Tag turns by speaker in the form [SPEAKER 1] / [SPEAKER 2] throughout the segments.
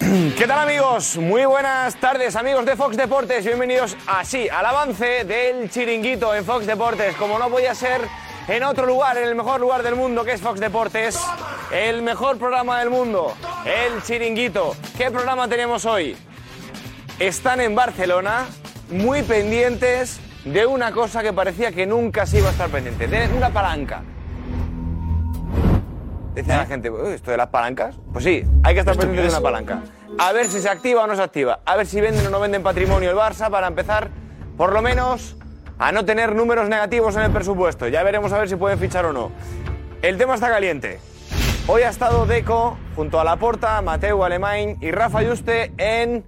[SPEAKER 1] ¿Qué tal amigos? Muy buenas tardes amigos de Fox Deportes, bienvenidos así al avance del chiringuito en Fox Deportes, como no podía ser en otro lugar, en el mejor lugar del mundo que es Fox Deportes, el mejor programa del mundo, el chiringuito. ¿Qué programa tenemos hoy? Están en Barcelona muy pendientes de una cosa que parecía que nunca se iba a estar pendiente, de una palanca. Dice la gente, "Uy, ¿esto de las palancas? Pues sí, hay que estar pendiente de una palanca. A ver si se activa o no se activa. A ver si venden o no venden patrimonio el Barça para empezar, por lo menos, a no tener números negativos en el presupuesto. Ya veremos a ver si pueden fichar o no. El tema está caliente. Hoy ha estado Deco junto a Laporta, Mateo Alemán y Rafa Yuste en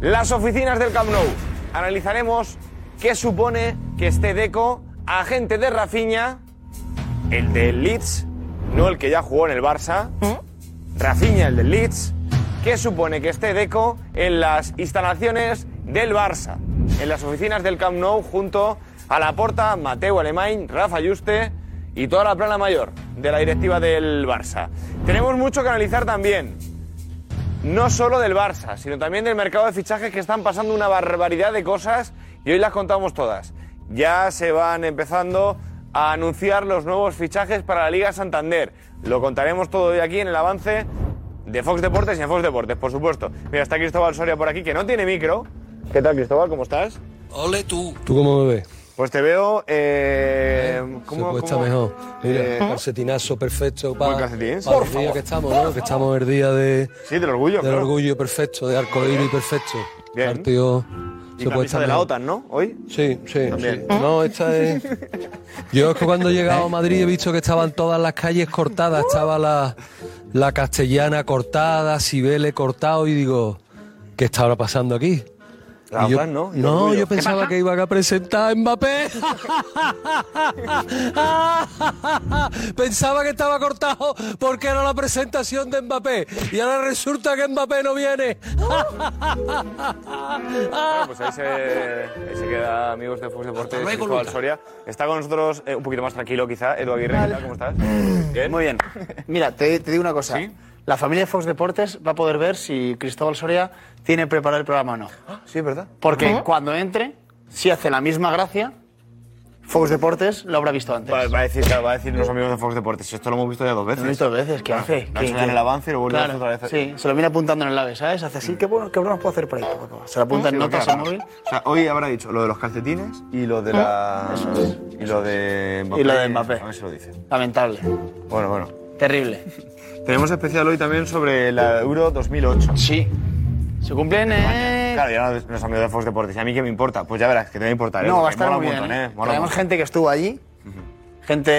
[SPEAKER 1] las oficinas del Camp Nou. Analizaremos qué supone que esté Deco, agente de Rafinha, el del Leeds, no el que ya jugó en el Barça, Rafinha, el del Leeds, que supone que esté Deco en las instalaciones del Barça, en las oficinas del Camp Nou, junto a Laporta, Mateo Alemán, Rafa Yuste y toda la plana mayor de la directiva del Barça. Tenemos mucho que analizar también, no solo del Barça, sino también del mercado de fichajes que están pasando una barbaridad de cosas y hoy las contamos todas. Ya se van empezando a anunciar los nuevos fichajes para la Liga Santander. Lo contaremos todo hoy aquí en el avance de Fox Deportes y en Fox Deportes, por supuesto. Mira, está Cristóbal Soria por aquí, que no tiene micro. ¿Qué tal, Cristóbal? ¿Cómo estás?
[SPEAKER 2] Ole tú.
[SPEAKER 3] ¿Tú cómo me ves?
[SPEAKER 1] Pues te veo... Eh, ¿cómo,
[SPEAKER 3] Pues está
[SPEAKER 1] cómo?
[SPEAKER 3] mejor. Mira,
[SPEAKER 1] Eh,
[SPEAKER 3] calcetinazo perfecto
[SPEAKER 1] Buen
[SPEAKER 3] para,
[SPEAKER 1] calcetín, sí.
[SPEAKER 3] para
[SPEAKER 1] Por
[SPEAKER 3] el
[SPEAKER 1] favor.
[SPEAKER 3] día que estamos, ¿no? Que estamos el día de,
[SPEAKER 1] Sí, del orgullo,
[SPEAKER 3] del
[SPEAKER 1] claro.
[SPEAKER 3] orgullo perfecto, de arcoíris perfecto.
[SPEAKER 1] Bien.
[SPEAKER 3] Partido
[SPEAKER 1] Y camisa de la OTAN, ¿no? Hoy.
[SPEAKER 3] Sí, sí,
[SPEAKER 1] También.
[SPEAKER 3] sí. No, esta es. Yo es que cuando he llegado
[SPEAKER 1] ¿Eh?
[SPEAKER 3] a Madrid he visto que estaban todas las calles cortadas. Estaba la, la castellana cortada, Sibele cortado, y digo, ¿qué estaba pasando aquí?
[SPEAKER 1] La
[SPEAKER 3] Y yo-
[SPEAKER 1] OTAN, ¿no? Y el
[SPEAKER 3] No,
[SPEAKER 1] orgullo.
[SPEAKER 3] yo pensaba que iban a presentar a Mbappé. pensaba que estaba cortado porque era la presentación de Mbappé. Y ahora resulta que Mbappé no viene.
[SPEAKER 1] Bueno, pues ahí se, ahí se queda, amigos de Fox Deportes,
[SPEAKER 2] luego,
[SPEAKER 1] Cristóbal
[SPEAKER 2] Luca.
[SPEAKER 1] Soria. Está con nosotros eh, un poquito más tranquilo, quizá, Edu Aguirre. ¿qué tal? ¿Cómo estás? Bien.
[SPEAKER 4] Muy bien. Mira, te, te digo una cosa. La familia de Fox Deportes va a poder ver si Cristóbal Soria tiene preparado el programa o no.
[SPEAKER 1] Sí, ¿verdad?
[SPEAKER 4] Porque cuando entre, si hace la misma gracia, Fox Deportes lo habrá visto antes.
[SPEAKER 1] Va, va a decir, claro, va a decir los amigos de Fox Deportes, esto lo hemos visto ya dos veces.
[SPEAKER 4] Lo he visto dos veces, ¿qué
[SPEAKER 1] Claro,
[SPEAKER 4] hace?
[SPEAKER 1] Lo Ah, ha
[SPEAKER 4] ¿Qué-
[SPEAKER 1] hecho ya
[SPEAKER 4] qué?
[SPEAKER 1] en el avance y luego lo
[SPEAKER 4] Claro,
[SPEAKER 1] hace otra vez. Mm.
[SPEAKER 4] Sí, se lo viene apuntando en el ave, ¿sabes? Hace así, ¿qué, bueno, qué bromas puedo hacer por ahí? Pa, pa, pa. Se lo
[SPEAKER 1] Ah,
[SPEAKER 4] apunta en notas al móvil.
[SPEAKER 1] O sea, hoy habrá dicho lo de los calcetines y lo de la... Y lo de Mbappé.
[SPEAKER 4] Ah, Y lo de Mbappé.
[SPEAKER 1] A ver si lo dice.
[SPEAKER 4] Lamentable.
[SPEAKER 1] Bueno, bueno.
[SPEAKER 4] Terrible.
[SPEAKER 1] Tenemos especial hoy también sobre la Euro 2008.
[SPEAKER 4] Sí. Se cumplen, eh,
[SPEAKER 1] Claro, ya los- los amigos de Fox Deportes. ¿Y a mí qué me importa? Pues ya verás, que te va a importar. ¿eh?
[SPEAKER 4] No, va a
[SPEAKER 1] Porque
[SPEAKER 4] estar
[SPEAKER 1] mola
[SPEAKER 4] muy
[SPEAKER 1] un
[SPEAKER 4] bien.
[SPEAKER 1] montón,
[SPEAKER 4] ¿eh?
[SPEAKER 1] ¿eh? Mola un
[SPEAKER 4] Traemos
[SPEAKER 1] montón.
[SPEAKER 4] gente que estuvo allí, gente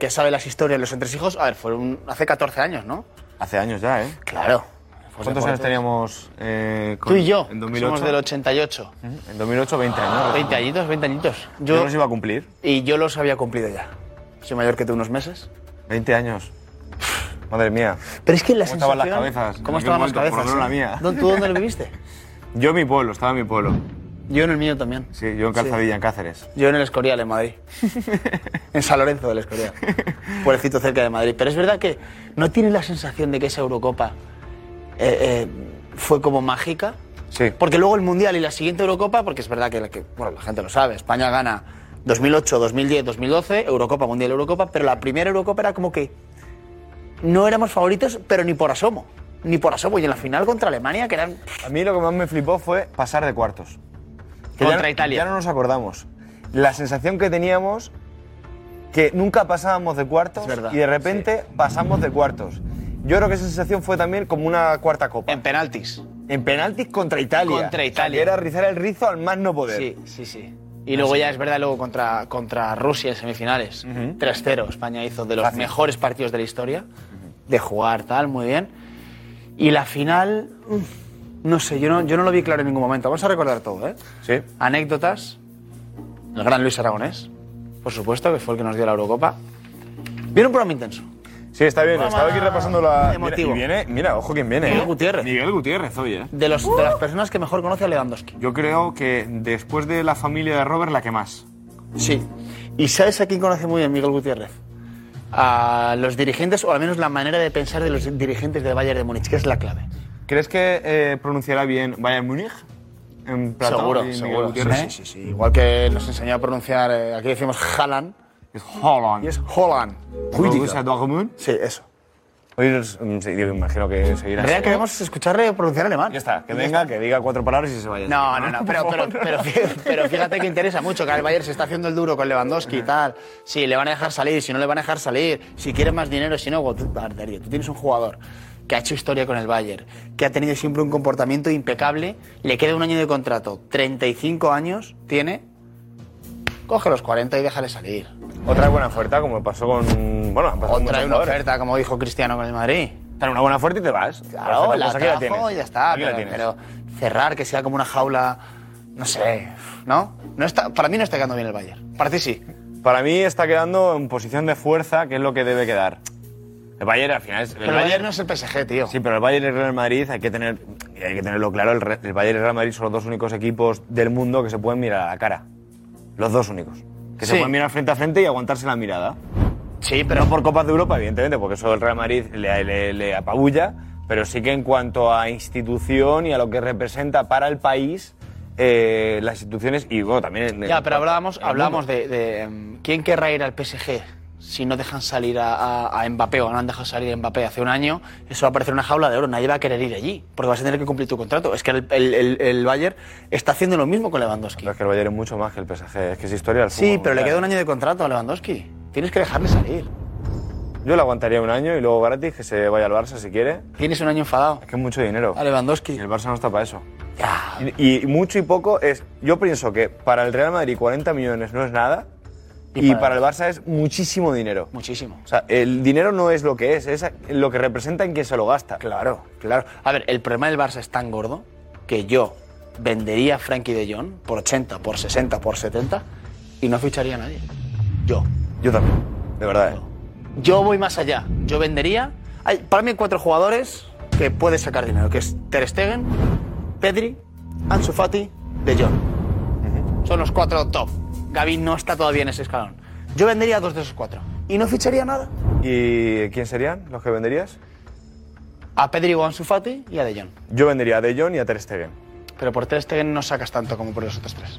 [SPEAKER 4] que sabe las historias de los entresijos. A ver, fue un- hace 14 años, ¿no?
[SPEAKER 1] Hace años ya, ¿eh?
[SPEAKER 4] Claro.
[SPEAKER 1] ¿Cuántos años teníamos? eh, con-
[SPEAKER 4] Tú y yo,
[SPEAKER 1] En 2008.
[SPEAKER 4] somos del 88.
[SPEAKER 1] En 2008, 20 años.
[SPEAKER 4] 20 añitos, 20 añitos.
[SPEAKER 1] Yo,
[SPEAKER 4] Yo,
[SPEAKER 1] los iba a cumplir.
[SPEAKER 4] y yo los había cumplido ya. Soy mayor que tú unos meses.
[SPEAKER 1] 20 años. Madre mía.
[SPEAKER 4] Pero es que la
[SPEAKER 1] ¿Cómo estaban las
[SPEAKER 4] sensación-
[SPEAKER 1] cabezas? En
[SPEAKER 4] ¿Cómo
[SPEAKER 1] aquel
[SPEAKER 4] estaban las
[SPEAKER 1] momento,
[SPEAKER 4] cabezas?
[SPEAKER 1] por lo menos
[SPEAKER 4] eh?
[SPEAKER 1] la mía.
[SPEAKER 4] ¿Dó- ¿Tú dónde lo viviste?
[SPEAKER 1] Yo en mi pueblo, estaba en mi pueblo.
[SPEAKER 4] Yo en el mío también.
[SPEAKER 1] Sí, yo en Calzadilla, en Cáceres.
[SPEAKER 4] Yo en el Escorial, en Madrid. en San Lorenzo del Escorial. Pueblecito cerca de Madrid. Pero es verdad que no tiene la sensación de que esa Eurocopa eh, eh, fue como mágica.
[SPEAKER 1] Sí.
[SPEAKER 4] Porque luego el Mundial y la siguiente Eurocopa, porque es verdad que, la que- bueno, la gente lo sabe, España gana 2008, 2010, 2012, Eurocopa, Mundial, Eurocopa, pero la primera Eurocopa era como que no éramos favoritos, pero ni por asomo. Ni por asomo. Y en la final contra Alemania, que eran...
[SPEAKER 1] A mí lo que más me flipó fue pasar de cuartos. ya
[SPEAKER 4] Contra
[SPEAKER 1] no-
[SPEAKER 4] Italia.
[SPEAKER 1] Ya no nos acordamos. La sensación que teníamos que nunca pasábamos de cuartos
[SPEAKER 4] Es verdad,
[SPEAKER 1] y de repente pasamos de cuartos. Yo creo que esa sensación fue también como una cuarta copa.
[SPEAKER 4] En penaltis.
[SPEAKER 1] En penaltis contra Italia.
[SPEAKER 4] Contra
[SPEAKER 1] O sea,
[SPEAKER 4] Italia.
[SPEAKER 1] que era rizar el rizo al más no poder.
[SPEAKER 4] Sí, sí, sí. Y luego ya es verdad, luego contra, contra Rusia en semifinales. 3-0. España hizo de los mejores partidos de la historia. De jugar, tal, muy bien. Y la final, mm, no sé, yo no, yo no lo vi claro en ningún momento. Vamos a recordar todo, ¿eh?
[SPEAKER 1] Sí.
[SPEAKER 4] Anécdotas. El gran Luis Aragonés, por supuesto, que fue el que nos dio la Eurocopa. Viene un programa intenso.
[SPEAKER 2] Sí, está bien. Estaba aquí repasando
[SPEAKER 1] Ah,
[SPEAKER 2] la. Mira,
[SPEAKER 4] Emotivo.
[SPEAKER 2] y viene, mira, ojo quién viene.
[SPEAKER 4] Miguel
[SPEAKER 2] ¿eh?
[SPEAKER 4] Gutiérrez.
[SPEAKER 2] Miguel Gutiérrez hoy, ¿eh?
[SPEAKER 4] De, los, de las personas que mejor conoce a Lewandowski.
[SPEAKER 2] Yo creo que después de la familia de Robert, la que más.
[SPEAKER 4] Sí. ¿Y sabes a quién conoce muy bien Miguel Gutiérrez? A los dirigentes, o al menos la manera de pensar de los dirigentes del Bayern de Múnich, que es la clave.
[SPEAKER 2] ¿Crees que eh, pronunciará bien Bayern Múnich? En platón y Miguel Gutiérrez.
[SPEAKER 4] Sí, sí, sí. Igual que nos enseñó a pronunciar, eh, aquí decimos Haaland,
[SPEAKER 2] Es Holland.
[SPEAKER 4] y es Holland.
[SPEAKER 2] Borussia Dortmund.
[SPEAKER 4] Sí, eso.
[SPEAKER 1] Hoy nos- mm, sí, digo, imagino que seguirá.
[SPEAKER 4] En realidad
[SPEAKER 1] así.
[SPEAKER 4] queremos escucharle pronunciar alemán.
[SPEAKER 1] Ya está, que venga, que diga cuatro palabras y se vaya.
[SPEAKER 4] No, no, no, pero, pero, pero, fí- pero fíjate que interesa mucho que el Bayern se está haciendo el duro con Lewandowski y tal. Si le van a dejar salir, si no le van a dejar salir, si quiere más dinero, si no, tú, Darío, tú tienes un jugador que ha hecho historia con el Bayern, que ha tenido siempre un comportamiento impecable, le queda un año de contrato, 35 años tiene, coge los 40 y déjale salir.
[SPEAKER 1] Otra buena oferta, como pasó con. Bueno, han pasado
[SPEAKER 4] Otra
[SPEAKER 1] muchos
[SPEAKER 4] una
[SPEAKER 1] jugadores.
[SPEAKER 4] oferta, como dijo Cristiano con el Madrid.
[SPEAKER 1] Trae una buena oferta y te vas.
[SPEAKER 4] Claro,
[SPEAKER 1] Perfecto,
[SPEAKER 4] la
[SPEAKER 1] pues aquí la
[SPEAKER 4] trajo
[SPEAKER 1] tienes.
[SPEAKER 4] y ya está.
[SPEAKER 1] Aquí
[SPEAKER 4] pero,
[SPEAKER 1] la tienes.
[SPEAKER 4] pero cerrar, que sea como una jaula, no sé, ¿no? no está, para mí no está quedando bien el Bayern. Para ti sí.
[SPEAKER 1] Para mí está quedando en posición de fuerza, que es lo que debe quedar. El Bayern al final es.
[SPEAKER 4] Pero el Bayern no es el PSG, tío.
[SPEAKER 1] Sí, pero el Bayern y el Real Madrid hay que, tener, hay que tenerlo claro. El, Re- el Bayern y el Real Madrid son los dos únicos equipos del mundo que se pueden mirar a la cara. Los dos únicos. Que se
[SPEAKER 4] Sí.
[SPEAKER 1] pueden mirar frente a frente y aguantarse la mirada.
[SPEAKER 4] Sí,
[SPEAKER 1] No
[SPEAKER 4] pero
[SPEAKER 1] por Copas de Europa, evidentemente, porque eso el Real Madrid le, le- le apabulla, pero sí que en cuanto a institución y a lo que representa para el país, eh, las instituciones y bueno, también... en-
[SPEAKER 4] Ya,
[SPEAKER 1] en-
[SPEAKER 4] pero hablábamos,
[SPEAKER 1] en el
[SPEAKER 4] hablábamos
[SPEAKER 1] mundo.
[SPEAKER 4] de, de, em, quién querrá ir al PSG si no dejan salir a, a- a Mbappé o no han dejado salir a Mbappé hace un año. Eso va a parecer una jaula de oro. Nadie va a querer ir allí porque vas a tener que cumplir tu contrato. Es que el, el- el- el Bayern está haciendo lo mismo con Lewandowski.
[SPEAKER 1] Pero es que el Bayern es mucho más que el PSG, es que es historia del
[SPEAKER 4] Sí,
[SPEAKER 1] fútbol
[SPEAKER 4] pero le
[SPEAKER 1] mundial.
[SPEAKER 4] queda un año de contrato a Lewandowski. Tienes que dejarle salir.
[SPEAKER 1] Yo le aguantaría un año y luego gratis que se vaya al Barça si quiere.
[SPEAKER 4] Tienes un año enfadado.
[SPEAKER 1] Es que es mucho dinero.
[SPEAKER 4] A Lewandowski.
[SPEAKER 1] Y el Barça no está para eso.
[SPEAKER 4] Ya.
[SPEAKER 1] Y, y mucho y poco es. Yo pienso que para el Real Madrid 40 millones no es nada y,
[SPEAKER 4] Y
[SPEAKER 1] para
[SPEAKER 4] para
[SPEAKER 1] el Barça es muchísimo dinero.
[SPEAKER 4] Muchísimo.
[SPEAKER 1] O sea, el dinero no es lo que es, es lo que representa en quien se lo gasta.
[SPEAKER 4] Claro, claro. A ver, el problema del Barça es tan gordo que yo vendería a Frankie de Jong por 80, por 60, por 70 y no ficharía a nadie. Yo.
[SPEAKER 1] Yo también, de verdad. ¿eh?
[SPEAKER 4] Yo voy más allá. Yo vendería. Hay, para mí hay cuatro jugadores que puedes sacar dinero, que es Ter Stegen, Pedri, Ansu Fati, De Jong. Son los cuatro top. Gaby no está todavía en ese escalón. Yo vendería a dos de esos cuatro y no ficharía nada.
[SPEAKER 1] ¿Y quién serían los que venderías?
[SPEAKER 4] A Pedri o a Ansu Fati y a De Jong.
[SPEAKER 1] Yo vendería a De Jong y a Ter Stegen.
[SPEAKER 4] Pero por Ter Stegen no sacas tanto como por los otros tres.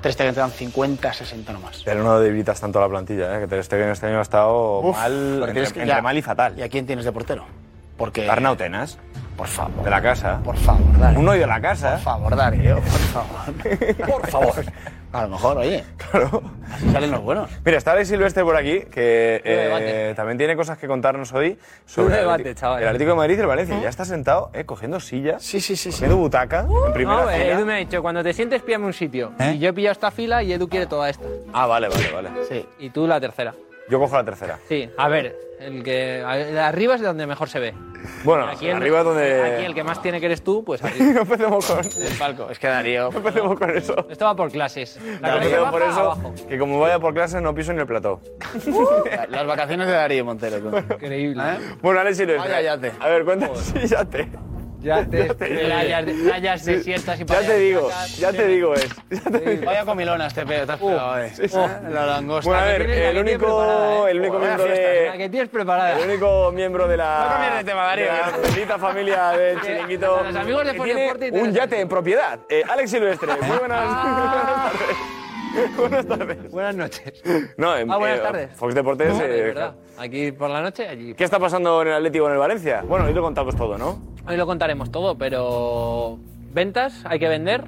[SPEAKER 4] Ter Stegen te dan 50, 60 nomás.
[SPEAKER 1] Pero no debilitas tanto la plantilla, ¿eh? que Ter Stegen este año ha estado
[SPEAKER 4] Uf,
[SPEAKER 1] mal,
[SPEAKER 4] pero
[SPEAKER 1] entre,
[SPEAKER 4] tienes que-
[SPEAKER 1] entre
[SPEAKER 4] ya.
[SPEAKER 1] mal y fatal.
[SPEAKER 4] ¿Y a quién tienes de portero? Porque...
[SPEAKER 1] Arnau Tenas,
[SPEAKER 4] Por favor.
[SPEAKER 1] de la casa.
[SPEAKER 4] Por favor, dale.
[SPEAKER 1] Uno y de la
[SPEAKER 4] Por
[SPEAKER 1] casa.
[SPEAKER 4] favor, Darío, por favor. por favor. A lo mejor, oye. Claro. Así salen los buenos.
[SPEAKER 1] Mira, está Alex Silvestre por aquí, que eh,
[SPEAKER 4] debate.
[SPEAKER 1] también tiene cosas que contarnos hoy sobre
[SPEAKER 5] Duro
[SPEAKER 1] el,
[SPEAKER 5] debate,
[SPEAKER 1] Atleti-
[SPEAKER 5] chaval.
[SPEAKER 1] el Atlético de Madrid y el Valencia. Ya está sentado, eh, cogiendo silla,
[SPEAKER 4] Sí, sí, sí. Uh, sí.
[SPEAKER 1] cogiendo butaca, en primera
[SPEAKER 5] No, eh,
[SPEAKER 1] fila.
[SPEAKER 5] Edu me ha dicho, cuando te sientes, píame un sitio.
[SPEAKER 4] ¿Eh?
[SPEAKER 5] Y yo he pillado esta fila y Edu quiere toda esta.
[SPEAKER 1] Ah, vale, vale, vale.
[SPEAKER 4] Sí.
[SPEAKER 5] Y tú la tercera.
[SPEAKER 1] Yo cojo la tercera.
[SPEAKER 5] Sí, a ver, el que el de arriba es de donde mejor se ve.
[SPEAKER 1] Bueno,
[SPEAKER 5] Aquí el-
[SPEAKER 1] Ah, arriba es donde...
[SPEAKER 5] Aquí el que más tiene que eres tú, pues arriba.
[SPEAKER 1] no empecemos con,
[SPEAKER 4] El palco. Es que Darío...
[SPEAKER 1] no empecemos con eso.
[SPEAKER 5] Esto va por clases. La
[SPEAKER 1] No
[SPEAKER 5] clase
[SPEAKER 1] empecemos
[SPEAKER 5] baja,
[SPEAKER 1] por eso,
[SPEAKER 5] abajo.
[SPEAKER 1] que como vaya por clases no piso ni el plató.
[SPEAKER 4] Las vacaciones de Darío Montero. tú.
[SPEAKER 5] Increíble.
[SPEAKER 4] ¿Eh?
[SPEAKER 1] Bueno, Alex Silvestre.
[SPEAKER 4] Vaya yate.
[SPEAKER 1] A ver, cuéntanos sí, yate.
[SPEAKER 5] Ya te,
[SPEAKER 1] te-
[SPEAKER 5] playas, playas desiertas y
[SPEAKER 1] Ya te digo, ya te digo es.
[SPEAKER 4] Vaya comilona este pedo. Te has pegado, eh. ¿Eh? La langosta.
[SPEAKER 1] Bueno, a ver,
[SPEAKER 5] tienes- la
[SPEAKER 1] el
[SPEAKER 5] que tienes
[SPEAKER 1] único,
[SPEAKER 5] preparada, ¿eh?
[SPEAKER 1] el único
[SPEAKER 4] Buena
[SPEAKER 1] miembro
[SPEAKER 4] fiesta,
[SPEAKER 1] de...
[SPEAKER 5] La que tienes preparada.
[SPEAKER 1] El único miembro de la.
[SPEAKER 4] No cambies de tema, Darío.
[SPEAKER 1] de la bendita familia del chiringuito.
[SPEAKER 5] los amigos de
[SPEAKER 1] que
[SPEAKER 5] Fox
[SPEAKER 1] tiene
[SPEAKER 5] Deporte y
[SPEAKER 1] Un
[SPEAKER 5] Teledeporte.
[SPEAKER 1] yate en propiedad. Eh, Alex Silvestre. Muy buenas, buenas tardes. buenas tardes.
[SPEAKER 5] Buenas noches.
[SPEAKER 1] No, en-
[SPEAKER 5] Ah, buenas
[SPEAKER 1] eh,
[SPEAKER 5] tardes.
[SPEAKER 1] Fox Deportes.
[SPEAKER 5] No,
[SPEAKER 1] eh,
[SPEAKER 5] de verdad. Aquí por la noche, allí.
[SPEAKER 1] ¿Qué está pasando en el Atlético en el Valencia? Bueno, hoy lo contamos todo, ¿no?
[SPEAKER 5] Hoy lo contaremos todo, pero ventas hay que vender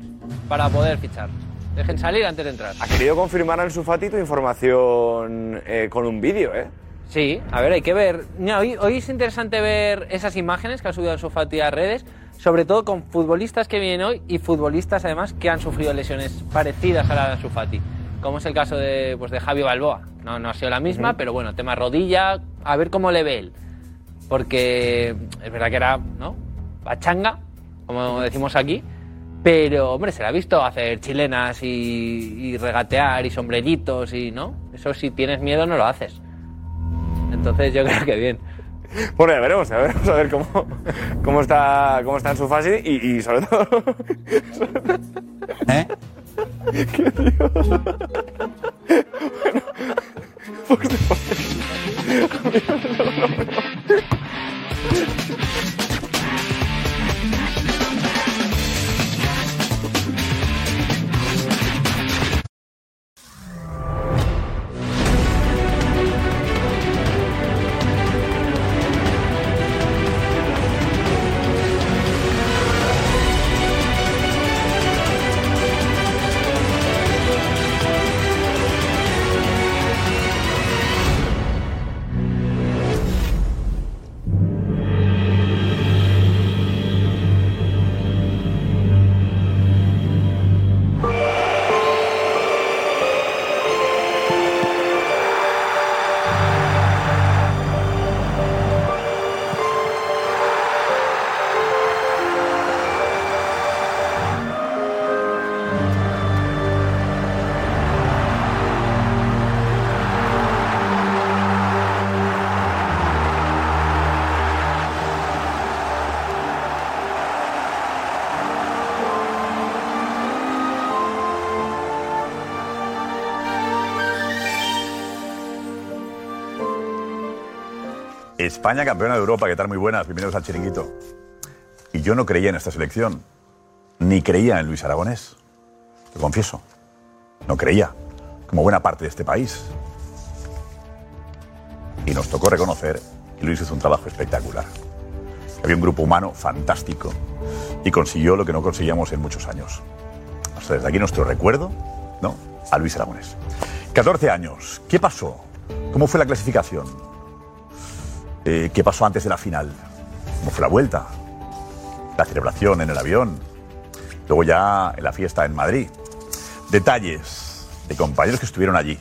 [SPEAKER 5] para poder fichar. Dejen salir antes de entrar.
[SPEAKER 1] Ha querido confirmar al Sufati tu información eh, con un vídeo, ¿eh?
[SPEAKER 5] Sí, a ver, hay que ver. Mira, hoy, hoy es interesante ver esas imágenes que ha subido Ansu Fati a redes, sobre todo con futbolistas que vienen hoy y futbolistas además que han sufrido lesiones parecidas a la de Ansu Fati, como es el caso de, pues, de Javi Balboa. No, no ha sido la misma, pero bueno, tema rodilla, a ver cómo le ve él. porque es verdad que era, ¿no? Pachanga, como decimos aquí, pero, hombre, se la ha visto hacer chilenas y, y regatear y sombreritos y, ¿no? Eso si tienes miedo no lo haces. Entonces yo creo que bien.
[SPEAKER 1] Bueno, ya veremos, ya veremos a ver cómo, cómo, está, cómo está en su fase y, y sobre todo.
[SPEAKER 4] ¿Eh?
[SPEAKER 1] ¡Qué Dios! bueno, por favor.
[SPEAKER 6] España campeona de Europa, ¿qué tal? Muy buenas, bienvenidos al chiringuito. Y yo no creía en esta selección, ni creía en Luis Aragonés, lo confieso. No creía, como buena parte de este país. Y nos tocó reconocer que Luis hizo un trabajo espectacular. Había un grupo humano fantástico y consiguió lo que no conseguíamos en muchos años. O sea, desde aquí nuestro recuerdo, ¿no? A Luis Aragonés. 14 años, ¿qué pasó? ¿Cómo fue la clasificación? Eh, qué pasó antes de la final, cómo fue la vuelta, la celebración en el avión, luego ya en la fiesta en Madrid. Detalles de compañeros que estuvieron allí.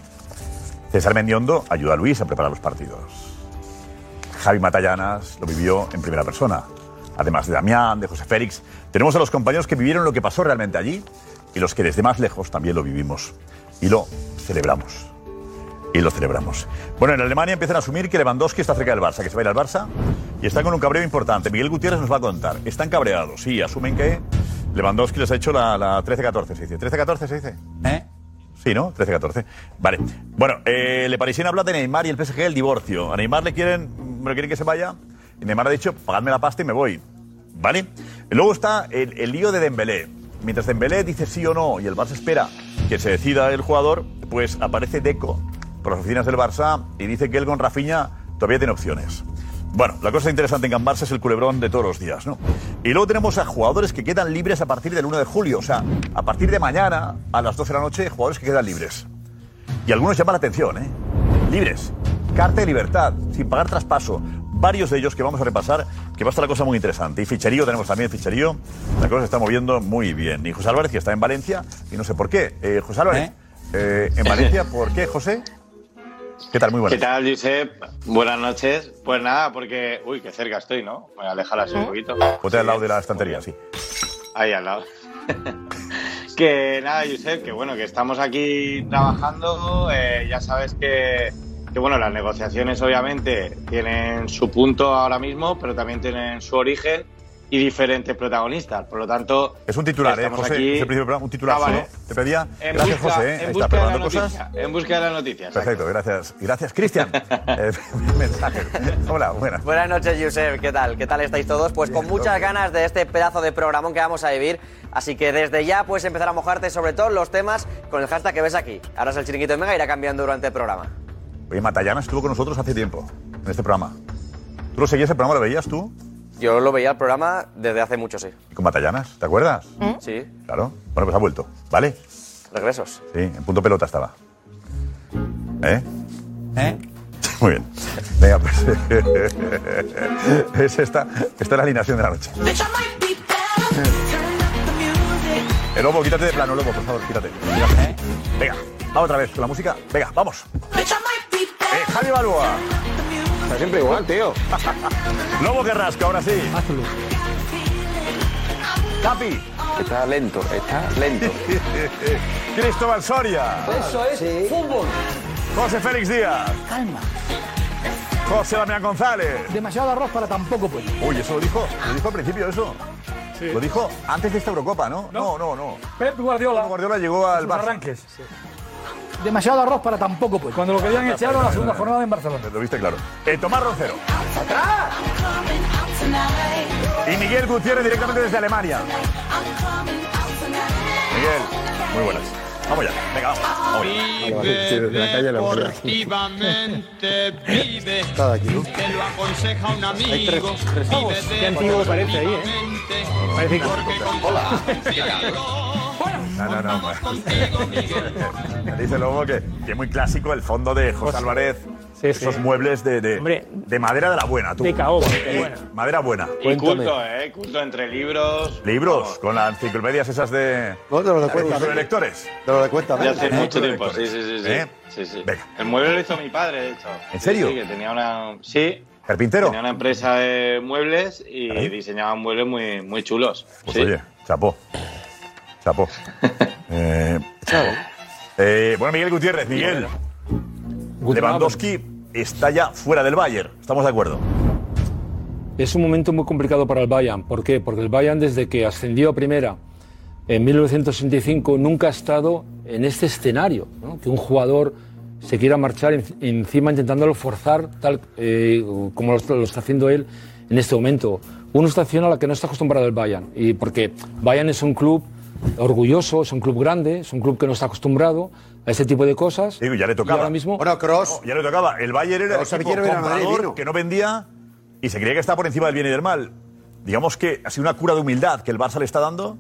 [SPEAKER 6] César Mendiondo ayudó a Luis a preparar los partidos. Javi Matallanas lo vivió en primera persona, además de Damián, de José Félix. Tenemos a los compañeros que vivieron lo que pasó realmente allí y los que desde más lejos también lo vivimos y lo celebramos y lo celebramos. Bueno, en Alemania empiezan a asumir que Lewandowski está cerca del Barça, que se va a ir al Barça y está con un cabreo importante. Miguel Gutiérrez nos va a contar. Están cabreados, sí, asumen que Lewandowski les ha hecho la, la 13-14, se dice. ¿13-14 se dice? ¿Eh? Sí, ¿no? 13-14. Vale. Bueno, eh, Le Parisien habla de Neymar y el PSG el divorcio. A Neymar le quieren, pero quieren que se vaya y Neymar ha dicho, pagadme la pasta y me voy. ¿Vale? Luego está el, el lío de Dembélé. Mientras Dembélé dice sí o no y el Barça espera que se decida el jugador, pues aparece Deco por las oficinas del Barça y dice que él con Rafinha todavía tiene opciones. Bueno, la cosa interesante en Can Barça es el culebrón de todos los días, ¿no? Y luego tenemos a jugadores que quedan libres a partir del 1 de julio, o sea, a partir de mañana a las 12 de la noche, jugadores que quedan libres. Y algunos llaman la atención, ¿eh? Libres. Carta de libertad, sin pagar traspaso. Varios de ellos que vamos a repasar, que va a estar la cosa muy interesante. Y ficherío, tenemos también ficherío. La cosa se está moviendo muy bien. Y José Álvarez, que está en Valencia, y no sé por qué. Eh, José Álvarez, eh, en Valencia, ¿por qué, José? ¿Qué tal? Muy buenas.
[SPEAKER 7] ¿Qué tal, Josep? Buenas noches. Pues nada, porque. Uy, qué cerca estoy, ¿no? Voy a alejar así un poquito.
[SPEAKER 6] Ponte al lado de la estantería, sí.
[SPEAKER 7] Ahí al lado. que nada, Josep, que bueno, que estamos aquí trabajando. eh, ya sabes que, que, bueno, las negociaciones obviamente tienen su punto ahora mismo, pero también tienen su origen y diferentes protagonistas. Por lo tanto.
[SPEAKER 6] Es un titular, ¿eh,
[SPEAKER 7] estamos
[SPEAKER 6] José?
[SPEAKER 7] aquí-
[SPEAKER 6] Es el primer programa, un titular
[SPEAKER 7] Ah, vale.
[SPEAKER 6] solo. Te pedía.
[SPEAKER 7] En
[SPEAKER 6] gracias,
[SPEAKER 7] busca,
[SPEAKER 6] José. ¿eh? Ahí
[SPEAKER 7] En
[SPEAKER 6] está,
[SPEAKER 7] busca de la
[SPEAKER 6] preparando
[SPEAKER 7] noticia.
[SPEAKER 6] cosas.
[SPEAKER 7] En busca de la noticia. exacto.
[SPEAKER 6] Perfecto, gracias. Gracias, Cristian. Eh, mensaje. Hola, buenas.
[SPEAKER 8] Buenas noches, Josep. ¿Qué tal? ¿Qué tal estáis todos? Pues con muchas ganas de este pedazo de programón que vamos a vivir. Así que desde ya puedes empezar a mojarte sobre todos los temas con el hashtag que ves aquí. Ahora es el chiringuito de Mega irá cambiando durante el programa.
[SPEAKER 6] Oye, Matallana estuvo con nosotros hace tiempo, en este programa. ¿Tú lo seguías el programa? ¿Lo veías tú?
[SPEAKER 8] Yo lo veía el programa desde hace mucho, sí.
[SPEAKER 6] ¿Y con Matallanas? ¿Te acuerdas?
[SPEAKER 8] Sí,
[SPEAKER 6] Claro. Bueno, pues ha vuelto, ¿vale?
[SPEAKER 8] regresos.
[SPEAKER 6] Sí, en punto pelota estaba. ¿Eh?
[SPEAKER 4] ¿Eh?
[SPEAKER 6] Muy bien. Venga, pues. es esta, esta es la alineación de la noche. Eh, Lobo, quítate de plano, Lobo, por favor, quítate. Quítate. Venga, va otra vez con la música. Venga, vamos. Eh, Javi Balboa.
[SPEAKER 1] Está siempre igual, tío.
[SPEAKER 6] Lobo que rasca, ahora sí.
[SPEAKER 3] Hazlo.
[SPEAKER 6] Capi.
[SPEAKER 1] Está lento, está lento.
[SPEAKER 6] Cristóbal Soria.
[SPEAKER 9] Eso es fútbol.
[SPEAKER 6] José Félix Díaz.
[SPEAKER 9] Calma.
[SPEAKER 6] José Damián González.
[SPEAKER 9] Demasiado arroz para tampoco pollo.
[SPEAKER 6] Uy, eso lo dijo. Lo dijo al principio, eso. Lo dijo antes de esta Eurocopa, ¿no? No, no, no.
[SPEAKER 10] Pep
[SPEAKER 6] Pep
[SPEAKER 10] Guardiola.
[SPEAKER 6] Guardiola llegó al
[SPEAKER 10] Sus
[SPEAKER 6] Barça.
[SPEAKER 10] arranques.
[SPEAKER 9] Demasiado arroz para pues. tampoco pollo.
[SPEAKER 10] Cuando lo querían echar a la segunda
[SPEAKER 6] Vale, vale,
[SPEAKER 10] jornada en Barcelona.
[SPEAKER 6] Lo viste claro. Eh, Tomás Roncero. Y Miguel Gutiérrez directamente desde Alemania. Miguel, muy buenas. Vamos ya, venga, vamos. vamos ya.
[SPEAKER 10] Qué antiguo parece ahí, ¿eh? Parece que...
[SPEAKER 6] No, no, no. Me dice luego que, que es muy clásico el fondo de José Álvarez.
[SPEAKER 10] Sí,
[SPEAKER 6] Esos
[SPEAKER 10] sí.
[SPEAKER 6] muebles de, de-
[SPEAKER 10] Hombre.
[SPEAKER 6] de madera de la buena, tú.
[SPEAKER 10] De caoba, de
[SPEAKER 6] Eh,
[SPEAKER 10] buena.
[SPEAKER 6] Madera buena.
[SPEAKER 7] Y culto, ¿eh? Culto entre libros.
[SPEAKER 6] Libros, con las enciclopedias esas de.
[SPEAKER 11] No, no lo
[SPEAKER 6] de
[SPEAKER 11] recuerdo.
[SPEAKER 6] los
[SPEAKER 11] sí.
[SPEAKER 6] electores.
[SPEAKER 11] No lo recuerdo.
[SPEAKER 7] De hace
[SPEAKER 6] ¿Eh?
[SPEAKER 7] mucho
[SPEAKER 6] ¿Eh?
[SPEAKER 7] tiempo, sí, sí, sí. sí.
[SPEAKER 6] ¿Eh?
[SPEAKER 7] Sí, sí.
[SPEAKER 6] Venga.
[SPEAKER 7] El mueble lo hizo mi padre, de hecho.
[SPEAKER 6] ¿En
[SPEAKER 7] Sí,
[SPEAKER 6] serio?
[SPEAKER 7] Sí, que tenía una, sí,
[SPEAKER 6] Carpintero.
[SPEAKER 7] tenía una empresa de muebles y
[SPEAKER 6] Caray.
[SPEAKER 7] diseñaba muebles muy, muy chulos.
[SPEAKER 6] Pues
[SPEAKER 7] sí.
[SPEAKER 6] oye, chapó. Chapó. eh, chapó. Eh, bueno, Miguel Gutiérrez, Miguel. Lewandowski está ya fuera del Bayern. Estamos de acuerdo.
[SPEAKER 10] Es un momento muy complicado para el Bayern. ¿Por qué? Porque el Bayern desde que ascendió a primera en 1965 nunca ha estado en este escenario, ¿no? que un jugador se quiera marchar en- encima intentándolo forzar tal eh, como lo, está- lo está haciendo él en este momento. Una situación a la que no está acostumbrado el Bayern, y porque Bayern es un club orgulloso, es un club grande, es un club que no está acostumbrado a este tipo de cosas.
[SPEAKER 6] Digo, ya le
[SPEAKER 10] Y
[SPEAKER 6] tocaba.
[SPEAKER 10] ahora mismo
[SPEAKER 11] Bueno, Cross.
[SPEAKER 6] Ya le tocaba. El Bayern era
[SPEAKER 11] O
[SPEAKER 6] el
[SPEAKER 11] sea,
[SPEAKER 6] equipo
[SPEAKER 11] quiere ver a
[SPEAKER 6] comprador
[SPEAKER 11] Madrid, vino.
[SPEAKER 6] que no vendía y se creía que estaba por encima del bien y del mal. Digamos que ha sido una cura de humildad que el Barça le está dando.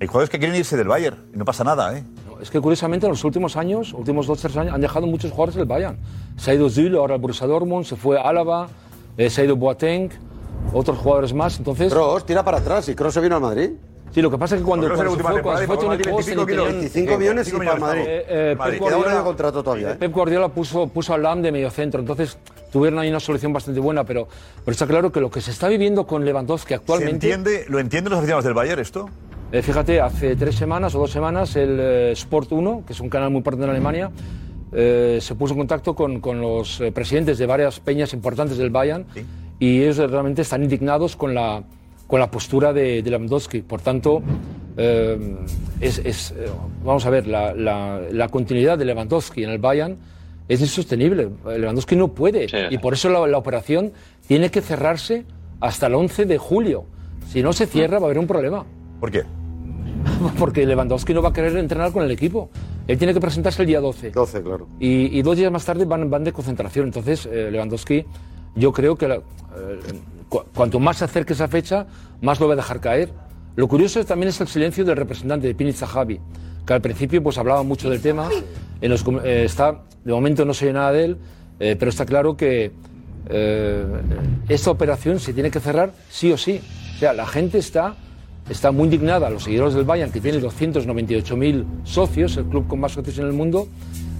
[SPEAKER 6] Hay jugadores que quieren irse del Bayern y no pasa nada, ¿eh?
[SPEAKER 10] No, Es que curiosamente en los últimos años, últimos dos tres años, han dejado muchos jugadores del Bayern. Se ha ido Zül, ahora el Borussia Dortmund, se fue Álava, eh, se ha ido Boateng, otros jugadores más. Entonces,
[SPEAKER 11] Cross tira para atrás y Cross se vino al Madrid.
[SPEAKER 10] sí, lo que pasa es que cuando,
[SPEAKER 6] Pero
[SPEAKER 10] cuando
[SPEAKER 6] es
[SPEAKER 10] se
[SPEAKER 6] la última
[SPEAKER 10] fue, cuando se fue
[SPEAKER 6] temporada,
[SPEAKER 10] Toni
[SPEAKER 6] y
[SPEAKER 10] Kroos, se le
[SPEAKER 6] 25
[SPEAKER 10] pidió-
[SPEAKER 6] kilos.
[SPEAKER 11] 25 millones y
[SPEAKER 6] 25
[SPEAKER 11] para el Madrid.
[SPEAKER 10] Eh, eh,
[SPEAKER 6] Madrid.
[SPEAKER 10] Pep
[SPEAKER 11] Queda un
[SPEAKER 10] Guardiola-
[SPEAKER 11] año de contrato todavía. ¿eh?
[SPEAKER 10] Pep Guardiola puso, puso a Lam de medio centro, entonces tuvieron ahí una solución bastante buena, pero, pero está claro que lo que se está viviendo con Lewandowski
[SPEAKER 6] ¿Se
[SPEAKER 10] actualmente...
[SPEAKER 6] entiende, ¿Lo entienden los aficionados del Bayern esto?
[SPEAKER 10] Eh, fíjate, hace tres semanas o dos semanas el eh, Sport 1, que es un canal muy importante en Alemania, eh, se puso en contacto con, con los eh, presidentes de varias peñas importantes del Bayern
[SPEAKER 6] Sí.
[SPEAKER 10] y ellos realmente están indignados con la, con la postura de, de Lewandowski. Por tanto, eh, es, es, eh, vamos a ver, la, la- la continuidad de Lewandowski en el Bayern es insostenible. Lewandowski no puede
[SPEAKER 7] Sí.
[SPEAKER 10] y por eso la, la operación tiene que cerrarse hasta el 11 de julio. Si no se cierra va a haber un problema.
[SPEAKER 6] ¿Por qué?
[SPEAKER 10] Porque Lewandowski no va a querer entrenar con el equipo. Él tiene que presentarse el día 12.
[SPEAKER 11] 12, claro.
[SPEAKER 10] Y, y dos días más tarde van, van de concentración. Entonces, eh, Lewandowski, yo creo que la- eh, cu- cuanto más se acerque esa fecha, más lo va a dejar caer. Lo curioso es- también es el silencio del representante de Pini Zahavi, que al principio pues, hablaba mucho del tema. En los com- eh, está, de momento no se oye nada de él, eh, pero está claro que eh, esta operación se tiene que cerrar sí o sí. O sea, la gente está está muy indignada los seguidores del Bayern, que tiene 298.000 socios, el club con más socios en el mundo,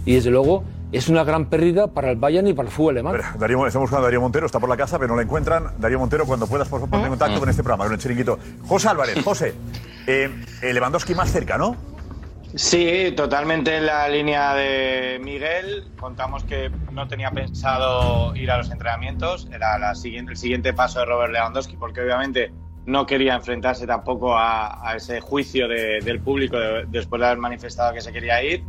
[SPEAKER 10] y desde luego es una gran pérdida para el Bayern y para el fútbol alemán.
[SPEAKER 6] Pero Darío, estamos buscando a Darío Montero, está por la casa, pero no la encuentran. Darío Montero, cuando puedas, por favor, ponte en contacto con este programa, con el chiringuito. José Álvarez, José, eh, eh, Lewandowski más cerca, ¿no?
[SPEAKER 7] Sí, totalmente en la línea de Miguel. Contamos que no tenía pensado ir a los entrenamientos. Era la siguiente, el siguiente paso de Robert Lewandowski, porque obviamente no quería enfrentarse tampoco a, a ese juicio de- del público de- después de haber manifestado que se quería ir.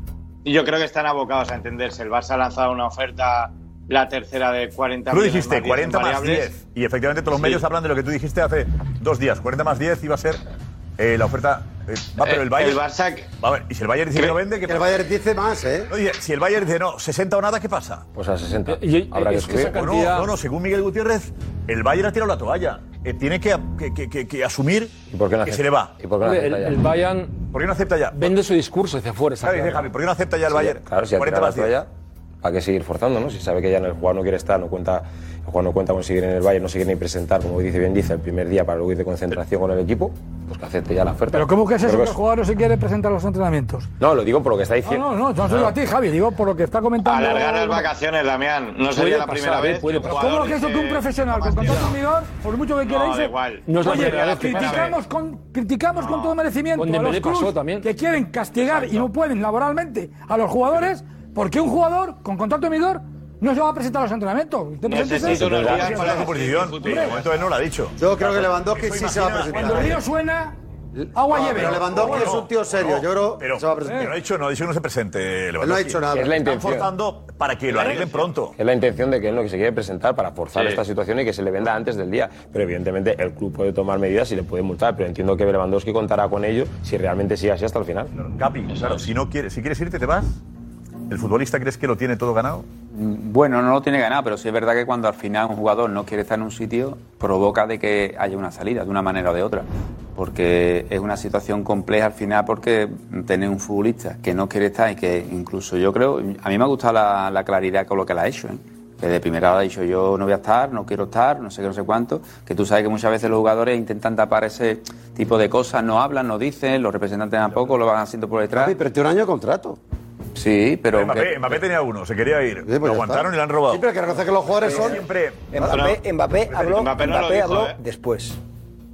[SPEAKER 7] Y yo creo que están abocados a entenderse. El Barça ha lanzado una oferta, la tercera de 40
[SPEAKER 6] Tú lo
[SPEAKER 7] millones
[SPEAKER 6] dijiste,
[SPEAKER 7] más
[SPEAKER 6] 40 más
[SPEAKER 7] variables.
[SPEAKER 6] 10. Y efectivamente todos los
[SPEAKER 7] Sí.
[SPEAKER 6] medios hablan de lo que tú dijiste hace dos días. 40 más 10 iba a ser eh, la oferta... eh, va, pero el Bayern...
[SPEAKER 7] El Barça
[SPEAKER 6] Va a ver, y si el Bayern dice que no vende, ¿qué
[SPEAKER 11] Que el
[SPEAKER 6] pasa?
[SPEAKER 11] Bayern dice más, ¿eh?
[SPEAKER 6] No, dice, si el Bayern dice no, 60 o nada, ¿qué pasa?
[SPEAKER 9] Pues a 60.
[SPEAKER 10] Eh, yo-
[SPEAKER 9] Habrá que
[SPEAKER 10] es que esa
[SPEAKER 9] subir.
[SPEAKER 6] O
[SPEAKER 10] cantidad-
[SPEAKER 6] no, no, no, según Miguel Gutiérrez, el Bayern ha tirado la toalla. Eh, tiene que, que- que- que- que asumir
[SPEAKER 9] ¿Y por qué no
[SPEAKER 6] que
[SPEAKER 9] acepta?
[SPEAKER 6] se le va.
[SPEAKER 9] ¿Y por qué no
[SPEAKER 10] el,
[SPEAKER 9] acepta ya?
[SPEAKER 10] el Bayern
[SPEAKER 6] ¿Por qué no acepta ya?
[SPEAKER 10] vende su discurso hacia afuera. está
[SPEAKER 6] Claro, dice
[SPEAKER 10] claro.
[SPEAKER 6] Javi, ¿por qué no acepta ya el
[SPEAKER 9] Sí,
[SPEAKER 6] Bayern?
[SPEAKER 9] Claro, si ha
[SPEAKER 6] 40
[SPEAKER 9] tirado la
[SPEAKER 6] más 10.
[SPEAKER 9] toalla.
[SPEAKER 12] ¿Para qué seguir forzando? ¿no? Si sabe que ya en el jugador no quiere estar, no cuenta, el jugador no cuenta con seguir en el Bayern, no se quiere ni presentar, como dice bien dice, el primer día para luego ir de concentración con el equipo, pues que acepte ya la oferta.
[SPEAKER 9] Pero ¿cómo que es eso
[SPEAKER 12] Creo
[SPEAKER 9] que el jugador no se quiere presentar a los entrenamientos?
[SPEAKER 12] No, lo digo por lo que está
[SPEAKER 9] No,
[SPEAKER 12] diciendo.
[SPEAKER 9] no, no, no solo a ti, Javi, digo por lo que está comentando.
[SPEAKER 7] Alargar las vacaciones, Damián. No
[SPEAKER 10] Puede
[SPEAKER 7] sería la
[SPEAKER 10] pasar,
[SPEAKER 7] primera
[SPEAKER 10] ¿eh?
[SPEAKER 7] vez.
[SPEAKER 10] Puede
[SPEAKER 7] que un
[SPEAKER 10] pasar.
[SPEAKER 7] jugador
[SPEAKER 9] ¿Cómo que eso que un
[SPEAKER 7] dice-
[SPEAKER 9] profesional con contrato unidor, por mucho que quiera
[SPEAKER 7] No, da
[SPEAKER 9] irse,
[SPEAKER 7] igual.
[SPEAKER 10] No es la
[SPEAKER 9] oye,
[SPEAKER 10] primera vez que pasa,
[SPEAKER 9] criticamos, con, criticamos con todo merecimiento
[SPEAKER 10] Con
[SPEAKER 9] a los
[SPEAKER 10] Dembélé pasó
[SPEAKER 9] clubs
[SPEAKER 10] también.
[SPEAKER 9] que quieren castigar y no pueden laboralmente a los jugadores porque un jugador con contrato unidor no se va a presentar a los entrenamientos. Usted preséntese.
[SPEAKER 6] la competición. De momento él no lo ha dicho.
[SPEAKER 11] Yo creo que Lewandowski sí se va a
[SPEAKER 9] Cuando el
[SPEAKER 11] presentar.
[SPEAKER 9] río
[SPEAKER 6] eh.
[SPEAKER 9] suena, agua
[SPEAKER 11] No,
[SPEAKER 9] lleve.
[SPEAKER 11] pero Lewandowski es un tío serio. Yo creo
[SPEAKER 6] Pero,
[SPEAKER 11] se va a presentar.
[SPEAKER 6] pero no ha dicho, no ha dicho que no se presente Lewandowski.
[SPEAKER 11] ha dicho nada.
[SPEAKER 12] Es la
[SPEAKER 6] Están
[SPEAKER 12] intención.
[SPEAKER 6] forzando para que lo arreglen pronto.
[SPEAKER 12] Es la intención de que él no que se quiere presentar para forzar
[SPEAKER 6] Sí.
[SPEAKER 12] esta situación y que se le venda antes del día. Pero evidentemente el club puede tomar medidas y le puede multar. Pero entiendo que Lewandowski contará con ello si realmente sigue así hasta el final.
[SPEAKER 6] Capi, claro, si, no quieres, si quieres irte, te vas. ¿El futbolista crees que lo tiene todo ganado?
[SPEAKER 13] Bueno, no lo tiene ganado, pero sí es verdad que cuando al final un jugador no quiere estar en un sitio, provoca de que haya una salida, de una manera o de otra. Porque es una situación compleja al final, porque tener un futbolista que no quiere estar y que incluso yo creo, a mí me ha gustado la, la claridad con lo que la ha hecho. ¿eh? Que de primera hora ha dicho yo no voy a estar, no quiero estar, no sé qué, no sé cuánto. Que tú sabes que muchas veces los jugadores intentan tapar ese tipo de cosas, no hablan, no dicen, los representantes tampoco lo van haciendo por detrás.
[SPEAKER 11] Pero tiene un año de contrato.
[SPEAKER 13] Sí, pero...
[SPEAKER 6] Mbappé,
[SPEAKER 13] aunque-
[SPEAKER 6] Mbappé tenía uno, se quería
[SPEAKER 11] pues
[SPEAKER 6] ir. lo aguantaron y le han robado.
[SPEAKER 11] Siempre hay que reconocer que los jugadores son.
[SPEAKER 6] Siempre.
[SPEAKER 14] Mbappé, Mbappé habló,
[SPEAKER 6] Mbappé no lo
[SPEAKER 14] Mbappé
[SPEAKER 6] dijo,
[SPEAKER 14] habló
[SPEAKER 6] ¿eh?
[SPEAKER 14] después.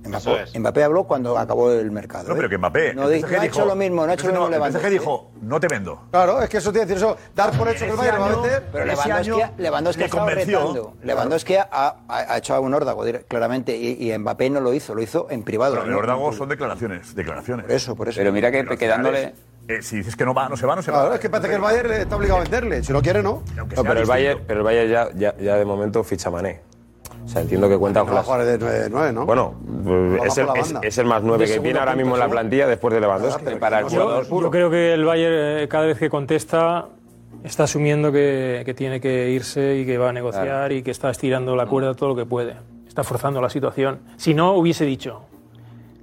[SPEAKER 6] Eso
[SPEAKER 14] Mbappé,
[SPEAKER 6] es.
[SPEAKER 14] Mbappé habló cuando acabó el mercado.
[SPEAKER 6] No,
[SPEAKER 14] ¿eh?
[SPEAKER 6] pero que Mbappé.
[SPEAKER 14] No,
[SPEAKER 6] el
[SPEAKER 14] di-
[SPEAKER 6] PSG
[SPEAKER 14] no ha
[SPEAKER 6] dijo-
[SPEAKER 14] hecho lo mismo, no ha
[SPEAKER 6] el
[SPEAKER 14] hecho
[SPEAKER 6] PSG
[SPEAKER 14] lo mismo
[SPEAKER 6] El PSG
[SPEAKER 14] Lewandowski.
[SPEAKER 6] dijo, no te vendo.
[SPEAKER 14] Claro, es que eso tiene que decir eso. Dar por hecho que el
[SPEAKER 6] Ese
[SPEAKER 14] Bayern va a
[SPEAKER 6] año-
[SPEAKER 14] meter.
[SPEAKER 6] Pero
[SPEAKER 14] Pero
[SPEAKER 6] ese
[SPEAKER 14] Lewandowski,
[SPEAKER 6] año
[SPEAKER 14] Lewandowski
[SPEAKER 6] le
[SPEAKER 14] ha estado
[SPEAKER 6] convenció.
[SPEAKER 14] retando. Lewandowski ha, ha- ha hecho a un órdago, dire- claramente. Y, y Mbappé no lo hizo, lo hizo en privado.
[SPEAKER 6] Pero
[SPEAKER 14] ¿no?
[SPEAKER 6] los órgagos son declaraciones. declaraciones. Por
[SPEAKER 14] eso, por eso.
[SPEAKER 13] Pero mira que
[SPEAKER 14] quedándole-
[SPEAKER 6] eh, si dices que no va, no se va, no se
[SPEAKER 11] Claro,
[SPEAKER 6] va.
[SPEAKER 11] es que parece que el Bayern está obligado a venderle. Si no quiere, no.
[SPEAKER 12] No, pero, el Bayern, pero el Bayern ya, ya, ya de momento ficha Mané. O sea, entiendo que cuenta con
[SPEAKER 11] va a
[SPEAKER 12] las-
[SPEAKER 11] jugar de 9, ¿no?
[SPEAKER 12] Bueno, eh,
[SPEAKER 11] Juega
[SPEAKER 12] es el,
[SPEAKER 11] por la
[SPEAKER 12] es-
[SPEAKER 11] banda.
[SPEAKER 12] es el más nueve
[SPEAKER 11] De
[SPEAKER 12] que
[SPEAKER 11] segundo
[SPEAKER 12] tiene ahora
[SPEAKER 11] punto,
[SPEAKER 12] mismo en la
[SPEAKER 11] seguro.
[SPEAKER 12] plantilla después de Lewandowski. para el jugador.
[SPEAKER 15] Yo, yo creo que el Bayern eh, cada vez que contesta está asumiendo que, que tiene que irse y que va a negociar
[SPEAKER 13] Claro.
[SPEAKER 15] y que está estirando la cuerda todo lo que puede. Está forzando la situación. Si no, hubiese dicho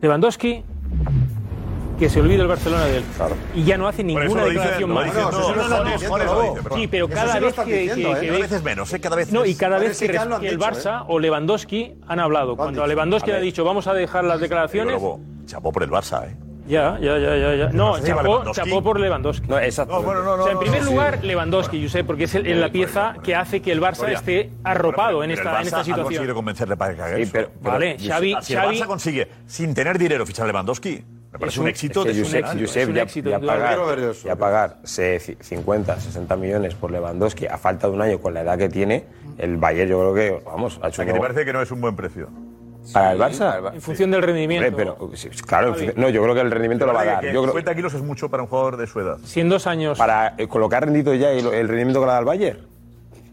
[SPEAKER 15] Lewandowski que se olvide el Barcelona de él. Y ya no hace ninguna
[SPEAKER 6] lo dicen,
[SPEAKER 15] declaración
[SPEAKER 6] lo
[SPEAKER 15] más.
[SPEAKER 6] dicen, no, eso sí lo están diciendo, lo dicen,
[SPEAKER 15] Sí,
[SPEAKER 6] perdón.
[SPEAKER 15] pero
[SPEAKER 6] Eso
[SPEAKER 15] cada
[SPEAKER 6] sí lo
[SPEAKER 15] vez
[SPEAKER 6] están
[SPEAKER 15] que,
[SPEAKER 6] diciendo,
[SPEAKER 15] que-
[SPEAKER 6] ¿eh?
[SPEAKER 15] que
[SPEAKER 6] Cada
[SPEAKER 15] ve-
[SPEAKER 6] vez es menos, ¿eh? Cada vez
[SPEAKER 15] no,
[SPEAKER 6] es-
[SPEAKER 15] y cada
[SPEAKER 6] Pero
[SPEAKER 15] vez
[SPEAKER 6] es
[SPEAKER 15] que,
[SPEAKER 6] que ya lo han
[SPEAKER 15] que el
[SPEAKER 6] dicho, ¿eh?
[SPEAKER 15] Barça o Lewandowski han hablado. Cuando a Lewandowski
[SPEAKER 6] A
[SPEAKER 15] le ha
[SPEAKER 6] ver.
[SPEAKER 15] dicho vamos a dejar las declaraciones.
[SPEAKER 6] Lobo, chapó por el Barça, ¿eh?
[SPEAKER 15] Ya, ya, ya, ya. ya.
[SPEAKER 6] No,
[SPEAKER 15] No,
[SPEAKER 6] se llama
[SPEAKER 15] chapó,
[SPEAKER 6] Lewandowski.
[SPEAKER 15] chapó por Lewandowski.
[SPEAKER 12] No, exacto.
[SPEAKER 6] No, bueno, no, no,
[SPEAKER 15] o sea, en
[SPEAKER 6] no,
[SPEAKER 15] primer
[SPEAKER 6] no, sí.
[SPEAKER 15] lugar, Lewandowski, yo sé, porque es el- la pieza que hace que el Barça
[SPEAKER 6] Gloria.
[SPEAKER 15] esté arropado en
[SPEAKER 6] Pero el
[SPEAKER 15] esta, en
[SPEAKER 6] Barça
[SPEAKER 15] esta
[SPEAKER 6] Ha
[SPEAKER 15] situación.
[SPEAKER 6] conseguido convencerle para que haga eso.
[SPEAKER 12] pero- pero- Vale,
[SPEAKER 6] Si el-
[SPEAKER 12] Xavi-
[SPEAKER 6] Si el
[SPEAKER 12] Xavi-
[SPEAKER 6] Barça consigue, sin tener dinero, fichar a Lewandowski, me parece un, éxito
[SPEAKER 12] es que
[SPEAKER 6] de
[SPEAKER 12] Josep, Josep ya, ya pagar, ya pagar se- ci- 50, 60 millones por Lewandowski a falta de un año con la edad que tiene, el Bayern yo creo que, vamos, ha
[SPEAKER 6] O
[SPEAKER 12] hecho
[SPEAKER 6] sea, que te
[SPEAKER 12] un-
[SPEAKER 6] parece que no es un buen precio.
[SPEAKER 12] ¿Para el Barça?
[SPEAKER 15] En función del rendimiento.
[SPEAKER 12] Hombre, pero, sí, claro, en función- no, yo creo que el rendimiento lo va a dar.
[SPEAKER 6] Que
[SPEAKER 12] Yo creo-
[SPEAKER 6] 50 kilos es mucho para un jugador de su edad.
[SPEAKER 15] Si en dos años.
[SPEAKER 12] Para eh, con lo que ha rendido ya y lo- el rendimiento que le da el Bayern.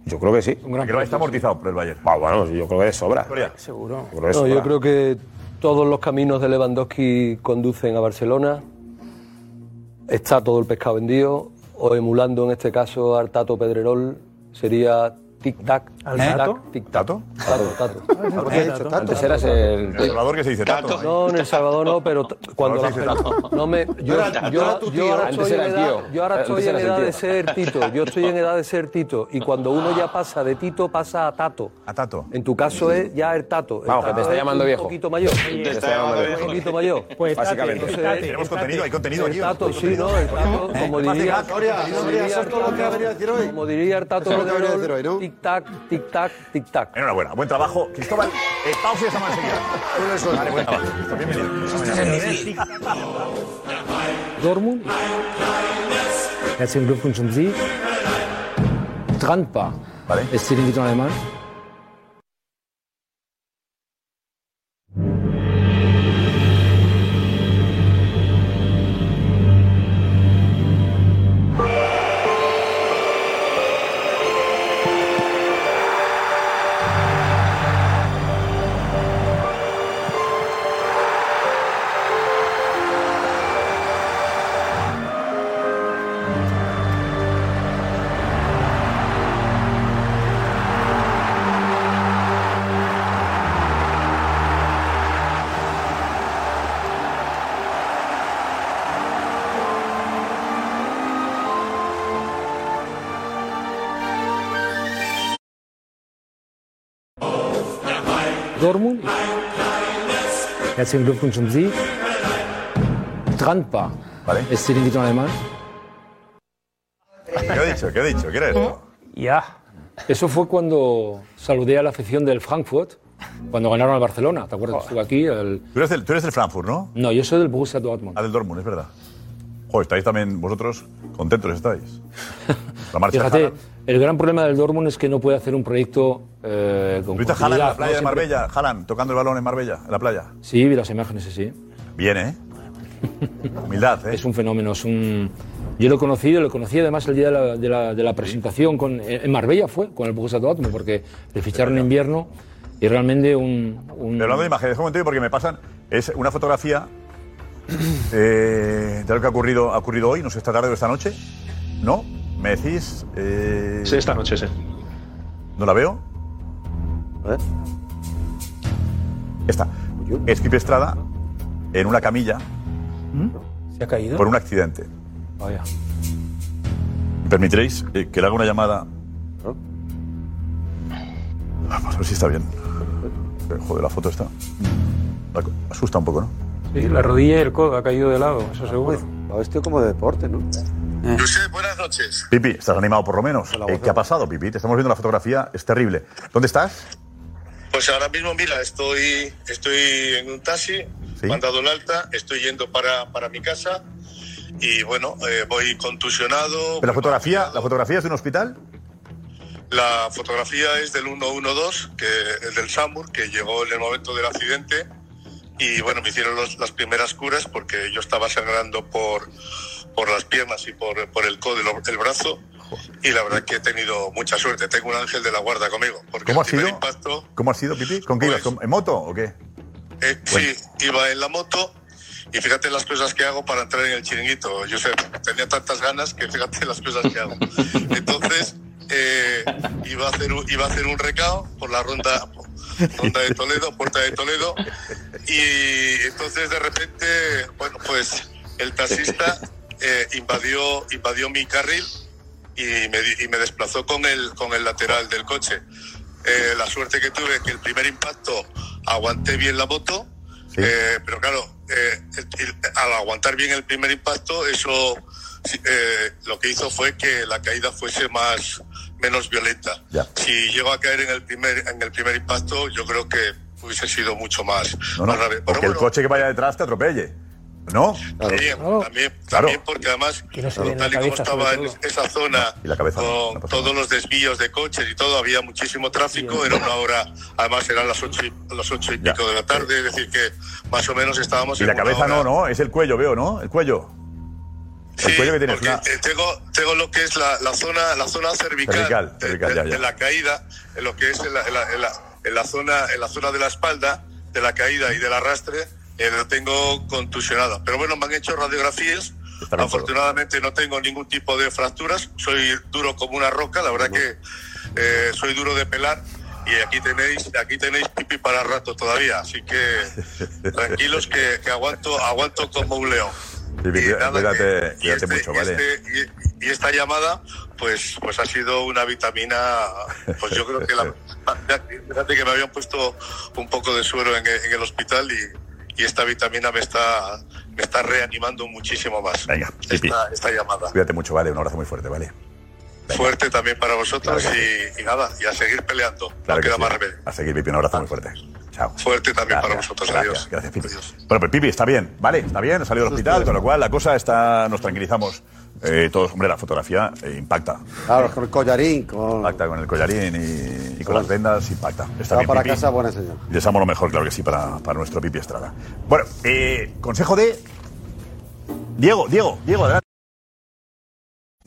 [SPEAKER 12] Yo creo que sí.
[SPEAKER 6] Creo que está amortizado por el Bayern.
[SPEAKER 12] Ah, bueno, yo creo que de sobra.
[SPEAKER 15] Seguro.
[SPEAKER 12] Yo creo que de
[SPEAKER 3] No, yo
[SPEAKER 12] sobra.
[SPEAKER 3] creo que todos los caminos de Lewandowski conducen a Barcelona. Está todo el pescado vendido. O emulando en este caso al Tato Pedrerol, sería tic-tac.
[SPEAKER 15] ¿Al
[SPEAKER 3] tic-tac,
[SPEAKER 15] Tato?
[SPEAKER 3] tic-tac. ¿Tato? Tato,
[SPEAKER 12] ¿Por qué? Antes eras el.
[SPEAKER 6] El Salvador que se dice ¿eh? Tato.
[SPEAKER 3] No, en El Salvador no, pero t- cuando
[SPEAKER 6] se dice
[SPEAKER 3] las
[SPEAKER 6] Tato.
[SPEAKER 3] pel- No me, yo,
[SPEAKER 6] Era Tato,
[SPEAKER 3] yo-
[SPEAKER 6] era tu
[SPEAKER 3] yo
[SPEAKER 6] tío.
[SPEAKER 3] ahora
[SPEAKER 6] Antes
[SPEAKER 3] estoy en
[SPEAKER 6] era el
[SPEAKER 3] edad,
[SPEAKER 6] tío.
[SPEAKER 3] yo ahora
[SPEAKER 6] Antes
[SPEAKER 3] estoy en
[SPEAKER 6] eras el
[SPEAKER 3] edad
[SPEAKER 6] tío.
[SPEAKER 3] de ser Tito. Yo estoy en edad de ser Tito. Y cuando uno ya pasa de Tito, pasa a Tato. A
[SPEAKER 6] Tato.
[SPEAKER 3] En tu caso es ya el Tato. El
[SPEAKER 12] Vamos, que
[SPEAKER 3] Tato
[SPEAKER 12] te está
[SPEAKER 3] es
[SPEAKER 12] llamando
[SPEAKER 3] un
[SPEAKER 12] viejo.
[SPEAKER 3] poquito mayor.
[SPEAKER 12] Te está llamando viejo.
[SPEAKER 3] Un poquito mayor.
[SPEAKER 12] Pues tate, Básicamente.
[SPEAKER 3] Entonces,
[SPEAKER 12] tate, Tenemos tate. contenido, hay contenido
[SPEAKER 3] el
[SPEAKER 12] aquí,
[SPEAKER 3] Tato,
[SPEAKER 12] hay
[SPEAKER 3] sí, no, el Tato, como
[SPEAKER 11] ¿Qué pasa,
[SPEAKER 3] diría...
[SPEAKER 11] Gat? Gloria,
[SPEAKER 3] como
[SPEAKER 11] Gloria,
[SPEAKER 3] diría
[SPEAKER 11] eso es todo lo que ha
[SPEAKER 3] Tato-
[SPEAKER 11] venido a decir hoy.
[SPEAKER 3] Como diría el Tato
[SPEAKER 11] Eso es lo que ha venido a decir
[SPEAKER 3] Pedrerol, tic-tac, tic-tac, tic-tac.
[SPEAKER 6] Enhorabuena, buen trabajo. Cristóbal, eh, pausa y estamos enseguida. Vale, buen trabajo. Cristo, bienvenido.
[SPEAKER 10] Dortmund. Herzlichen Glückwunsch zum Sieg. Dankbar. Es Ziringuito en alemán. Dortmund. Herzlichen Glückwunsch zum Sieg. Trantbar. Vale. ¿Es Chiringuito en alemán?
[SPEAKER 6] ¿Qué he dicho? ¿Qué he dicho? ¿Qué eres?
[SPEAKER 10] Ya. Eso fue cuando saludé a la afición del Frankfurt, cuando ganaron al Barcelona. ¿Te acuerdas? Estuve aquí. El...
[SPEAKER 6] Tú eres, del, tú eres del Frankfurt, ¿no?
[SPEAKER 10] No, yo soy del Borussia Dortmund.
[SPEAKER 6] Ah, del Dortmund, es verdad. Joder, estáis también vosotros contentos, estáis. La marcha
[SPEAKER 10] Fíjate,
[SPEAKER 6] Haaland.
[SPEAKER 10] el gran problema del Dortmund es que no puede hacer un proyecto eh, con
[SPEAKER 6] ¿Tuviste a Haaland en
[SPEAKER 10] continuidad,
[SPEAKER 6] la playa
[SPEAKER 10] ¿no?
[SPEAKER 6] de
[SPEAKER 10] Siempre-
[SPEAKER 6] Marbella? Haaland, tocando el balón en Marbella, en la playa.
[SPEAKER 10] Sí, vi las imágenes, sí, sí.
[SPEAKER 6] Bien, ¿eh? Humildad, ¿eh?
[SPEAKER 10] Es un fenómeno, es un... Yo lo he conocido, lo conocí además el día de la, de la- de la presentación con, en Marbella fue, con el Borussia Dortmund, porque le ficharon en invierno y realmente un... un-
[SPEAKER 6] Pero hablando de imágenes, déjame un momento porque me pasan. Es una fotografía eh, de lo que ha ocurrido, ha ocurrido hoy, no sé, esta tarde o esta noche. ¿No? ¿Me decís? eh,
[SPEAKER 16] Sí, esta noche, sí.
[SPEAKER 6] ¿No la veo? Esta. Es Pipe Estrada en una camilla
[SPEAKER 15] ¿Se ha caído?
[SPEAKER 6] por un accidente.
[SPEAKER 10] Vaya.
[SPEAKER 6] ¿Me ¿Permitiréis eh, que le haga una llamada? Vamos pues a ver si está bien. Eh, Joder, la foto está. La co- Asusta un poco, ¿no?
[SPEAKER 15] Sí, la rodilla y el codo ha caído de lado,
[SPEAKER 6] Ah,
[SPEAKER 15] eso seguro.
[SPEAKER 6] Esto pues, como de deporte, ¿no?
[SPEAKER 16] Buenas noches.
[SPEAKER 6] Eh. Pipi, estás animado por lo menos. Eh, ¿Qué ha pasado, Pipi? Te estamos viendo la fotografía, es terrible. ¿Dónde estás?
[SPEAKER 16] Pues ahora mismo, mira, estoy, estoy en un taxi,
[SPEAKER 6] Sí.
[SPEAKER 16] me han dado el alta, estoy yendo para, para mi casa y bueno, eh, voy contusionado.
[SPEAKER 6] Pero la fotografía, la fotografía es de un hospital.
[SPEAKER 16] La fotografía es del 112, que es del SAMUR, que llegó en el momento del accidente y bueno, me hicieron los- las primeras curas porque yo estaba sangrando por, por las piernas y por, por el codo y lo- el brazo y la verdad que he tenido mucha suerte, tengo un ángel de la guarda conmigo. Porque
[SPEAKER 6] ¿Cómo ha
[SPEAKER 16] el primer
[SPEAKER 6] sido?
[SPEAKER 16] impacto Pues,
[SPEAKER 6] ¿Cómo has sido, Pipi? ¿Con qué ibas? ¿Con- ¿En moto o qué?
[SPEAKER 16] Eh, Sí, iba en la moto y fíjate las cosas que hago para entrar en el chiringuito, Josep. Tenía tantas ganas que fíjate las cosas que hago. Entonces, eh, iba, a hacer un, iba a hacer un recao por la ronda, ronda de Toledo, puerta de Toledo, y entonces de repente, bueno, pues el taxista eh, invadió, invadió mi carril y me, di- y me desplazó con el, con el lateral del coche. Eh, la suerte que tuve que el primer impacto aguanté bien la moto, eh, pero claro, eh, el- el- al aguantar bien el primer impacto, eso sí, eh, lo que hizo fue que la caída fuese más menos violenta. Si llego a caer en el primer en el primer impacto, yo creo que hubiese sido mucho más,
[SPEAKER 6] No, no.
[SPEAKER 16] más grave.
[SPEAKER 6] Porque el coche que vaya detrás te atropelle. ¿No? Eh,
[SPEAKER 16] También, también,
[SPEAKER 6] Claro.
[SPEAKER 16] también porque además,
[SPEAKER 6] Que no se ve en la
[SPEAKER 16] tal y como
[SPEAKER 6] cabeza,
[SPEAKER 16] estaba en
[SPEAKER 6] sobre
[SPEAKER 16] esa zona,
[SPEAKER 6] Y la cabeza.
[SPEAKER 16] con todos los desvíos de coches y todo, había muchísimo tráfico, era una hora, además eran las ocho y, las ocho y pico de la tarde, es decir que más o menos estábamos
[SPEAKER 6] Y la
[SPEAKER 16] en una
[SPEAKER 6] cabeza
[SPEAKER 16] hora.
[SPEAKER 6] no, ¿no? Es el cuello, veo, ¿no? El cuello. El cuello que tienes.
[SPEAKER 16] Porque,
[SPEAKER 6] una-
[SPEAKER 16] eh, tengo, tengo lo que es la, la zona, la zona cervical,
[SPEAKER 6] Cervical,
[SPEAKER 16] de,
[SPEAKER 6] cervical,
[SPEAKER 16] de-
[SPEAKER 6] ya, ya.
[SPEAKER 16] de la caída, en lo que es en la, en la- en la- en la zona, en la zona de la espalda, de la caída y del arrastre, eh, lo tengo contusionada. Pero bueno, me han hecho radiografías. Afortunadamente no tengo ningún tipo de fracturas. Soy duro como una roca, la verdad que eh, soy duro de pelar. Y aquí tenéis, aquí tenéis pipi para rato todavía, así que tranquilos que, que aguanto, aguanto como un león.
[SPEAKER 6] Pipi,
[SPEAKER 16] nada,
[SPEAKER 6] cuídate, cuídate
[SPEAKER 16] este-
[SPEAKER 6] mucho,
[SPEAKER 16] y
[SPEAKER 6] ¿vale?
[SPEAKER 16] este- y, y esta llamada, pues, pues ha sido una vitamina. Pues yo creo que la. Fíjate que me habían puesto un poco de suero en, el- en el hospital y, y esta vitamina me está, me está reanimando muchísimo más.
[SPEAKER 6] Venga, Pipi.
[SPEAKER 16] esta, esta llamada.
[SPEAKER 6] Cuídate mucho, vale. Un abrazo muy fuerte, vale.
[SPEAKER 16] Fuerte también para vosotros y, y nada, y a seguir peleando.
[SPEAKER 6] Claro
[SPEAKER 16] no
[SPEAKER 6] que
[SPEAKER 16] queda
[SPEAKER 6] sí.
[SPEAKER 16] más remedio.
[SPEAKER 6] A seguir, Pipi. Un abrazo muy fuerte. Chao.
[SPEAKER 16] Fuerte también para vosotros.
[SPEAKER 6] Gracias, gracias, Pipi. Bueno, pues Pipi está bien, ¿vale? Está bien, ha salido del hospital, con lo cual la cosa está. Nos tranquilizamos eh, todos. Hombre, la fotografía eh, impacta.
[SPEAKER 11] Claro, con el collarín, con...
[SPEAKER 6] Impacta con el collarín y, y con las vendas, impacta. Está
[SPEAKER 11] Va
[SPEAKER 6] bien,
[SPEAKER 11] para
[SPEAKER 6] Pipi.
[SPEAKER 11] casa, buena señal.
[SPEAKER 6] Y deseamos lo mejor, claro que sí, para, para nuestro Pipi Estrada. Bueno, eh, consejo de. Diego, Diego, Diego, adelante.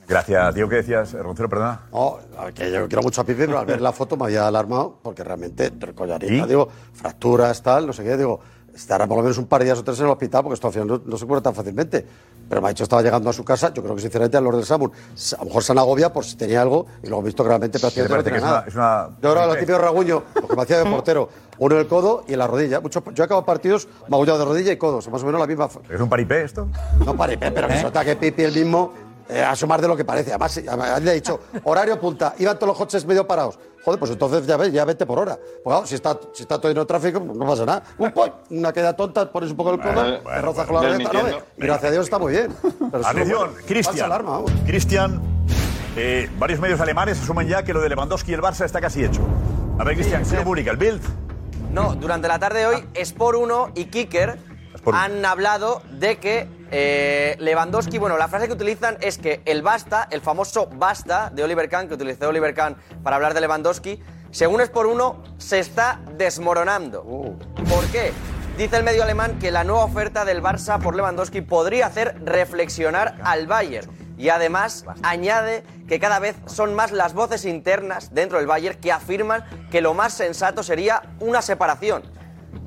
[SPEAKER 6] Gracias, Diego, ¿qué decías, Eh, Roncero? Perdona.
[SPEAKER 11] No, que Eh, yo quiero mucho a Pipi, pero al ver la foto me había alarmado porque realmente el collarín,
[SPEAKER 6] ¿Y?
[SPEAKER 11] digo, fracturas, tal, no sé qué, digo, estará por lo menos un par de días o tres en el hospital porque esto al final no, no se cura tan fácilmente. Pero me ha dicho estaba llegando a su casa, yo creo que sinceramente a los del Samur, a lo mejor se han agobiado por si tenía algo y luego he visto que realmente
[SPEAKER 6] ¿Te
[SPEAKER 11] prácticamente no
[SPEAKER 6] parece que
[SPEAKER 11] tenía
[SPEAKER 6] es
[SPEAKER 11] nada.
[SPEAKER 6] una, es una-
[SPEAKER 11] Yo ahora lo típico raguño, lo que me hacía de portero, uno en el codo y en la rodilla. Mucho, yo he acabado partidos magullado de rodilla y codos, más o menos la misma.
[SPEAKER 6] ¿Es un paripé esto? ¿Eh?
[SPEAKER 11] No paripé, pero que se nota que Pipi el mismo eh, a sumar de lo que parece. Además, le ha dicho, horario punta, iban todos los coches medio parados. Joder, pues entonces ya, ves, ya vete por hora. Pues claro, si está, si está todo en el tráfico, pues no pasa nada. Un poi, una queda tonta, pones un poco el codo,
[SPEAKER 6] Bueno,
[SPEAKER 11] te
[SPEAKER 6] bueno,
[SPEAKER 11] rozas
[SPEAKER 6] bueno,
[SPEAKER 11] con la
[SPEAKER 6] desmintiendo.
[SPEAKER 11] cabeza, ¿no? Y gracias a Dios está muy bien. Pero sí,
[SPEAKER 6] Atención,
[SPEAKER 11] bueno, falsa
[SPEAKER 6] Cristian.
[SPEAKER 11] alarma, vamos.
[SPEAKER 6] Cristian, eh, varios medios alemanes asumen ya que lo de Lewandowski y el Barça está casi hecho. A ver, Cristian, ¿qué lo publica? ¿El Bild?
[SPEAKER 17] No, durante la tarde de hoy, Sport 1 y Kicker han hablado de que eh, Lewandowski, bueno, la frase que utilizan es que el basta, el famoso basta de Oliver Kahn, que utilizó Oliver Kahn para hablar de Lewandowski, según Sport 1, se está desmoronando. ¿Por qué? Dice el medio alemán que la nueva oferta del Barça por Lewandowski podría hacer reflexionar al Bayern. Y además añade que cada vez son más las voces internas dentro del Bayern que afirman que lo más sensato sería una separación.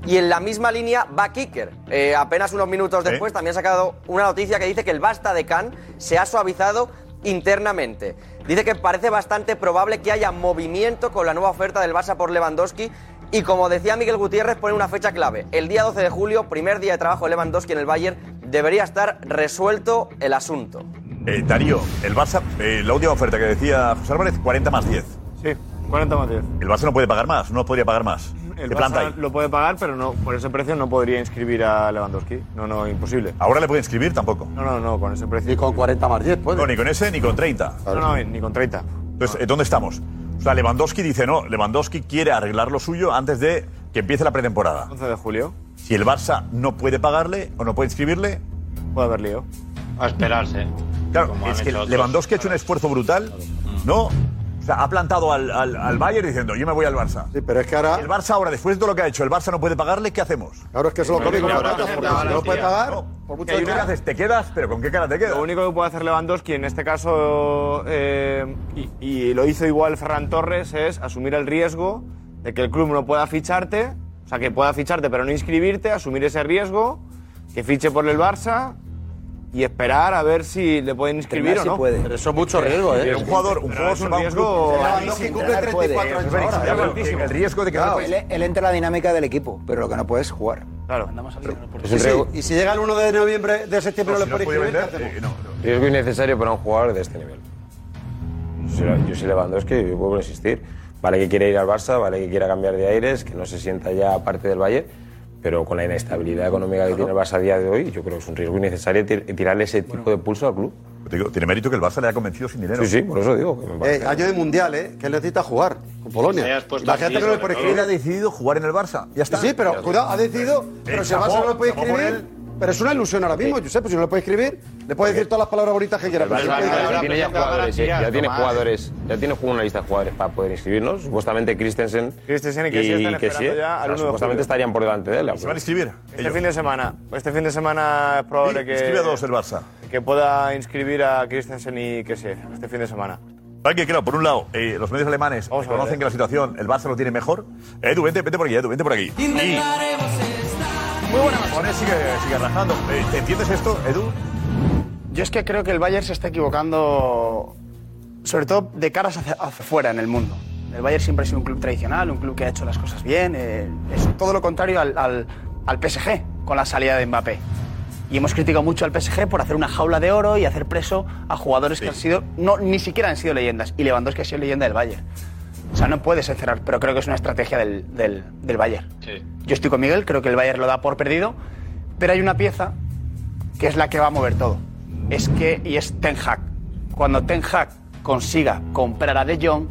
[SPEAKER 17] Y en la misma línea va Kicker. Eh, apenas unos minutos después también ha sacado una noticia que dice que el basta de Can se ha suavizado internamente. Dice que parece bastante probable que haya movimiento con la nueva oferta del Barça por Lewandowski. Y como decía Miguel Gutiérrez, pone una fecha clave. El día 12 de julio, primer día de trabajo de Lewandowski en el Bayern, debería estar resuelto el asunto.
[SPEAKER 6] Eh, Darío, el Barça, eh, la última oferta que decía José Álvarez, 40 más 10.
[SPEAKER 1] Sí, 40 más 10.
[SPEAKER 6] El Barça no puede pagar más, no podría pagar más.
[SPEAKER 1] El
[SPEAKER 6] ¿Qué planta
[SPEAKER 1] Barça
[SPEAKER 6] hay?
[SPEAKER 1] lo puede pagar, pero no por ese precio no podría inscribir a Lewandowski. No, no, imposible.
[SPEAKER 6] ¿Ahora le puede inscribir tampoco?
[SPEAKER 1] No, no, no, con ese precio.
[SPEAKER 11] Ni con 40 más 10
[SPEAKER 6] No, ni con ese ni con 30.
[SPEAKER 1] No, no, ni con 30.
[SPEAKER 6] Entonces, eh, ¿dónde estamos? O sea, Lewandowski dice no, Lewandowski quiere arreglar lo suyo antes de que empiece la pretemporada.
[SPEAKER 1] 11 de julio.
[SPEAKER 6] Si el Barça no puede pagarle o no puede inscribirle,
[SPEAKER 1] puede haber lío.
[SPEAKER 18] A esperarse.
[SPEAKER 6] Claro,
[SPEAKER 18] Como
[SPEAKER 6] es
[SPEAKER 18] han
[SPEAKER 6] que
[SPEAKER 18] hecho otros.
[SPEAKER 6] Lewandowski ha hecho un esfuerzo brutal, ¿no? O sea, ha plantado al, al, al Bayern diciendo, yo me voy al Barça.
[SPEAKER 11] Sí, pero es que ahora...
[SPEAKER 6] El Barça ahora, después de todo lo que ha hecho, el Barça no puede pagarle, ¿qué hacemos?
[SPEAKER 11] Claro, es que eso es lo cómico, pero porque si no lo puede pagar, por mucho
[SPEAKER 6] que
[SPEAKER 11] que
[SPEAKER 6] ¿qué haces? ¿Te quedas? ¿Pero con qué cara te quedas?
[SPEAKER 1] Lo único que puede hacer Lewandowski en este caso, eh, y, y lo hizo igual Ferran Torres, es asumir el riesgo de que el club no pueda ficharte, o sea, que pueda ficharte pero no inscribirte, asumir ese riesgo, que fiche por el Barça y esperar a ver si le pueden inscribir
[SPEAKER 11] Entrenar sí
[SPEAKER 1] o no.
[SPEAKER 11] puede. Pero eso es mucho riesgo, ¿eh?
[SPEAKER 6] Un jugador, un
[SPEAKER 1] Pero
[SPEAKER 6] jugador
[SPEAKER 1] es
[SPEAKER 6] se
[SPEAKER 1] un
[SPEAKER 6] va a un
[SPEAKER 1] riesgo.
[SPEAKER 6] club-
[SPEAKER 19] Lewandowski cumple 34 años ahora, ¿eh?
[SPEAKER 6] El riesgo de que
[SPEAKER 19] Claro, él, él entra en la dinámica del equipo, pero lo que no puede es jugar.
[SPEAKER 1] Claro.
[SPEAKER 11] Sí, sí. Y si llega Pues el 1 de noviembre, de septiembre, no, le puede
[SPEAKER 12] puede
[SPEAKER 11] inscribir, ¿qué
[SPEAKER 12] vender, eh,
[SPEAKER 11] hacemos?
[SPEAKER 12] Riesgo innecesario para un jugador de este nivel. Yo soy- Yo soy Lewandowski y vuelvo a insistir. Vale que quiera ir al Barça, vale que quiera cambiar de aires, que no se sienta ya parte del Bayern, pero con la inestabilidad económica que tiene el Barça a día de hoy, yo creo que es un riesgo innecesario tir- tirarle ese tipo de pulso al club.
[SPEAKER 6] tiene mérito que el Barça le haya convencido sin dinero.
[SPEAKER 12] Sí, sí, por eso digo. que me parece-
[SPEAKER 11] Eh, año de mundial, ¿eh? Que él necesita jugar con Polonia.
[SPEAKER 12] Te hayas puesto
[SPEAKER 11] Imagínate
[SPEAKER 12] así,
[SPEAKER 11] que no le
[SPEAKER 12] sobre
[SPEAKER 11] puede
[SPEAKER 12] todo.
[SPEAKER 11] escribir.
[SPEAKER 12] Él ha
[SPEAKER 6] decidido jugar en el Barça. Ya está.
[SPEAKER 11] Sí, pero
[SPEAKER 12] Ya
[SPEAKER 11] cuidado, ha
[SPEAKER 12] está.
[SPEAKER 11] decidido. Pero
[SPEAKER 12] Eh,
[SPEAKER 11] si el Barça
[SPEAKER 12] chapó,
[SPEAKER 11] no lo puede
[SPEAKER 12] chapó por
[SPEAKER 11] escribir. Pero es una ilusión ahora mismo, Josep. Si no lo puede escribir, le puede decir todas las palabras bonitas que quiera.
[SPEAKER 12] El Barça-
[SPEAKER 11] pero si
[SPEAKER 12] el
[SPEAKER 11] no
[SPEAKER 12] Barça
[SPEAKER 11] puede- Ah,
[SPEAKER 12] tiene ya jugadores, eh, ya tiene jugadores, ya tiene una lista de jugadores para poder inscribirnos. Supuestamente Christensen,
[SPEAKER 1] Christensen y Kessie están
[SPEAKER 12] Kessie,
[SPEAKER 1] esperando ya
[SPEAKER 12] o
[SPEAKER 1] al
[SPEAKER 12] sea,
[SPEAKER 1] 1 de
[SPEAKER 12] supuestamente
[SPEAKER 1] julio.
[SPEAKER 12] estarían por delante de él.
[SPEAKER 1] van a
[SPEAKER 6] inscribir?
[SPEAKER 1] Este fin de semana. Este fin de semana es probable que.
[SPEAKER 6] Inscribe a dos el Barça.
[SPEAKER 1] Que pueda inscribir a Christensen y que sé, este fin de semana.
[SPEAKER 6] Vale, que claro, por un lado, eh, los medios alemanes
[SPEAKER 1] a ver,
[SPEAKER 6] reconocen
[SPEAKER 1] eh.
[SPEAKER 6] que la situación, el Barça lo tiene mejor. Edu, vente, vente por aquí, Edu, vente por aquí. Y
[SPEAKER 4] Muy buena
[SPEAKER 6] con él sigue, sigue rajando. Eh, ¿te ¿Entiendes esto, Edu?
[SPEAKER 4] Yo es que creo que el Bayern se está equivocando, sobre todo de caras hacia, hacia fuera en el mundo. El Bayern siempre ha sido un club tradicional, un club que ha hecho las cosas bien. eh, es todo lo contrario al, al- al PSG con la salida de Mbappé. Y hemos criticado mucho al PSG por hacer una jaula de oro y hacer preso a jugadores que han sido, no, ni siquiera han sido leyendas. Y Lewandowski ha sido leyenda del Bayern. O sea, no puedes encerrar, pero creo que es una estrategia del, del, del Bayern. Yo estoy con Miguel, creo que el Bayern lo da por perdido, pero hay una pieza que es la que va a mover todo. Es que, y es Ten Hag. Cuando Ten Hag consiga comprar a De Jong,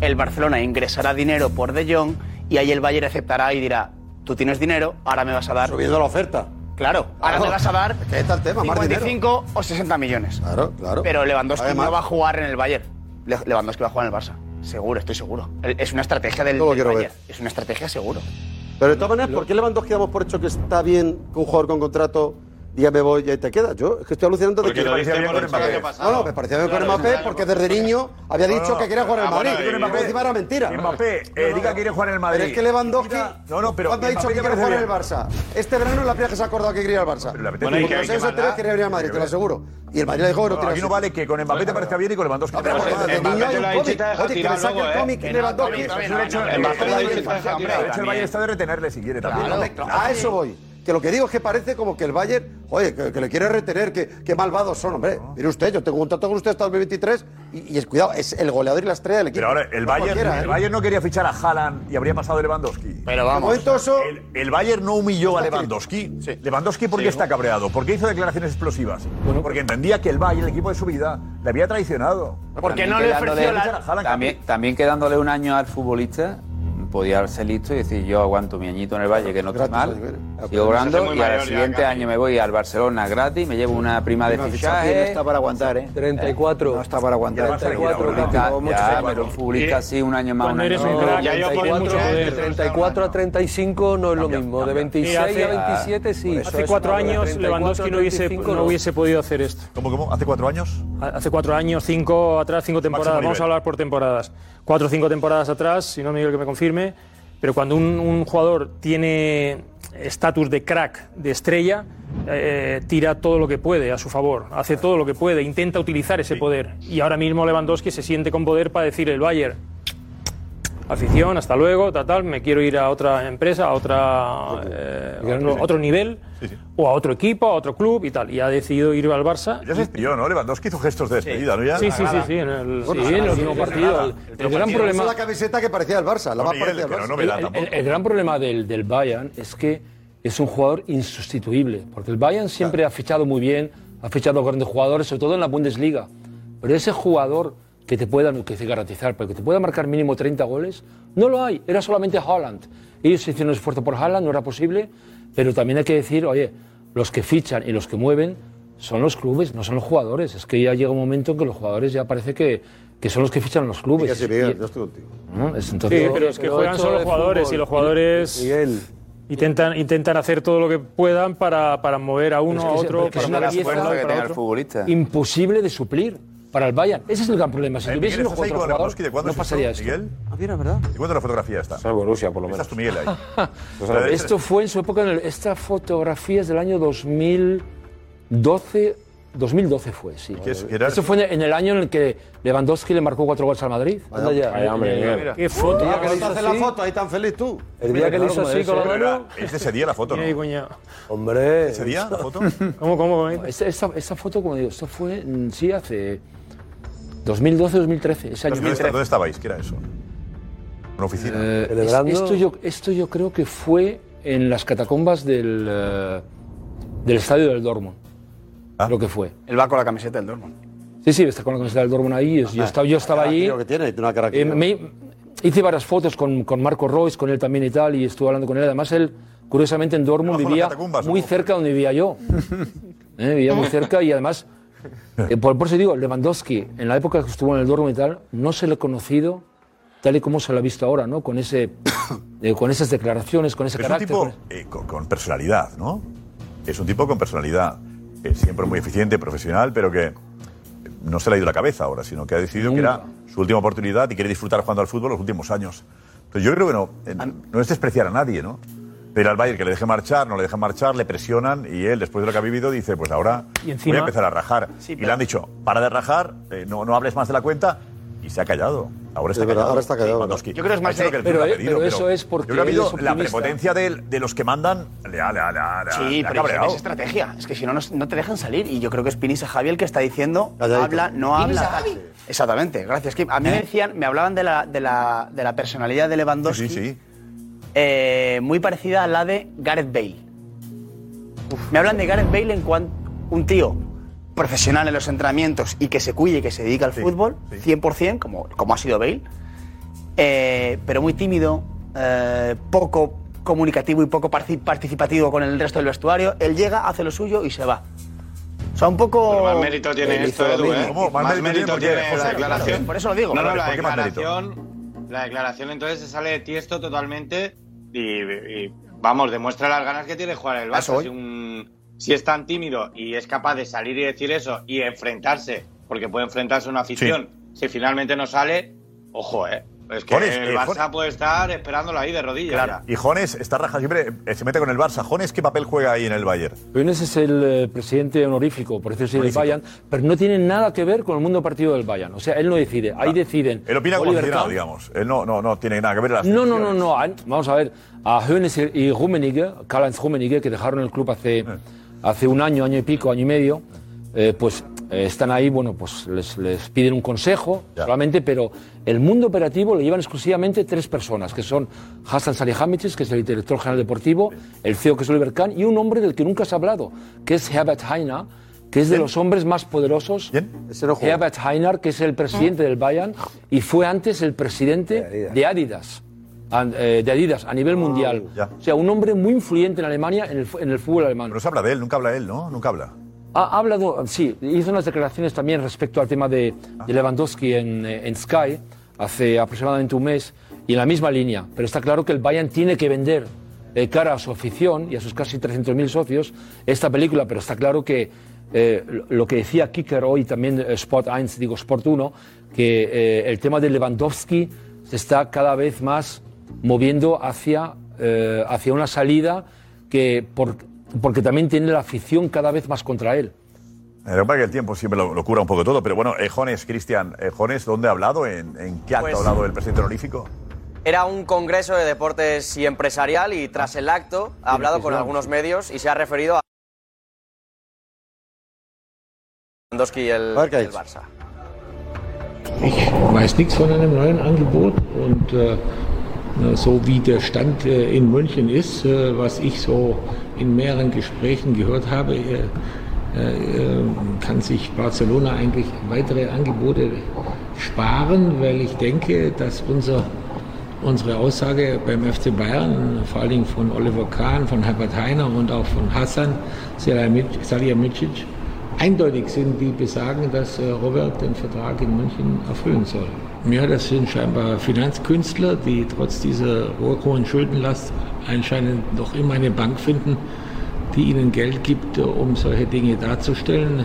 [SPEAKER 4] el Barcelona ingresará dinero por De Jong y ahí el Bayern aceptará y dirá, tú tienes dinero, ahora me vas a dar...
[SPEAKER 11] Subiendo la oferta.
[SPEAKER 4] Claro, ahora
[SPEAKER 11] Claro.
[SPEAKER 4] me vas a dar
[SPEAKER 11] ¿Qué está el tema? Más dinero.
[SPEAKER 4] 55 o 60 millones.
[SPEAKER 11] Claro, claro.
[SPEAKER 4] Pero Lewandowski
[SPEAKER 11] Además-
[SPEAKER 4] no va a jugar en el Bayern. Le- Lewandowski va a jugar en el Barça. Seguro, estoy seguro. El- Es una estrategia del, del
[SPEAKER 11] quiero ver.
[SPEAKER 4] Bayern. Es una estrategia seguro.
[SPEAKER 11] Pero de todas maneras, ¿por qué Lewandowski damos por hecho que está bien que un jugador con contrato diga me voy y ahí te quedas? Yo es que estoy alucinando de
[SPEAKER 6] Porque
[SPEAKER 11] que...
[SPEAKER 6] lo diste por hecho el año
[SPEAKER 11] No,
[SPEAKER 6] pasado.
[SPEAKER 11] no, me parecía bien
[SPEAKER 6] Claro,
[SPEAKER 11] con Mbappé
[SPEAKER 6] claro,
[SPEAKER 11] porque desde niño había
[SPEAKER 6] No, no,
[SPEAKER 11] dicho que quería jugar en
[SPEAKER 6] ah,
[SPEAKER 11] el Madrid.
[SPEAKER 6] bueno, digo,
[SPEAKER 11] Mbappé,
[SPEAKER 6] Mbappé-
[SPEAKER 11] encima era mentira.
[SPEAKER 6] Mbappé, eh, diga que quiere jugar en el Madrid.
[SPEAKER 11] Pero es que Lewandowski,
[SPEAKER 6] No, no, pero
[SPEAKER 11] ¿cuándo ha dicho
[SPEAKER 6] Mbappé
[SPEAKER 11] que
[SPEAKER 6] te
[SPEAKER 11] quiere
[SPEAKER 6] parece
[SPEAKER 11] jugar en el
[SPEAKER 6] bien.
[SPEAKER 11] Barça? Este verano es la primera vez que se ha acordado que quería ir al Barça.
[SPEAKER 6] apetece.
[SPEAKER 11] Porque
[SPEAKER 6] Bueno, hay que-
[SPEAKER 11] los
[SPEAKER 6] hay que
[SPEAKER 11] años anteriores
[SPEAKER 6] mandar.
[SPEAKER 11] quería venir al Madrid, te lo aseguro. Y el Madrid le dijo que no
[SPEAKER 6] No,
[SPEAKER 11] tiene
[SPEAKER 6] aquí no
[SPEAKER 11] sitio.
[SPEAKER 6] vale que con Mbappé te parezca bien y con Lewandowski te parezca mal.
[SPEAKER 11] el niño hay un cómic. Oye, que me saque el cómic
[SPEAKER 6] Que no,
[SPEAKER 11] Lewandowski.
[SPEAKER 6] también, también, también.
[SPEAKER 11] Mbappé
[SPEAKER 6] El
[SPEAKER 11] lo ha
[SPEAKER 6] Bayern-
[SPEAKER 11] dicho que está
[SPEAKER 6] el Bayern
[SPEAKER 11] tirado.
[SPEAKER 6] está de retenerle si quiere también.
[SPEAKER 11] Claro,
[SPEAKER 6] Hombre, claro.
[SPEAKER 11] A eso voy. que lo que digo es que parece como que el Bayern, oye, que, que le quiere retener, que, que malvados son, hombre. Mire usted, yo tengo un contrato con usted hasta 2023 y, y es, cuidado, es el goleador y la estrella del equipo.
[SPEAKER 6] Pero ahora, el,
[SPEAKER 11] No
[SPEAKER 6] Bayern,
[SPEAKER 11] cualquiera, ¿eh?
[SPEAKER 6] el Bayern no quería fichar a Haaland y habría pasado Lewandowski.
[SPEAKER 11] Pero vamos. De momento eso-
[SPEAKER 6] El, el Bayern no humilló a Lewandowski. Lewandowski, ¿por qué está cabreado? ¿Por qué hizo declaraciones explosivas? Porque entendía que el Bayern, el equipo de su vida, le había traicionado.
[SPEAKER 14] Pues
[SPEAKER 13] También quedándole- También, también quedándole un año al futbolista, podía ser listo y decir, yo aguanto mi añito en el Valle, que no estoy mal, sigo
[SPEAKER 14] Pero
[SPEAKER 13] cobrando
[SPEAKER 14] muy
[SPEAKER 13] y al
[SPEAKER 14] mayor ya,
[SPEAKER 13] siguiente
[SPEAKER 14] Capi.
[SPEAKER 13] año me voy al Barcelona gratis, me llevo una prima de
[SPEAKER 14] Una
[SPEAKER 13] fichaje.
[SPEAKER 14] fichaje no está para aguantar, ¿eh?
[SPEAKER 13] 34.
[SPEAKER 14] No está para aguantar.
[SPEAKER 13] ya, pero un futbolista así un año más.
[SPEAKER 3] Cuando
[SPEAKER 13] año
[SPEAKER 3] eres
[SPEAKER 13] menos.
[SPEAKER 3] un crack, Ya, ya pones 34, mucho poder. de 34 a 35 no es lo mismo. De 26 a 27 sí.
[SPEAKER 15] Hace cuatro años Lewandowski no hubiese, no hubiese podido hacer esto.
[SPEAKER 6] ¿Cómo, cómo? ¿Hace cuatro años?
[SPEAKER 15] Hace cuatro años, cinco atrás, cinco temporadas. Vamos
[SPEAKER 6] nivel.
[SPEAKER 15] a hablar por temporadas. Cuatro o cinco temporadas atrás, si no Miguel que me confirme. Pero cuando un, un jugador tiene estatus de crack, de estrella, eh, tira todo lo que puede a su favor, hace todo lo que puede, intenta utilizar ese poder. Y ahora mismo Lewandowski se siente con poder para decir el Bayern, afición, hasta luego, tal, tal, me quiero ir a otra empresa, a otra, eh, a otro, otro nivel, o a otro equipo, a otro club y tal. Y ha decidido ir al Barça.
[SPEAKER 6] Ya se despidió, ¿no? Lewandowski hizo gestos de despedida, ¿no? Ya-
[SPEAKER 15] Sí, sí, sí,
[SPEAKER 6] Nada.
[SPEAKER 15] sí, en el,
[SPEAKER 6] Bueno,
[SPEAKER 15] sí, en el
[SPEAKER 6] nada,
[SPEAKER 15] último
[SPEAKER 6] sí,
[SPEAKER 15] partido.
[SPEAKER 6] nada.
[SPEAKER 15] El,
[SPEAKER 6] El
[SPEAKER 15] el
[SPEAKER 6] partido
[SPEAKER 15] gran
[SPEAKER 6] es
[SPEAKER 15] problema...
[SPEAKER 11] la camiseta que parecía el Barça, la más parecida al Barça.
[SPEAKER 10] El- el- el gran problema del, del Bayern es que es un jugador insustituible, porque el Bayern siempre ha fichado muy bien, ha fichado grandes jugadores, sobre todo en la Bundesliga. Pero ese jugador que te pueda que te garantizar, pero que te pueda marcar mínimo 30 goles, no lo hay. Era solamente Haaland. Ellos hicieron un esfuerzo por Haaland, no era posible, pero también hay que decir, oye, los que fichan y los que mueven son los clubes, no son los jugadores. Es que ya llega un momento en que los jugadores ya parece que, que son los que fichan los clubes.
[SPEAKER 11] Sí, Miguel, yo estoy contigo.
[SPEAKER 10] ¿no? Es-
[SPEAKER 15] Sí,
[SPEAKER 10] entonces-
[SPEAKER 15] pero es que juegan
[SPEAKER 10] esto
[SPEAKER 15] solo
[SPEAKER 10] es
[SPEAKER 15] jugadores
[SPEAKER 10] fútbol.
[SPEAKER 15] y los jugadores intentan, intentan hacer todo lo que puedan para, para mover a uno,
[SPEAKER 10] Pero
[SPEAKER 15] a
[SPEAKER 10] es que
[SPEAKER 15] otro,
[SPEAKER 10] es- pero
[SPEAKER 15] para
[SPEAKER 10] es una
[SPEAKER 15] mover a
[SPEAKER 10] belleza
[SPEAKER 15] otro,
[SPEAKER 10] que
[SPEAKER 15] para
[SPEAKER 10] tenga el
[SPEAKER 15] otro.
[SPEAKER 13] futbolista.
[SPEAKER 10] imposible de suplir para el Bayern. Ese es el gran problema. Si
[SPEAKER 6] Eh,
[SPEAKER 10] tuviese
[SPEAKER 6] Miguel,
[SPEAKER 10] uno
[SPEAKER 6] ¿estás ahí
[SPEAKER 10] otro
[SPEAKER 6] con
[SPEAKER 10] jugador,
[SPEAKER 6] Lewandowski? ¿De cuándo
[SPEAKER 10] no
[SPEAKER 6] es esto,
[SPEAKER 10] pasaría esto. Ah,
[SPEAKER 6] Miguel?
[SPEAKER 10] verdad.
[SPEAKER 6] ¿De cuándo la fotografía está?
[SPEAKER 12] Es Borussia, por lo menos.
[SPEAKER 6] Estás tú, Miguel, ahí. Pues
[SPEAKER 10] Esto
[SPEAKER 6] este.
[SPEAKER 10] fue en su época, en el- esta fotografía es del año 2012, 2012 fue, sí.
[SPEAKER 6] qué es? ¿Qué era?
[SPEAKER 10] Esto fue en el- en el año en el que Lewandowski le marcó cuatro goles al Madrid.
[SPEAKER 11] Vaya-
[SPEAKER 10] Anda ya. Eh,
[SPEAKER 11] vaya hombre,
[SPEAKER 10] En el-
[SPEAKER 11] Miguel.
[SPEAKER 10] Mira.
[SPEAKER 11] Qué foto.
[SPEAKER 10] El día
[SPEAKER 11] Ah,
[SPEAKER 10] que le hizo
[SPEAKER 11] ¿cuándo haces la
[SPEAKER 10] así-
[SPEAKER 11] foto? Ahí tan feliz tú.
[SPEAKER 10] El día que le hizo así con la mano...
[SPEAKER 6] Es de ese día la foto, ¿no?
[SPEAKER 10] Hombre.
[SPEAKER 6] ¿Ese día la foto?
[SPEAKER 15] ¿Cómo, cómo?
[SPEAKER 10] Esta, esta- esta foto, como digo, esto fue, mm, sí, hace 2012-2013, ese año.
[SPEAKER 6] ¿Dónde, ¿Dónde estabais? ¿Qué era eso? Una oficina.
[SPEAKER 10] Eh, es- esto, yo, esto yo creo que fue en las catacumbas del, eh, del estadio del Dortmund.
[SPEAKER 6] Ah.
[SPEAKER 10] Lo que fue.
[SPEAKER 14] Él va con la camiseta del Dortmund.
[SPEAKER 10] Sí, sí, está con la camiseta del Dortmund ahí. Yo estaba, yo
[SPEAKER 6] Ah,
[SPEAKER 10] estaba allí.
[SPEAKER 11] que tiene, tiene una cara
[SPEAKER 10] Eh, me- hice varias fotos con, con Marco Royce, con él también y tal, y estuve hablando con él. Además, él, curiosamente, en Dortmund
[SPEAKER 6] Abajo en
[SPEAKER 10] vivía
[SPEAKER 6] las catacumbas,
[SPEAKER 10] muy cerca donde vivía yo. Eh, vivía muy cerca y además, eh, por, por eso digo, Lewandowski, en la época que estuvo en el Dortmund y tal, no se le ha conocido tal y como se le ha visto ahora, ¿no? Con, ese, eh, con esas declaraciones, con ese
[SPEAKER 6] es un
[SPEAKER 10] carácter.
[SPEAKER 6] tipo
[SPEAKER 10] con-
[SPEAKER 6] eh, con, con personalidad, ¿no? Es un tipo con personalidad. eh, siempre muy eficiente, profesional, pero que no se le ha ido la cabeza ahora, sino que ha decidido que era su última oportunidad y quiere disfrutar jugando al fútbol los últimos años. Entonces yo creo que no, eh, no es despreciar a nadie, ¿no? Pero al Bayern que le deje marchar, no le dejan marchar, le presionan y él, después de lo que ha vivido, dice, pues ahora
[SPEAKER 15] Y encima-
[SPEAKER 6] voy a empezar a rajar.
[SPEAKER 15] Sí,
[SPEAKER 6] y le han dicho, para de rajar, eh, no, no hables más de la cuenta y se ha callado. Ahora está
[SPEAKER 11] Es verdad,
[SPEAKER 6] callado.
[SPEAKER 11] ahora está callado,
[SPEAKER 6] Lewandowski.
[SPEAKER 11] Yo creo que es más
[SPEAKER 6] Eso lo el
[SPEAKER 11] de-
[SPEAKER 6] club
[SPEAKER 11] pero,
[SPEAKER 6] le ha
[SPEAKER 11] eh,
[SPEAKER 6] pedido,
[SPEAKER 11] pero eso es porque
[SPEAKER 6] yo creo que ha habido
[SPEAKER 11] él es
[SPEAKER 6] la
[SPEAKER 11] optimista.
[SPEAKER 6] prepotencia de, de los que mandan le ha, le ha- le ha- le ha-
[SPEAKER 14] Sí,
[SPEAKER 6] le ha
[SPEAKER 14] pero
[SPEAKER 6] cabreado.
[SPEAKER 14] es estrategia. Es que si no, no, no te dejan salir. Y yo creo que es Pinis a Javi el que está diciendo,
[SPEAKER 11] Calladito.
[SPEAKER 14] habla, no
[SPEAKER 11] ¿Pinis
[SPEAKER 14] habla.
[SPEAKER 11] a Javi?
[SPEAKER 14] Exactamente, gracias, Kim. A mí me decían, me hablaban de la, de la, de la personalidad de Lewandowski. eh, muy parecida a la de Gareth Bale. me hablan de Gareth Bale en cuanto un tío profesional en los entrenamientos y que se cuide, que se dedica al fútbol, 100%, como, como ha sido Bale, eh, pero muy tímido, eh, poco comunicativo y poco parci- participativo con el resto del vestuario. Él llega, hace lo suyo y se va. O sea, un poco...
[SPEAKER 7] Pero Pues más
[SPEAKER 4] Oh,
[SPEAKER 7] mérito tiene
[SPEAKER 14] Él hizo
[SPEAKER 7] esto,
[SPEAKER 14] lo
[SPEAKER 7] Edu,
[SPEAKER 14] mismo.
[SPEAKER 7] ¿eh? Más, mérito tiene la declaración.
[SPEAKER 14] Por eso lo digo.
[SPEAKER 7] No, no, la declaración, la declaración entonces se sale de tiesto totalmente y, y, vamos, demuestra las ganas que tiene de jugar el
[SPEAKER 14] A eso
[SPEAKER 7] Barça.
[SPEAKER 14] voy.
[SPEAKER 7] Si, un- si es tan tímido y es capaz de salir y decir eso y enfrentarse, porque puede enfrentarse a una afición, si finalmente no sale, ojo, ¿eh? Es que
[SPEAKER 6] Jones,
[SPEAKER 7] el
[SPEAKER 6] eh,
[SPEAKER 7] Barça
[SPEAKER 6] Jones.
[SPEAKER 7] puede estar esperándolo ahí de rodillas. ya.
[SPEAKER 6] Y Jones está raja siempre, eh, se mete con el Barça. Jones, ¿qué papel juega ahí en el Bayern?
[SPEAKER 10] Lunes es el eh, presidente honorífico, por decirlo así, del
[SPEAKER 6] Honorífico.
[SPEAKER 10] Bayern, pero no tiene nada que ver con el mundo partido del Bayern. O sea, él no decide, ahí deciden.
[SPEAKER 6] Él opina como
[SPEAKER 10] Oliver
[SPEAKER 6] aficionado,
[SPEAKER 10] Kahn,
[SPEAKER 6] digamos. Él Eh, no, no, no tiene nada que ver en las
[SPEAKER 10] No, no, no, no. An- Vamos a ver, a Hönes y Rummenigge, Karl-Heinz Rummenigge, que dejaron el club
[SPEAKER 6] Eh.
[SPEAKER 10] hace, hace un año, año y pico, año y medio, eh, pues eh, están ahí, bueno, pues les, les piden un consejo solamente, pero el mundo operativo lo llevan exclusivamente tres personas, que son Hassan Salihamidzic, que es el director general deportivo, el CEO, que es Oliver Kahn, y un hombre del que nunca se ha hablado, que es Herbert Heiner, que es de los hombres más poderosos. Herbert Heiner, que es el presidente del Bayern y fue antes el presidente de Adidas. an- eh, de Adidas a nivel mundial. O sea, un hombre muy influyente en Alemania en el, fu- en el fútbol alemán. Pero
[SPEAKER 6] se habla de él, nunca habla de él, ¿no? Nunca habla.
[SPEAKER 10] Ha, ha hablado, sí, hizo unas declaraciones también respecto al tema de,
[SPEAKER 6] Ah.
[SPEAKER 10] de Lewandowski en, eh, en Sky hace aproximadamente un mes y en la misma línea. Pero está claro que el Bayern tiene que vender eh, cara a su afición y a sus casi 300.000 socios esta película, pero está claro que eh, lo- lo que decía Kicker hoy también eh, Sport 1, digo Sport 1, que eh, el tema de Lewandowski se está cada vez más moviendo hacia, eh, hacia una salida que por- porque también tiene la afición cada vez más contra él.
[SPEAKER 6] Eh, Lo que pasa es que el tiempo siempre lo, lo cura un poco todo, pero bueno, eh, Jones, Cristian, eh, Jones, ¿dónde ha hablado? ¿En, en qué acto
[SPEAKER 8] Pues-
[SPEAKER 6] ha hablado el presidente honorífico?
[SPEAKER 8] Era un congreso de deportes y empresarial y tras el acto ha hablado con algunos medios y se ha referido a Lewandowski y el, y el Barça.
[SPEAKER 20] weiß nichts von einem neuen Angebot und äh, na, so wie der Stand äh, in München ist, äh, was ich so in mehreren Gesprächen gehört habe, äh, äh, äh, kann sich Barcelona eigentlich weitere Angebote sparen, weil ich denke, dass unser, unsere Aussage beim FC Bayern, vor allen Dingen von Oliver Kahn, von Herbert Heiner und auch von Hassan Salihamidzic, Salihamidzic eindeutig sind, die besagen, dass äh, Robert den Vertrag in München erfüllen soll. Ja, das sind scheinbar Finanzkünstler, die trotz dieser hohen Schuldenlast anscheinend noch immer eine Bank finden, die ihnen Geld gibt, äh, um solche Dinge darzustellen.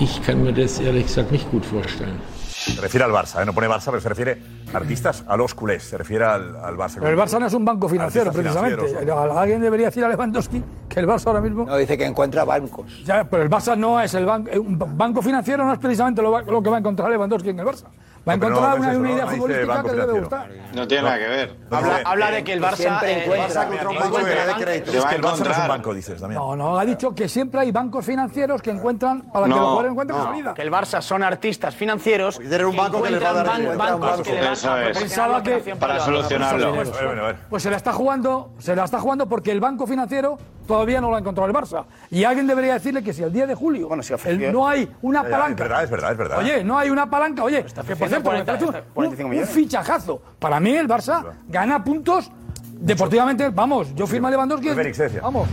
[SPEAKER 20] Ich kann mir das ehrlich gesagt nicht gut vorstellen.
[SPEAKER 6] Se refiere al Barça, eh, no pone Barça, pero se refiere a artistas, a los culés, se refiere al, al Barça. Eh,
[SPEAKER 9] Pero el Barça no es un banco financiero,
[SPEAKER 6] Artistas
[SPEAKER 9] precisamente. Alguien debería decir a Lewandowski que el Barça ahora mismo. No, dice que encuentra bancos. Ya, pero el Barça no es el banco. Un ba- banco financiero no es precisamente lo, va- lo que va a encontrar Lewandowski en el Barça. Va a
[SPEAKER 6] No, pero no,
[SPEAKER 9] encontrar
[SPEAKER 6] no es
[SPEAKER 9] una,
[SPEAKER 6] eso,
[SPEAKER 9] una
[SPEAKER 6] no,
[SPEAKER 9] idea
[SPEAKER 6] no dice
[SPEAKER 9] futbolística
[SPEAKER 6] banco
[SPEAKER 9] que le debe
[SPEAKER 6] financiero.
[SPEAKER 9] gustar.
[SPEAKER 7] No tiene nada que ver.
[SPEAKER 9] Habla-
[SPEAKER 14] habla de que el Barça,
[SPEAKER 9] Siempre
[SPEAKER 14] eh,
[SPEAKER 9] encuentra.
[SPEAKER 14] el Barça contra un
[SPEAKER 6] Banco
[SPEAKER 14] banco
[SPEAKER 6] que le dé
[SPEAKER 14] de
[SPEAKER 6] crédito.
[SPEAKER 14] crédito.
[SPEAKER 6] Es que el Barça no es un banco, dices, también.
[SPEAKER 9] No, no, ha dicho que siempre hay bancos financieros que encuentran para que los jugadores encuentren salida.
[SPEAKER 14] Que el Barça son artistas financieros. Y
[SPEAKER 11] un banco que les va a dar dinero.
[SPEAKER 14] bancos que le van a proporcionar
[SPEAKER 9] Pensaba que
[SPEAKER 14] financiación
[SPEAKER 6] Pues, a ver, a ver, a ver.
[SPEAKER 9] Pues se la está jugando, se la está jugando porque el banco financiero todavía no lo ha encontrado el Barça. Y alguien debería decirle que si el día de julio el- no hay una
[SPEAKER 6] Ya, ya, Es
[SPEAKER 9] palanca.
[SPEAKER 6] verdad, es verdad, es verdad.
[SPEAKER 9] Oye, no hay una palanca, oye, que por
[SPEAKER 6] ofreciendo
[SPEAKER 9] cierto, me
[SPEAKER 6] 40,
[SPEAKER 9] parece un-
[SPEAKER 6] está- 45
[SPEAKER 9] un, un
[SPEAKER 6] millones.
[SPEAKER 9] fichajazo. Para mí el Barça gana puntos deportivamente, vamos, yo firmo a Lewandowski. Vamos.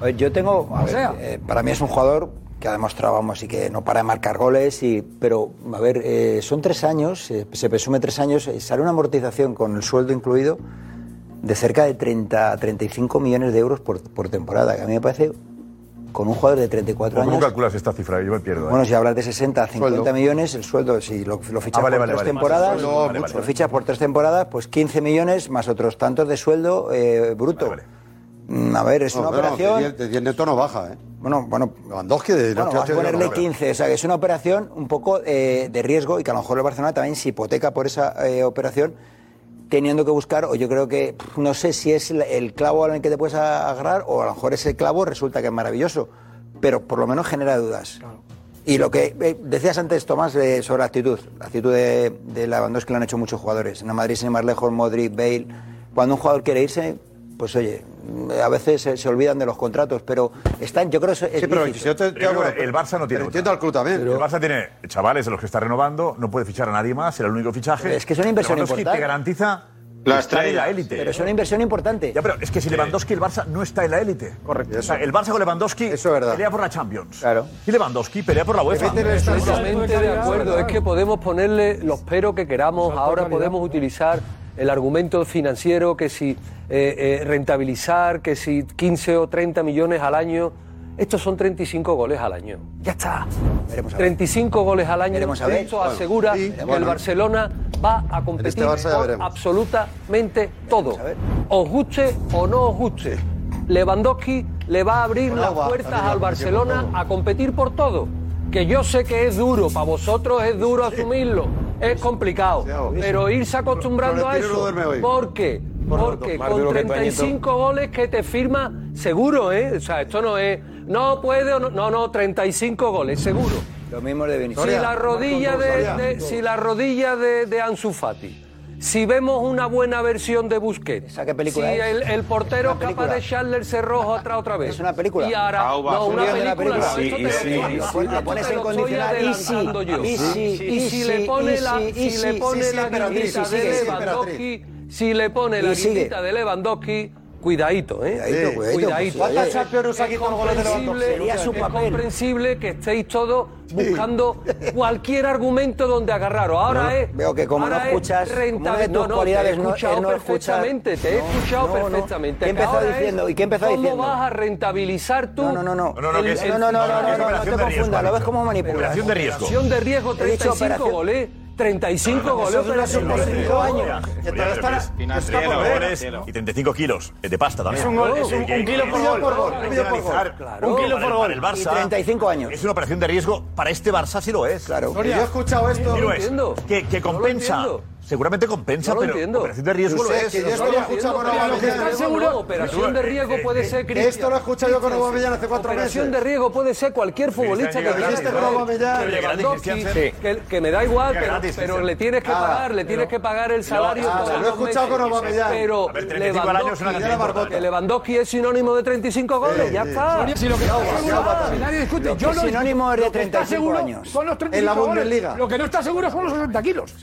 [SPEAKER 19] A ver, Yo tengo. a
[SPEAKER 9] O
[SPEAKER 19] ver,
[SPEAKER 9] sea.
[SPEAKER 19] eh, para mí es un jugador que ha demostrado, vamos, y que no para de marcar goles. Y, pero, a ver, eh, son tres años, eh, se presume tres años, eh, sale una amortización con el sueldo incluido de cerca de 30 35 millones de euros por, por temporada, que a mí me parece, con un jugador de 34
[SPEAKER 6] ¿Cómo
[SPEAKER 19] años.
[SPEAKER 6] calculas esta cifra? Yo me pierdo. eh.
[SPEAKER 19] Bueno, si hablas de 60, 50
[SPEAKER 6] Sueldo.
[SPEAKER 19] millones, el sueldo, si lo, lo fichas
[SPEAKER 6] Ah, vale,
[SPEAKER 19] por
[SPEAKER 6] vale,
[SPEAKER 19] tres
[SPEAKER 6] vale.
[SPEAKER 19] temporadas,
[SPEAKER 6] Más el sueldo, vale,
[SPEAKER 19] lo
[SPEAKER 6] vale.
[SPEAKER 19] fichas por tres temporadas, pues 15 millones más otros tantos de sueldo eh, bruto. Mm, A ver, es
[SPEAKER 11] No,
[SPEAKER 19] una
[SPEAKER 11] no, no,
[SPEAKER 19] operación.
[SPEAKER 11] de diez- de diez neto no baja, ¿eh?
[SPEAKER 19] Bueno, bueno.
[SPEAKER 11] Lewandowski de
[SPEAKER 19] Bueno,
[SPEAKER 11] Lewandowski
[SPEAKER 19] vas a
[SPEAKER 11] de-
[SPEAKER 19] ponerle
[SPEAKER 11] no,
[SPEAKER 19] 15, o sea que es una operación un poco eh, de riesgo y que a lo mejor el Barcelona también se hipoteca por esa eh, operación, teniendo que buscar, o yo creo que, pff, no sé si es el, el clavo en el que te puedes a- agarrar, o a lo mejor ese clavo resulta que es maravilloso, pero por lo menos genera dudas. Y lo que eh, decías antes, Tomás, eh, sobre la actitud. La actitud de, de Lewandowski la han hecho muchos jugadores. En el Madrid, sin ir más lejos, Modric, Bale. Cuando un jugador quiere irse, pues oye, a veces se, se olvidan de los contratos, pero están, yo creo que es
[SPEAKER 11] Sí, pero
[SPEAKER 19] lícito.
[SPEAKER 11] yo te- te
[SPEAKER 6] Yo creo
[SPEAKER 11] hago-
[SPEAKER 6] que el Barça no tiene.
[SPEAKER 11] pero entiendo al club también.
[SPEAKER 6] El Barça tiene chavales a los que está renovando, no puede fichar a nadie más, será el único fichaje.
[SPEAKER 19] Pero es que es una inversión
[SPEAKER 6] Lewandowski
[SPEAKER 19] importante.
[SPEAKER 6] te garantiza
[SPEAKER 19] La
[SPEAKER 6] estar en
[SPEAKER 19] estrella.
[SPEAKER 6] la élite.
[SPEAKER 19] Pero es una inversión importante.
[SPEAKER 6] Ya, pero es que si Lewandowski el Barça no está en la élite. Correcto. el Barça con Lewandowski pelea por la Champions. Claro. Y Lewandowski pelea por la
[SPEAKER 3] Este
[SPEAKER 6] UEFA.
[SPEAKER 3] Completamente de acuerdo. Es que podemos ponerle los peros que queramos. Ahora
[SPEAKER 6] calidad.
[SPEAKER 3] podemos utilizar el argumento financiero que si eh, eh, rentabilizar, que si 15 o 30 millones al año. Estos son 35 goles al año. Ya está. 35 goles al año.
[SPEAKER 19] Veremos a ver.
[SPEAKER 3] Esto
[SPEAKER 19] Bueno,
[SPEAKER 3] asegura
[SPEAKER 19] sí,
[SPEAKER 3] que el
[SPEAKER 19] bueno.
[SPEAKER 3] Barcelona va a competir
[SPEAKER 11] este Barça ya
[SPEAKER 3] por
[SPEAKER 11] veremos.
[SPEAKER 3] absolutamente todo. Os guste o no os guste. Lewandowski le va a abrir
[SPEAKER 11] Con
[SPEAKER 3] las
[SPEAKER 11] agua,
[SPEAKER 3] puertas
[SPEAKER 11] arriba,
[SPEAKER 3] al Barcelona
[SPEAKER 11] con
[SPEAKER 3] a competir por todo. Que yo sé que es duro, para vosotros es duro asumirlo, es complicado. Pero irse acostumbrando a
[SPEAKER 11] Florentino no
[SPEAKER 3] eso,
[SPEAKER 11] duerme hoy.
[SPEAKER 3] porque porque
[SPEAKER 11] Más duro
[SPEAKER 3] con
[SPEAKER 11] que tu añito.
[SPEAKER 3] 35 goles que te firma seguro, ¿eh? O sea, esto no es. No puede o no. No, no, 35 goles, seguro.
[SPEAKER 19] Lo mismo de Vinicius.
[SPEAKER 3] Si la rodilla de, de- si la rodilla de, de Ansu Fati. Si vemos una buena versión de Busquets.
[SPEAKER 19] película
[SPEAKER 3] si
[SPEAKER 19] es?
[SPEAKER 21] ¿eh?
[SPEAKER 3] el, el portero
[SPEAKER 19] ¿Es
[SPEAKER 3] es
[SPEAKER 19] una
[SPEAKER 3] capaz
[SPEAKER 19] película?
[SPEAKER 3] de echarle el cerrojo otra
[SPEAKER 21] Ah,
[SPEAKER 3] otra vez.
[SPEAKER 19] Es una película.
[SPEAKER 3] Y ahora.
[SPEAKER 19] Auba.
[SPEAKER 3] no, una
[SPEAKER 19] Sí, es de la
[SPEAKER 3] película. no,
[SPEAKER 19] película.
[SPEAKER 3] esto te lo-
[SPEAKER 19] Sí, sí,
[SPEAKER 3] esto
[SPEAKER 19] sí.
[SPEAKER 3] te
[SPEAKER 19] La pones
[SPEAKER 3] lo
[SPEAKER 19] en
[SPEAKER 3] estoy
[SPEAKER 19] condicional. Y sí,
[SPEAKER 3] adelantando yo.
[SPEAKER 19] y sí,
[SPEAKER 3] Y
[SPEAKER 19] y
[SPEAKER 3] si le
[SPEAKER 19] sí,
[SPEAKER 3] pone
[SPEAKER 19] y
[SPEAKER 3] la,
[SPEAKER 19] sí,
[SPEAKER 3] si
[SPEAKER 19] y
[SPEAKER 3] le
[SPEAKER 19] sí.
[SPEAKER 3] pone
[SPEAKER 19] Sí, sí,
[SPEAKER 3] la
[SPEAKER 19] emperatriz,
[SPEAKER 3] guindita
[SPEAKER 19] sí,
[SPEAKER 3] de
[SPEAKER 19] sigue, sí,
[SPEAKER 3] Lewandowski,
[SPEAKER 19] emperatriz.
[SPEAKER 3] si le pone
[SPEAKER 19] Y
[SPEAKER 3] la
[SPEAKER 19] sigue.
[SPEAKER 3] guindita de Lewandowski, cuidadito, ¿eh?
[SPEAKER 19] Cuidadito, cuidadito,
[SPEAKER 3] cuidadito. ¿eh?
[SPEAKER 19] pues, oye. ¿Cuántas Champions nos ha
[SPEAKER 3] es
[SPEAKER 19] quitado goles de
[SPEAKER 3] comprensible,
[SPEAKER 19] Lewandowski? Sería su
[SPEAKER 3] es
[SPEAKER 19] papel.
[SPEAKER 3] comprensible que estéis todos buscando cualquier argumento donde agarraros. Ahora
[SPEAKER 19] No,
[SPEAKER 3] es.
[SPEAKER 19] veo que como no
[SPEAKER 3] ahora es
[SPEAKER 19] escuchas, como
[SPEAKER 3] rentabil-
[SPEAKER 19] una de tus
[SPEAKER 3] no, no,
[SPEAKER 19] cualidades
[SPEAKER 3] te he
[SPEAKER 19] no-
[SPEAKER 3] escuchado
[SPEAKER 19] es no escuchar.
[SPEAKER 3] perfectamente, te he
[SPEAKER 19] No,
[SPEAKER 3] escuchado
[SPEAKER 19] no, no.
[SPEAKER 3] perfectamente.
[SPEAKER 19] ¿Qué empezó
[SPEAKER 3] Ahora es
[SPEAKER 19] diciendo? ¿Y qué empezó
[SPEAKER 3] ¿Cómo
[SPEAKER 19] diciendo?
[SPEAKER 3] vas a rentabilizar tú?
[SPEAKER 19] No, no, no. No,
[SPEAKER 3] el- el-
[SPEAKER 19] no, no, no, no, no, no te confundas, lo ves como manipulación.
[SPEAKER 3] Operación de riesgo. Operación de riesgo, 35 goles. 35 goles,
[SPEAKER 19] Eso dura
[SPEAKER 3] operación de
[SPEAKER 19] solo
[SPEAKER 3] riesgo.
[SPEAKER 19] cinco años. Que te
[SPEAKER 6] Julián
[SPEAKER 19] lo están-
[SPEAKER 6] Alves.
[SPEAKER 19] que está
[SPEAKER 6] Cielo,
[SPEAKER 19] por ver.
[SPEAKER 6] goles y 35 kilos de pasta también.
[SPEAKER 19] Es un gol, es
[SPEAKER 6] Que-
[SPEAKER 19] un- un
[SPEAKER 6] que-
[SPEAKER 19] kilo
[SPEAKER 6] que-
[SPEAKER 19] por
[SPEAKER 6] que-
[SPEAKER 19] gol, por gol,
[SPEAKER 6] hay
[SPEAKER 19] un
[SPEAKER 6] que
[SPEAKER 19] kilo por
[SPEAKER 6] analizar.
[SPEAKER 19] gol. Claro. Un kilo
[SPEAKER 6] Para
[SPEAKER 19] por
[SPEAKER 6] el-
[SPEAKER 19] gol.
[SPEAKER 6] para el Barça,
[SPEAKER 19] Y 35 años.
[SPEAKER 6] Es una operación de riesgo. Para este Barça sí lo es. Claro.
[SPEAKER 19] Soria, yo he escuchado esto. No lo entiendo.
[SPEAKER 6] Que, que compensa.
[SPEAKER 19] entiendo.
[SPEAKER 6] Seguramente compensa,
[SPEAKER 19] No lo
[SPEAKER 6] pero
[SPEAKER 19] entiendo.
[SPEAKER 6] operación de riesgo
[SPEAKER 19] Yo sé
[SPEAKER 6] lo es.
[SPEAKER 19] que yo esto lo he escuchado con Oba Millán.
[SPEAKER 3] Operación de riesgo, Operación de riesgo puede ser Cristian.
[SPEAKER 19] eh, Esto lo he escuchado yo con Oba Millán hace cuatro
[SPEAKER 3] Operación
[SPEAKER 19] meses.
[SPEAKER 3] de riesgo puede ser cualquier futbolista que
[SPEAKER 19] Cristian,
[SPEAKER 3] quieras.
[SPEAKER 19] dijiste con Oba Millán.
[SPEAKER 3] Pero
[SPEAKER 19] Oye, gratis,
[SPEAKER 3] Lewandowski,
[SPEAKER 19] Cristian.
[SPEAKER 3] que, que me da igual,
[SPEAKER 19] Oye,
[SPEAKER 3] pero,
[SPEAKER 19] gratis,
[SPEAKER 3] pero
[SPEAKER 19] Cristian.
[SPEAKER 3] le tienes que
[SPEAKER 19] Ah,
[SPEAKER 3] pagar, le tienes
[SPEAKER 19] pero-
[SPEAKER 3] que pagar el
[SPEAKER 19] Ah,
[SPEAKER 3] salario.
[SPEAKER 19] ah,
[SPEAKER 3] todos
[SPEAKER 19] lo he
[SPEAKER 3] los
[SPEAKER 19] escuchado
[SPEAKER 3] meses.
[SPEAKER 19] con Aubameyang.
[SPEAKER 3] Pero
[SPEAKER 19] A ver, 35 al año es una
[SPEAKER 3] Lewandowski,
[SPEAKER 19] cantidad importante.
[SPEAKER 3] que Lewandowski es sinónimo de 35 goles, ya está.
[SPEAKER 9] Si lo que está seguro, si nadie discute, yo no discuto. Lo que está seguro Son los 35 goles. Lo que no está seguro son los 60 kilos.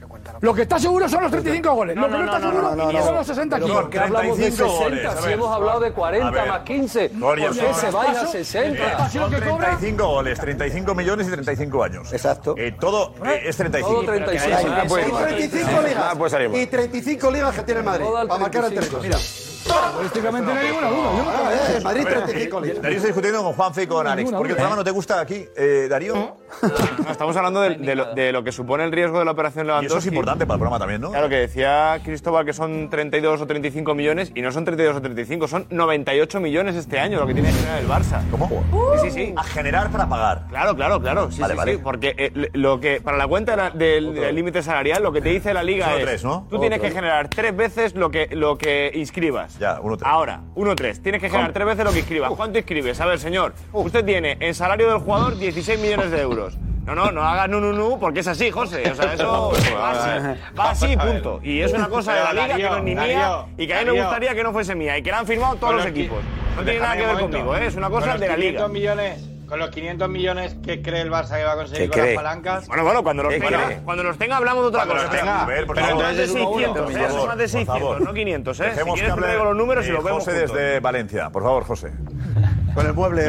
[SPEAKER 9] Lo que está seguro son los 35 goles. Lo que no está seguro son los 60
[SPEAKER 3] Pero
[SPEAKER 9] kilos.
[SPEAKER 3] ¿Por qué hablamos de 60? si hemos hablado de 40 más 15, ¿por
[SPEAKER 6] Gloria,
[SPEAKER 3] qué
[SPEAKER 6] son-
[SPEAKER 3] se vais a 60?
[SPEAKER 6] Son 35 goles, 35 millones y 35 años. Exacto. todo eh, es 35.
[SPEAKER 3] Todo 35. Ah, pues,
[SPEAKER 11] Y 35 ligas.
[SPEAKER 6] Ah, pues,
[SPEAKER 11] y 35 ligas que tiene el Madrid. Para marcar el territorio. Mira.
[SPEAKER 9] Futbolísticamente no hay ninguna duda. Yo nunca-
[SPEAKER 11] Eh, Madrid 35 ligas.
[SPEAKER 6] Darío está discutiendo con Juanfe y con Alex. Porque el programa no te gusta aquí, eh, Darío.
[SPEAKER 1] No, estamos hablando de, de lo, de lo que supone el riesgo de la operación
[SPEAKER 6] eso
[SPEAKER 1] Lewandowski.
[SPEAKER 6] es importante para el programa también, ¿no?
[SPEAKER 1] Claro, que decía Cristóbal que son 32 o 35 millones y no son 32 o 35, son 98 millones este año lo que tiene que generar el Barça.
[SPEAKER 6] ¿Cómo?
[SPEAKER 1] Sí, sí, sí.
[SPEAKER 6] A generar para pagar.
[SPEAKER 1] Claro, claro, claro. Sí,
[SPEAKER 6] Vale,
[SPEAKER 1] sí,
[SPEAKER 6] vale.
[SPEAKER 1] sí, porque eh, le- lo que para la cuenta de la- del del límite salarial, lo que te dice la liga
[SPEAKER 6] Solo
[SPEAKER 1] es
[SPEAKER 6] tres, ¿no?
[SPEAKER 1] tú tienes
[SPEAKER 6] Otro.
[SPEAKER 1] que generar tres veces lo que, lo que inscribas.
[SPEAKER 6] Ya, uno tres.
[SPEAKER 1] Ahora, 1-3. Tienes que generar tres veces lo que inscribas. ¿Cuánto inscribes? A ver, señor, usted tiene en salario del jugador 16 millones de euros. No, no, no hagas nu, nu, nu, porque es así, José. O sea, eso va así, va así, punto. Y es una cosa de la liga que no es ni mía y que a mí me gustaría que no fuese mía y que la han firmado todos
[SPEAKER 7] Con
[SPEAKER 1] los
[SPEAKER 7] los qui-
[SPEAKER 1] equipos. No tiene
[SPEAKER 7] Déjame
[SPEAKER 1] nada que
[SPEAKER 7] un
[SPEAKER 1] ver
[SPEAKER 7] momento.
[SPEAKER 1] conmigo, ¿eh? es una
[SPEAKER 7] Con
[SPEAKER 1] cosa
[SPEAKER 7] los
[SPEAKER 1] de la liga.
[SPEAKER 7] 500 millones, con los 500 millones que cree el Barça que va a conseguir
[SPEAKER 1] ¿Qué
[SPEAKER 7] con
[SPEAKER 1] cree?
[SPEAKER 7] las palancas.
[SPEAKER 1] Bueno, bueno, cuando los
[SPEAKER 7] ¿Qué
[SPEAKER 1] tenga,
[SPEAKER 7] cree?
[SPEAKER 1] cuando los tenga hablamos de otra
[SPEAKER 7] Cuando
[SPEAKER 1] cosa.
[SPEAKER 7] los tenga.
[SPEAKER 1] Pero
[SPEAKER 7] Por
[SPEAKER 1] pero
[SPEAKER 7] favor.
[SPEAKER 1] entonces de
[SPEAKER 7] Por favor,
[SPEAKER 1] 600,
[SPEAKER 7] por
[SPEAKER 1] ¿eh? Son
[SPEAKER 7] favor,
[SPEAKER 1] más de
[SPEAKER 7] por
[SPEAKER 1] 600,
[SPEAKER 7] favor.
[SPEAKER 1] no 500, ¿eh? Si
[SPEAKER 6] Dejemos
[SPEAKER 1] quieres
[SPEAKER 6] que
[SPEAKER 1] te
[SPEAKER 6] hable
[SPEAKER 1] traigo los números y
[SPEAKER 6] eh,
[SPEAKER 1] los vemos
[SPEAKER 6] José
[SPEAKER 1] juntos.
[SPEAKER 6] desde Valencia. Por favor, José.
[SPEAKER 7] Con el mueble.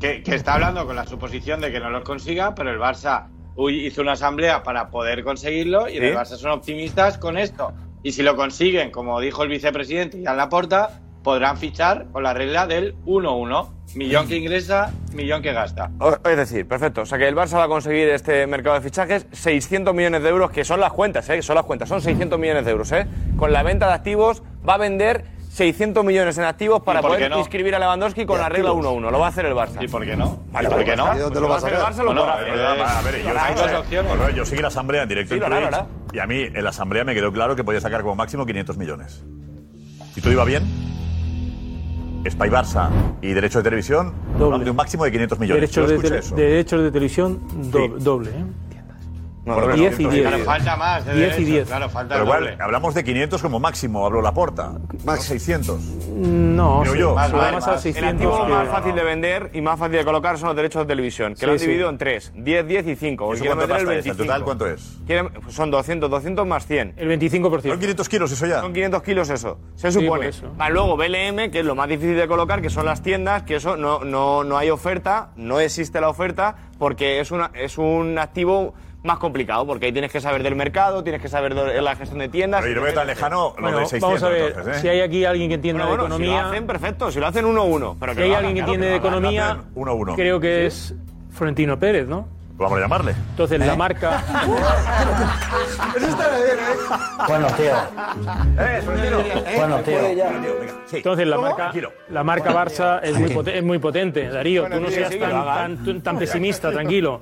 [SPEAKER 7] que, que está hablando con la suposición de que no los consiga, pero el Barça uy, hizo una asamblea para poder conseguirlo y en el
[SPEAKER 6] ¿Sí?
[SPEAKER 7] Barça son optimistas con esto. Y si lo consiguen, como dijo el vicepresidente Jan Laporta, podrán fichar con la regla del 1-1. Millón que ingresa, millón que gasta.
[SPEAKER 1] O- Es decir, perfecto. O sea que el Barça va a conseguir este mercado de fichajes 600 millones de euros, que son las cuentas, ¿eh? Que Son las cuentas, son 600 millones de euros, ¿eh? Con la venta de activos va a vender 600 millones en activos para
[SPEAKER 7] por qué
[SPEAKER 1] poder
[SPEAKER 7] no?
[SPEAKER 1] inscribir a Lewandowski con
[SPEAKER 7] ¿Y
[SPEAKER 1] la regla
[SPEAKER 7] activos?
[SPEAKER 1] 1-1. Lo va a hacer el Barça. eh, ¿Y
[SPEAKER 7] por qué no?
[SPEAKER 1] Vale, pues
[SPEAKER 6] ¿Y por qué no?
[SPEAKER 1] ¿Y
[SPEAKER 6] pues ¿Dónde
[SPEAKER 1] lo va a hacer el Barça? Lo
[SPEAKER 6] Bueno,
[SPEAKER 1] podrá
[SPEAKER 6] a ver,
[SPEAKER 1] hacer.
[SPEAKER 6] a ver, yo,
[SPEAKER 1] Habrá
[SPEAKER 6] sé-
[SPEAKER 1] dos opciones.
[SPEAKER 6] Bueno, yo seguí la asamblea en directo
[SPEAKER 1] Sí,
[SPEAKER 6] en
[SPEAKER 1] lo hará,
[SPEAKER 6] Twitch,
[SPEAKER 1] lo hará.
[SPEAKER 6] y a mí en la asamblea me quedó claro que podía sacar como máximo 500 millones. Si todo iba bien, Spy Barça y derecho de televisión hablan de un máximo de 500 millones.
[SPEAKER 15] Derechos
[SPEAKER 6] yo
[SPEAKER 15] de,
[SPEAKER 6] escuché
[SPEAKER 15] tele-
[SPEAKER 6] eso.
[SPEAKER 15] derechos de televisión do- doble. ¿eh? Por 10 y 10.
[SPEAKER 7] Claro, falta más de
[SPEAKER 15] 10 eh, y
[SPEAKER 7] derechos,
[SPEAKER 15] 10.
[SPEAKER 7] Claro, falta
[SPEAKER 6] Pero
[SPEAKER 7] el
[SPEAKER 6] igual,
[SPEAKER 7] doble.
[SPEAKER 6] hablamos de 500 como máximo, habló Laporta. Más 600.
[SPEAKER 15] No,
[SPEAKER 6] Creo
[SPEAKER 15] sí,
[SPEAKER 6] yo.
[SPEAKER 15] más,
[SPEAKER 6] Más,
[SPEAKER 15] más,
[SPEAKER 6] más.
[SPEAKER 15] a
[SPEAKER 6] El
[SPEAKER 15] 600.
[SPEAKER 1] El activo
[SPEAKER 15] que-
[SPEAKER 1] más fácil de vender y más fácil de colocar son los derechos de televisión, que
[SPEAKER 6] Sí,
[SPEAKER 1] lo han
[SPEAKER 6] sí.
[SPEAKER 1] dividido en tres, 10, 10 y 5. porque
[SPEAKER 6] ¿Eso
[SPEAKER 1] quieren
[SPEAKER 6] cuánto
[SPEAKER 1] vender
[SPEAKER 6] pasta es?
[SPEAKER 1] el
[SPEAKER 6] ¿En
[SPEAKER 1] 25.
[SPEAKER 6] total cuánto es?
[SPEAKER 1] Quieren- pues son 200, 200 más 100.
[SPEAKER 15] El 25%.
[SPEAKER 1] Son
[SPEAKER 6] 500 kilos eso ya.
[SPEAKER 1] Son 500 kilos eso, se
[SPEAKER 15] Sí, por
[SPEAKER 1] supone.
[SPEAKER 15] eso.
[SPEAKER 1] Más luego BLM, que es lo más difícil de colocar, que son las tiendas, que eso no, no, no hay oferta, no existe la oferta, porque es, una, es un activo más complicado, porque ahí tienes que saber del mercado, tienes que saber de la gestión de tiendas.
[SPEAKER 6] Pero yo no veo tan lejano lo
[SPEAKER 15] ¿eh? Bueno,
[SPEAKER 6] de 600.
[SPEAKER 15] vamos a ver
[SPEAKER 6] entonces, ¿eh?
[SPEAKER 15] si hay aquí alguien que entienda
[SPEAKER 1] Bueno,
[SPEAKER 15] de
[SPEAKER 1] bueno, si
[SPEAKER 15] economía.
[SPEAKER 1] lo hacen, perfecto, si lo hacen uno a uno. Pero
[SPEAKER 15] si hay alguien que entiende de economía, creo que es Florentino Pérez, ¿no?
[SPEAKER 6] Vamos a llamarle.
[SPEAKER 15] Entonces, la marca.
[SPEAKER 9] Eso está bien, ¿eh?
[SPEAKER 15] Bueno, tío.
[SPEAKER 9] Bueno,
[SPEAKER 15] tío. Entonces, la marca, la marca Barça es muy, pote- es muy potente. Darío,
[SPEAKER 9] Bueno,
[SPEAKER 15] tú no
[SPEAKER 9] tío,
[SPEAKER 15] seas
[SPEAKER 9] sí, que lo haga.
[SPEAKER 15] tan, tan- tan pesimista, tranquilo.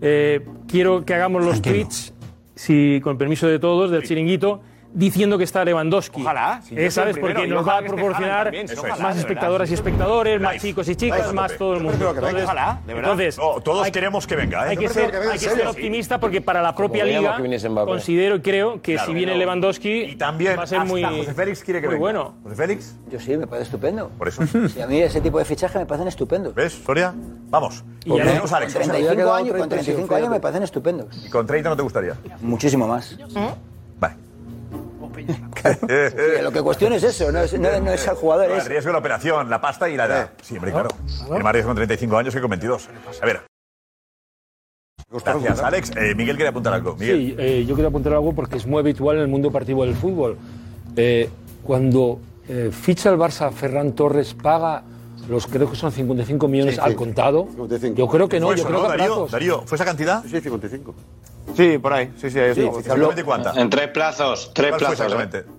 [SPEAKER 15] Eh, quiero que hagamos los tweets, si con permiso de todos, del chiringuito. Diciendo que está Lewandowski. Ojalá.
[SPEAKER 9] si yo soy el
[SPEAKER 15] ¿Sabes?
[SPEAKER 9] primero,
[SPEAKER 15] Porque
[SPEAKER 9] yo
[SPEAKER 15] nos
[SPEAKER 9] ojalá
[SPEAKER 15] va a
[SPEAKER 9] que esté
[SPEAKER 15] proporcionar
[SPEAKER 9] Haaland también, sí, ojalá,
[SPEAKER 15] más
[SPEAKER 9] de verdad.
[SPEAKER 15] espectadores y espectadores, más
[SPEAKER 6] Live.
[SPEAKER 15] chicos y
[SPEAKER 6] Live.
[SPEAKER 15] chicas, más todo el mundo.
[SPEAKER 6] Yo prefiero que venga.
[SPEAKER 15] Entonces,
[SPEAKER 6] Ojalá, de verdad.
[SPEAKER 15] entonces,
[SPEAKER 1] Oh.
[SPEAKER 6] No, todos
[SPEAKER 15] hay-
[SPEAKER 6] queremos que venga, ¿eh?
[SPEAKER 15] Hay
[SPEAKER 6] Yo
[SPEAKER 15] que
[SPEAKER 6] prefiero
[SPEAKER 15] ser,
[SPEAKER 6] que venga,
[SPEAKER 15] hay que
[SPEAKER 6] en
[SPEAKER 15] ser
[SPEAKER 6] serio.
[SPEAKER 15] optimista porque para la propia
[SPEAKER 6] veíamos
[SPEAKER 15] liga
[SPEAKER 6] que viniese Mbappé.
[SPEAKER 15] considero y creo que
[SPEAKER 6] Claro,
[SPEAKER 15] si viene
[SPEAKER 6] pero-
[SPEAKER 15] Lewandowski
[SPEAKER 6] Y también
[SPEAKER 15] va a ser
[SPEAKER 6] hasta
[SPEAKER 15] muy
[SPEAKER 6] José Félix quiere que
[SPEAKER 15] muy
[SPEAKER 6] venga.
[SPEAKER 15] bueno.
[SPEAKER 6] José Félix.
[SPEAKER 19] Yo sí, me parece estupendo.
[SPEAKER 6] Por eso.
[SPEAKER 19] Y a mí ese tipo de fichajes me parecen estupendos.
[SPEAKER 6] ¿Ves, Soria? Vamos.
[SPEAKER 19] Y ya
[SPEAKER 6] Tenemos
[SPEAKER 19] no-
[SPEAKER 6] a Alex.
[SPEAKER 19] con 35 años, con 35 años me parecen estupendos.
[SPEAKER 6] ¿Y con 30 no te gustaría?
[SPEAKER 19] Muchísimo más.
[SPEAKER 6] Eh, eh.
[SPEAKER 19] Lo que cuestiono es eso, no es, no, no es al jugador.
[SPEAKER 6] El
[SPEAKER 19] Es,
[SPEAKER 6] riesgo de la operación, la pasta y la edad. Siempre, claro. Tiene más riesgo con 35 años que con 22. A ver. Gracias, Alex. Eh, Miguel quiere apuntar algo. Miguel.
[SPEAKER 10] Sí, eh, yo quiero apuntar algo porque es muy habitual en el mundo partido del fútbol. Eh, cuando eh, ficha el Barça a Ferran Torres, paga los creo que son 55 millones
[SPEAKER 11] Sí,
[SPEAKER 10] al
[SPEAKER 11] sí.
[SPEAKER 10] contado. Yo creo que no,
[SPEAKER 6] ¿Fue
[SPEAKER 10] yo
[SPEAKER 6] eso,
[SPEAKER 10] creo
[SPEAKER 6] ¿no,
[SPEAKER 10] que a
[SPEAKER 6] Darío?
[SPEAKER 10] plazos.
[SPEAKER 6] Darío, ¿fue esa cantidad?
[SPEAKER 11] Sí, 55.
[SPEAKER 22] Sí, por ahí. Sí, sí, ahí
[SPEAKER 11] Sí,
[SPEAKER 22] estuvo.
[SPEAKER 11] oficialmente
[SPEAKER 6] cuánta?
[SPEAKER 7] En tres plazos, tres
[SPEAKER 22] ¿Cuál fue
[SPEAKER 7] plazos. ¿eh?
[SPEAKER 22] exactamente?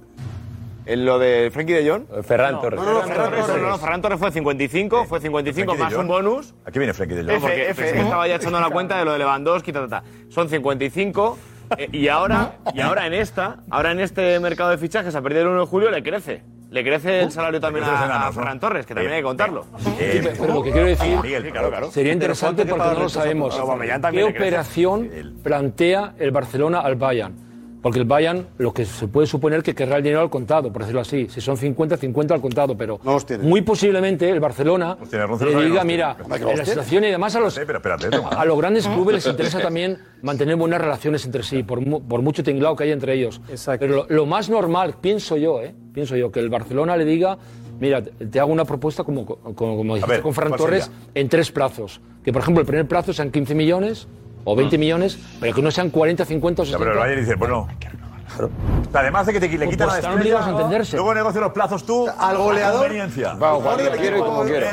[SPEAKER 22] ¿En lo de Frenkie de Jong?
[SPEAKER 12] Eh, Ferran
[SPEAKER 22] No,
[SPEAKER 12] Torres.
[SPEAKER 22] No, no, Ferran Torres. No, no, Ferran Torres fue 55, fue 55
[SPEAKER 6] Frenkie de
[SPEAKER 22] más un
[SPEAKER 6] Jong.
[SPEAKER 22] bonus.
[SPEAKER 6] Aquí viene Frenkie de Jong.
[SPEAKER 22] F, F, pensé que estaba ya echando la cuenta de lo de Lewandowski, ta, ta, ta. Son 55 eh, y ahora y ahora en esta, ahora en este mercado de fichajes a partir del 1 de julio le crece. Le crece el salario también
[SPEAKER 10] le crecen
[SPEAKER 22] a, a
[SPEAKER 10] enanos, ¿no?
[SPEAKER 22] Ferran Torres, que también hay que contarlo.
[SPEAKER 10] Sí, pero- pero lo que quiero decir
[SPEAKER 22] Sí, claro, claro.
[SPEAKER 10] sería
[SPEAKER 22] Pero
[SPEAKER 10] interesante
[SPEAKER 22] ¿cuánto
[SPEAKER 10] porque
[SPEAKER 22] te paga
[SPEAKER 10] no lo
[SPEAKER 22] el resto?
[SPEAKER 10] sabemos.
[SPEAKER 22] Pero Aubameyang
[SPEAKER 10] ¿Qué
[SPEAKER 22] también le crece.
[SPEAKER 10] operación plantea el Barcelona al Bayern? Porque el Bayern, lo que se puede suponer que querrá el dinero al contado, por decirlo así. Si son 50, 50 al contado, pero muy posiblemente el Barcelona
[SPEAKER 6] tiene, Ronce no
[SPEAKER 10] le
[SPEAKER 6] sabe que
[SPEAKER 10] diga,
[SPEAKER 6] los tiene.
[SPEAKER 10] mira,
[SPEAKER 6] Hombre, que
[SPEAKER 10] en
[SPEAKER 6] los
[SPEAKER 10] la
[SPEAKER 6] tiene.
[SPEAKER 10] situación y además a los,
[SPEAKER 6] Sí, pero espérate, toma.
[SPEAKER 10] a los grandes clubes les interesa también mantener buenas relaciones entre sí, por, mu- por mucho tinglao que haya entre ellos. Pero lo, lo más normal, pienso yo, ¿eh? pienso yo, que el Barcelona le diga, mira, te, te hago una propuesta como, como, como dijiste
[SPEAKER 6] ver,
[SPEAKER 10] con Fran
[SPEAKER 6] ¿cuál
[SPEAKER 10] Torres,
[SPEAKER 6] sería?
[SPEAKER 10] en tres plazos. Que, por ejemplo, el primer plazo sean 15 millones o 20 millones, pero que no sean 40, 50 o
[SPEAKER 6] Mm. Ya,
[SPEAKER 10] 60.
[SPEAKER 6] pero el Bayern dice, bueno. Además de que te, le
[SPEAKER 10] Pues
[SPEAKER 6] quitan la
[SPEAKER 10] están
[SPEAKER 6] estrella,
[SPEAKER 10] obligados a entenderse.
[SPEAKER 6] luego negocio los plazos tú.
[SPEAKER 11] Al goleador.
[SPEAKER 6] a conveniencia.
[SPEAKER 11] Al jugador que le quiero y como quiero.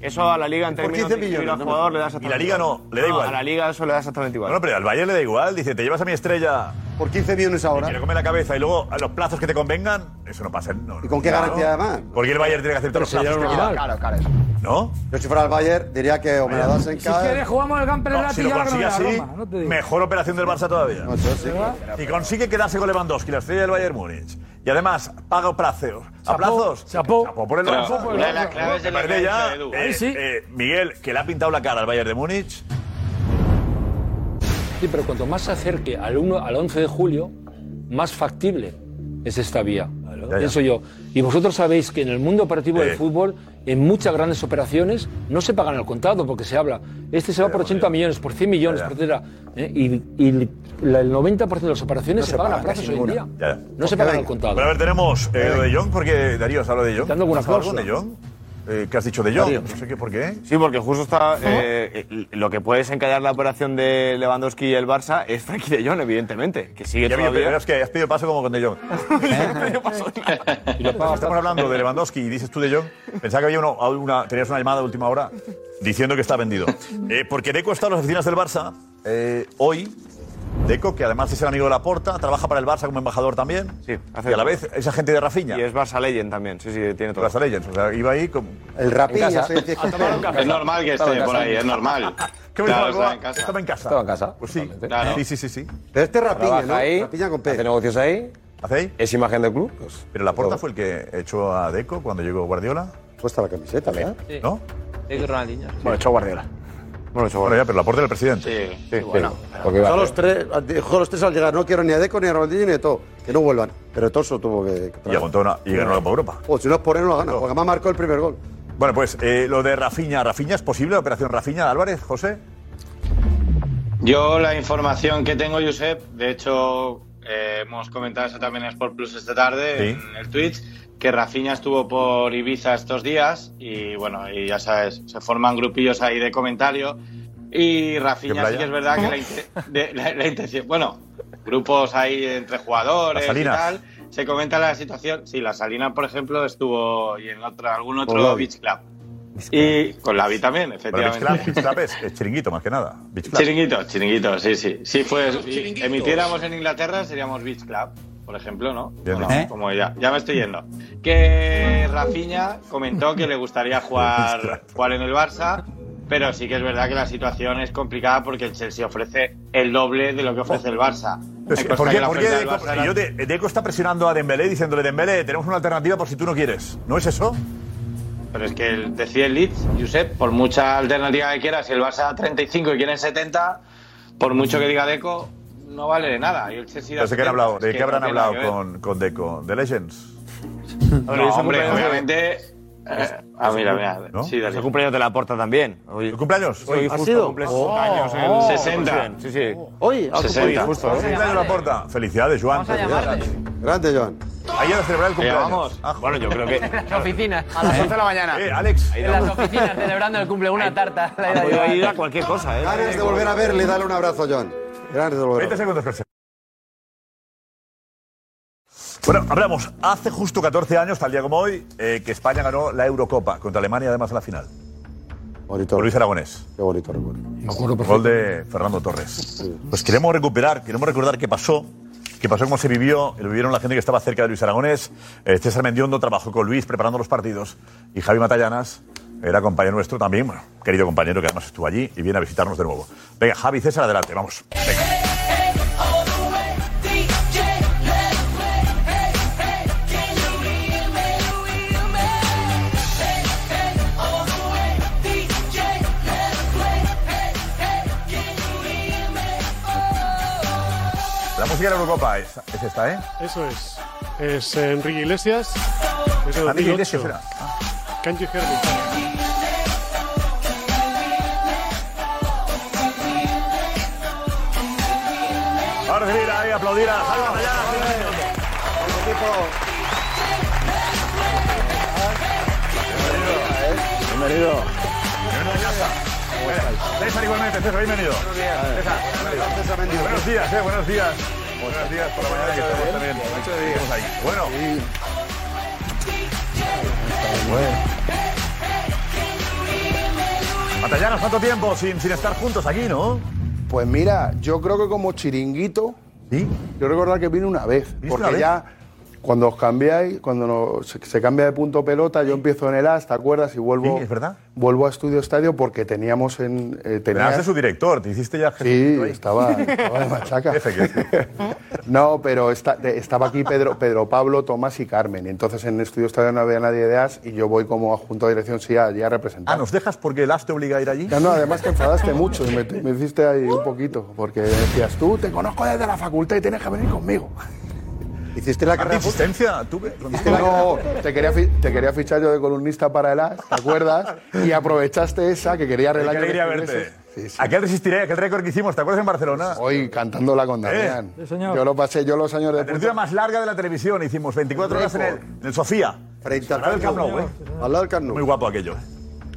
[SPEAKER 22] Eso a la liga en
[SPEAKER 11] Por
[SPEAKER 22] términos
[SPEAKER 11] 15
[SPEAKER 22] de inscribir
[SPEAKER 11] millones,
[SPEAKER 22] al
[SPEAKER 11] ¿no?
[SPEAKER 22] jugador le das
[SPEAKER 6] Y la liga no, le da igual.
[SPEAKER 22] A la liga eso le da exactamente igual.
[SPEAKER 6] No, no, pero al Bayern le da igual. Dice, te llevas a mi estrella.
[SPEAKER 11] Por 15 millones ahora.
[SPEAKER 6] Me quiere comer la cabeza y luego a los plazos que te convengan, eso no pasa. No,
[SPEAKER 11] ¿Y con qué garantía además?
[SPEAKER 6] Porque el Bayern tiene que aceptar los plazos que quiera.
[SPEAKER 11] claro.
[SPEAKER 6] ¿No?
[SPEAKER 11] Yo si fuera al Bayern diría que o me la das en
[SPEAKER 9] Si
[SPEAKER 11] cada-
[SPEAKER 9] quieres, jugamos el Gamper
[SPEAKER 6] No,
[SPEAKER 9] Lati
[SPEAKER 6] si
[SPEAKER 9] y
[SPEAKER 6] lo
[SPEAKER 9] ahora
[SPEAKER 6] consigue
[SPEAKER 9] ganamos la
[SPEAKER 6] así,
[SPEAKER 9] Roma, no te digo.
[SPEAKER 6] mejor operación del Barça todavía.
[SPEAKER 9] ¿Verdad?
[SPEAKER 6] Y consigue quedarse con Lewandowski, la estrella del Bayern Múnich. Y además, paga plazos. ¿A plazos? Chapó. por el
[SPEAKER 7] Pero
[SPEAKER 6] Barça.
[SPEAKER 7] una de las claves de la
[SPEAKER 6] Valverde
[SPEAKER 7] cancha,
[SPEAKER 6] ya,
[SPEAKER 7] Edu.
[SPEAKER 6] eh,
[SPEAKER 7] Sí, sí.
[SPEAKER 6] eh, Miguel, que le ha pintado la cara al Bayern de Múnich.
[SPEAKER 10] Sí, pero cuanto más se acerque al, 1, al 11 de julio, más factible es esta vía.
[SPEAKER 6] ya.
[SPEAKER 10] Pienso yo. Y vosotros sabéis que en el mundo operativo del fútbol, en muchas grandes operaciones, no se pagan al contado porque se habla. Este se va por 80 millones, por 100 millones, por etcétera. ¿eh? Y, y la- el 90% de las operaciones se, pagan a plazos hoy en día.
[SPEAKER 6] Ya, ya.
[SPEAKER 10] No se pagan al contado.
[SPEAKER 6] Pero a ver, tenemos eh, lo de Jong, porque Darío has hablado de Jong.
[SPEAKER 10] Dando alguna
[SPEAKER 6] ¿Has hablado
[SPEAKER 10] cláusula.
[SPEAKER 6] de Jong? Eh, ¿Qué has dicho de Jong?
[SPEAKER 22] Darío.
[SPEAKER 6] No sé qué, por qué.
[SPEAKER 22] Sí, porque justo está. eh, eh, lo que puede desencallar la operación de Lewandowski y el Barça es Frenkie de Jong, evidentemente. Que sigue
[SPEAKER 6] Ya, mira, pero
[SPEAKER 22] todavía.
[SPEAKER 6] es que has pedido paso como con De Jong. Estamos hablando de Lewandowski y dices tú De Jong. Pensaba que había uno, una, tenías una llamada de última hora diciendo que está vendido. Eh, porque Deco está en las oficinas del Barça eh, hoy. Deco, que además es el amigo de la Porta, trabaja para el Barça como embajador también. Sí, y a la vez es agente de Rafinha. Y
[SPEAKER 22] es Barça Legend también. Sí, sí, tiene todo.
[SPEAKER 6] Barça Legend. O sea, iba ahí como.
[SPEAKER 11] El Rafinha, En casa. se dice-
[SPEAKER 7] Es normal que esté por ahí, es normal.
[SPEAKER 6] ¿Qué me
[SPEAKER 7] Claro,
[SPEAKER 6] dice Balboa?
[SPEAKER 7] estaba en casa.
[SPEAKER 6] Estaba en casa.
[SPEAKER 12] Estaba en casa.
[SPEAKER 6] Pues sí.
[SPEAKER 12] Claro.
[SPEAKER 6] Sí, sí, sí, sí.
[SPEAKER 11] Pero este
[SPEAKER 12] Trabaja ahí, hace negocios ahí.
[SPEAKER 6] ¿Hace ahí?
[SPEAKER 12] Es imagen del club.
[SPEAKER 6] Pero la Porta fue el que echó a Deco cuando llegó Guardiola.
[SPEAKER 11] Puesta la camiseta, ¿verdad?
[SPEAKER 5] Sí.
[SPEAKER 6] ¿No?
[SPEAKER 5] Diego Ronaldinho.
[SPEAKER 11] Bueno, echó Guardiola.
[SPEAKER 22] Bueno,
[SPEAKER 6] ya, pero la Porta del presidente.
[SPEAKER 7] Sí,
[SPEAKER 11] bueno. los tres, dijo los tres al llegar, no quiero ni a Deco, ni a Ronaldinho, ni a todo. Que no vuelvan. Pero Toso tuvo que... que
[SPEAKER 6] Y aguantó una, y ganó la Copa Europa.
[SPEAKER 11] O Pues si no es por él, no la gana. Porque además marcó el primer gol.
[SPEAKER 6] Bueno, pues eh, lo de Rafiña, Rafiña es posible la operación Rafiña de Álvarez, José.
[SPEAKER 7] Yo la información que tengo, Josep, de hecho eh, hemos comentado eso también en Sport Plus esta tarde en el Twitch, que Rafinha estuvo por Ibiza estos días y bueno, y ya sabes, se forman grupillos ahí de comentario y Rafinha sí
[SPEAKER 6] playa?
[SPEAKER 7] que es verdad que la, inte- de- la- la intención, bueno, grupos ahí entre jugadores
[SPEAKER 6] Las Salinas.
[SPEAKER 7] y tal, se comenta la situación, sí, la Salina por ejemplo estuvo y en otro, algún
[SPEAKER 6] Por
[SPEAKER 7] otro
[SPEAKER 6] Lodi.
[SPEAKER 7] beach club. Y con la vi también,
[SPEAKER 6] Pero Beach
[SPEAKER 7] efectivamente.
[SPEAKER 6] Club, Beach Club es, es chiringuito, más que nada. Beach Club.
[SPEAKER 7] Chiringuito, chiringuito, sí, sí. Si pues,
[SPEAKER 6] chiringuitos.
[SPEAKER 7] emitiéramos en Inglaterra seríamos Beach Club, por ejemplo, ¿no?
[SPEAKER 6] Bien,
[SPEAKER 7] Bueno,
[SPEAKER 6] ¿eh?
[SPEAKER 7] Como ya, ya me estoy yendo. Que Rafinha comentó que le gustaría jugar, jugar en el Barça, pero sí que es verdad que la situación es complicada porque el Chelsea ofrece el doble de lo que ofrece el Barça.
[SPEAKER 6] Pero es que,
[SPEAKER 7] Me consta
[SPEAKER 6] Pues, ¿Por
[SPEAKER 7] Pues que
[SPEAKER 6] qué,
[SPEAKER 7] la
[SPEAKER 6] por qué
[SPEAKER 7] oferta del
[SPEAKER 6] Deco,
[SPEAKER 7] Barça era-
[SPEAKER 6] yo te- Deco está presionando a Dembélé diciéndole, Dembélé, tenemos una alternativa por si tú no quieres? ¿No es eso?
[SPEAKER 7] Pero es que el- decide el Leeds, Josep, por mucha alternativa que quieras, si el Barça da 35 y quieren 70, por mucho que diga Deco, no vale de nada. Y el Chelsea da
[SPEAKER 6] No sé qué han
[SPEAKER 7] 70,
[SPEAKER 6] hablado,
[SPEAKER 7] es
[SPEAKER 6] ¿De
[SPEAKER 7] que
[SPEAKER 6] qué habrán
[SPEAKER 7] no tiene nada
[SPEAKER 6] hablado
[SPEAKER 7] que ver.
[SPEAKER 6] con, con Deco? ¿De Legends?
[SPEAKER 7] No, hombre, obviamente. eh, ah, mira, mira.
[SPEAKER 6] ¿No?
[SPEAKER 7] Sí, dale.
[SPEAKER 1] El cumpleaños de la porta también. Hoy.
[SPEAKER 6] ¿Cumpleaños?
[SPEAKER 1] Hoy,
[SPEAKER 7] ¿Ha
[SPEAKER 1] justo,
[SPEAKER 7] sido?
[SPEAKER 1] cumple
[SPEAKER 7] Oh.
[SPEAKER 1] años. el-
[SPEAKER 7] Oh. 60.
[SPEAKER 1] Sí, sí.
[SPEAKER 7] Hoy,
[SPEAKER 1] ah, 60.
[SPEAKER 22] ¿eh?
[SPEAKER 6] justo.
[SPEAKER 7] ¿eh?
[SPEAKER 1] Vamos a
[SPEAKER 6] Oh. Cumpleaños de
[SPEAKER 1] llamarle.
[SPEAKER 6] la porta. Felicidades, Joan.
[SPEAKER 11] Grande, Joan.
[SPEAKER 6] Ayer a celebrar el
[SPEAKER 11] Venga,
[SPEAKER 6] cumpleaños.
[SPEAKER 11] vamos.
[SPEAKER 6] Ah, bueno, yo creo que.
[SPEAKER 5] Las oficinas.
[SPEAKER 6] A las 11 de la
[SPEAKER 1] mañana.
[SPEAKER 6] Eh, Alex.
[SPEAKER 5] En las oficinas celebrando el cumple una tarta.
[SPEAKER 6] Ah,
[SPEAKER 5] La
[SPEAKER 6] pues,
[SPEAKER 5] ida y
[SPEAKER 1] Voy a
[SPEAKER 5] vuelta.
[SPEAKER 1] ir a cualquier cosa, ¿eh?
[SPEAKER 11] Ganas de volver a verle, dale un abrazo, Joan. Ganas de volver a
[SPEAKER 6] 20 segundos, José. Bueno, hablamos. Hace justo 14 años, tal día como hoy, eh, que España ganó la Eurocopa contra Alemania, además en la final.
[SPEAKER 11] Bonito.
[SPEAKER 6] Luis Aragonés.
[SPEAKER 11] Qué bonito recuerdo.
[SPEAKER 6] Gol de Fernando Torres. Pues queremos recuperar, queremos recordar qué pasó, qué pasó, cómo se vivió, lo vivieron la gente que estaba cerca de Luis Aragonés. Eh, César Mendiondo trabajó con Luis preparando los partidos y Javi Matallanas era compañero nuestro también, bueno, querido compañero que además estuvo allí y viene a visitarnos de nuevo. Venga, Javi, César, adelante, vamos. La música de la Eurocopa es, es esta, ¿eh?
[SPEAKER 16] Eso es. Es eh, Enrique Iglesias. Es de 2008.
[SPEAKER 6] Enrique Iglesias era.
[SPEAKER 16] Can't you hear me?
[SPEAKER 6] Ahora sí, mira, ahí aplaudir a Javi Matallanas. Bienvenido. Bienvenido a casa. César igualmente, César, bienvenido. César, bienvenido. Buenos días, eh, buenos días. Buenos días por la mañana que estamos también. Estamos ahí. Bueno. Matallanos, ¿cuánto tiempo sin, sin estar juntos aquí, no?
[SPEAKER 23] Pues mira, yo creo que como chiringuito.
[SPEAKER 6] ¿Sí?
[SPEAKER 23] Yo recordar que vine una vez.
[SPEAKER 6] ¿Viniste
[SPEAKER 23] Porque
[SPEAKER 6] una vez?
[SPEAKER 23] ya cuando os cambiáis, cuando nos- se, se cambia de punto pelota, yo empiezo en el A, ¿te acuerdas? Y vuelvo.
[SPEAKER 6] Sí, es verdad.
[SPEAKER 23] Vuelvo a Estudio Estadio porque teníamos en. eh,
[SPEAKER 6] Tenías
[SPEAKER 23] tenía-
[SPEAKER 6] de su ¿eh? director, te hiciste ya
[SPEAKER 23] Sí, estaba, estaba de machaca. No, pero esta- de- estaba aquí Pedro, Pedro Pablo, Tomás y Carmen. Y entonces en el estudio estadio no había nadie de AS y yo voy como adjunto de dirección sí allí a representar.
[SPEAKER 6] Ah, ¿nos dejas porque el AS te obliga a ir allí?
[SPEAKER 23] No, no, además te enfadaste mucho y me, me hiciste ahí un poquito, porque decías tú, te conozco desde la facultad y tienes que venir conmigo.
[SPEAKER 11] ¿Hiciste la
[SPEAKER 23] carrera
[SPEAKER 6] asistencia? ¿Tuve?
[SPEAKER 23] No, te quería, fi- te quería fichar yo de columnista para el AS, ¿te acuerdas? Y aprovechaste esa que quería
[SPEAKER 6] Qué
[SPEAKER 23] arreglar.
[SPEAKER 6] alegría verte. Aquel resistiré, aquel récord que hicimos, ¿te acuerdas en Barcelona? ¿Eh?
[SPEAKER 23] Hoy cantando la con Damián.
[SPEAKER 6] Sí, señor.
[SPEAKER 23] Yo lo pasé, yo los años de
[SPEAKER 6] La tertulia más larga de la televisión hicimos, 24 horas en el, en el Sofía. Frente
[SPEAKER 23] al
[SPEAKER 6] Camp
[SPEAKER 23] Camp Nou,
[SPEAKER 6] Nou, ¿eh?
[SPEAKER 23] Al lado del Camp Nou.
[SPEAKER 6] Muy guapo aquello. ¿eh?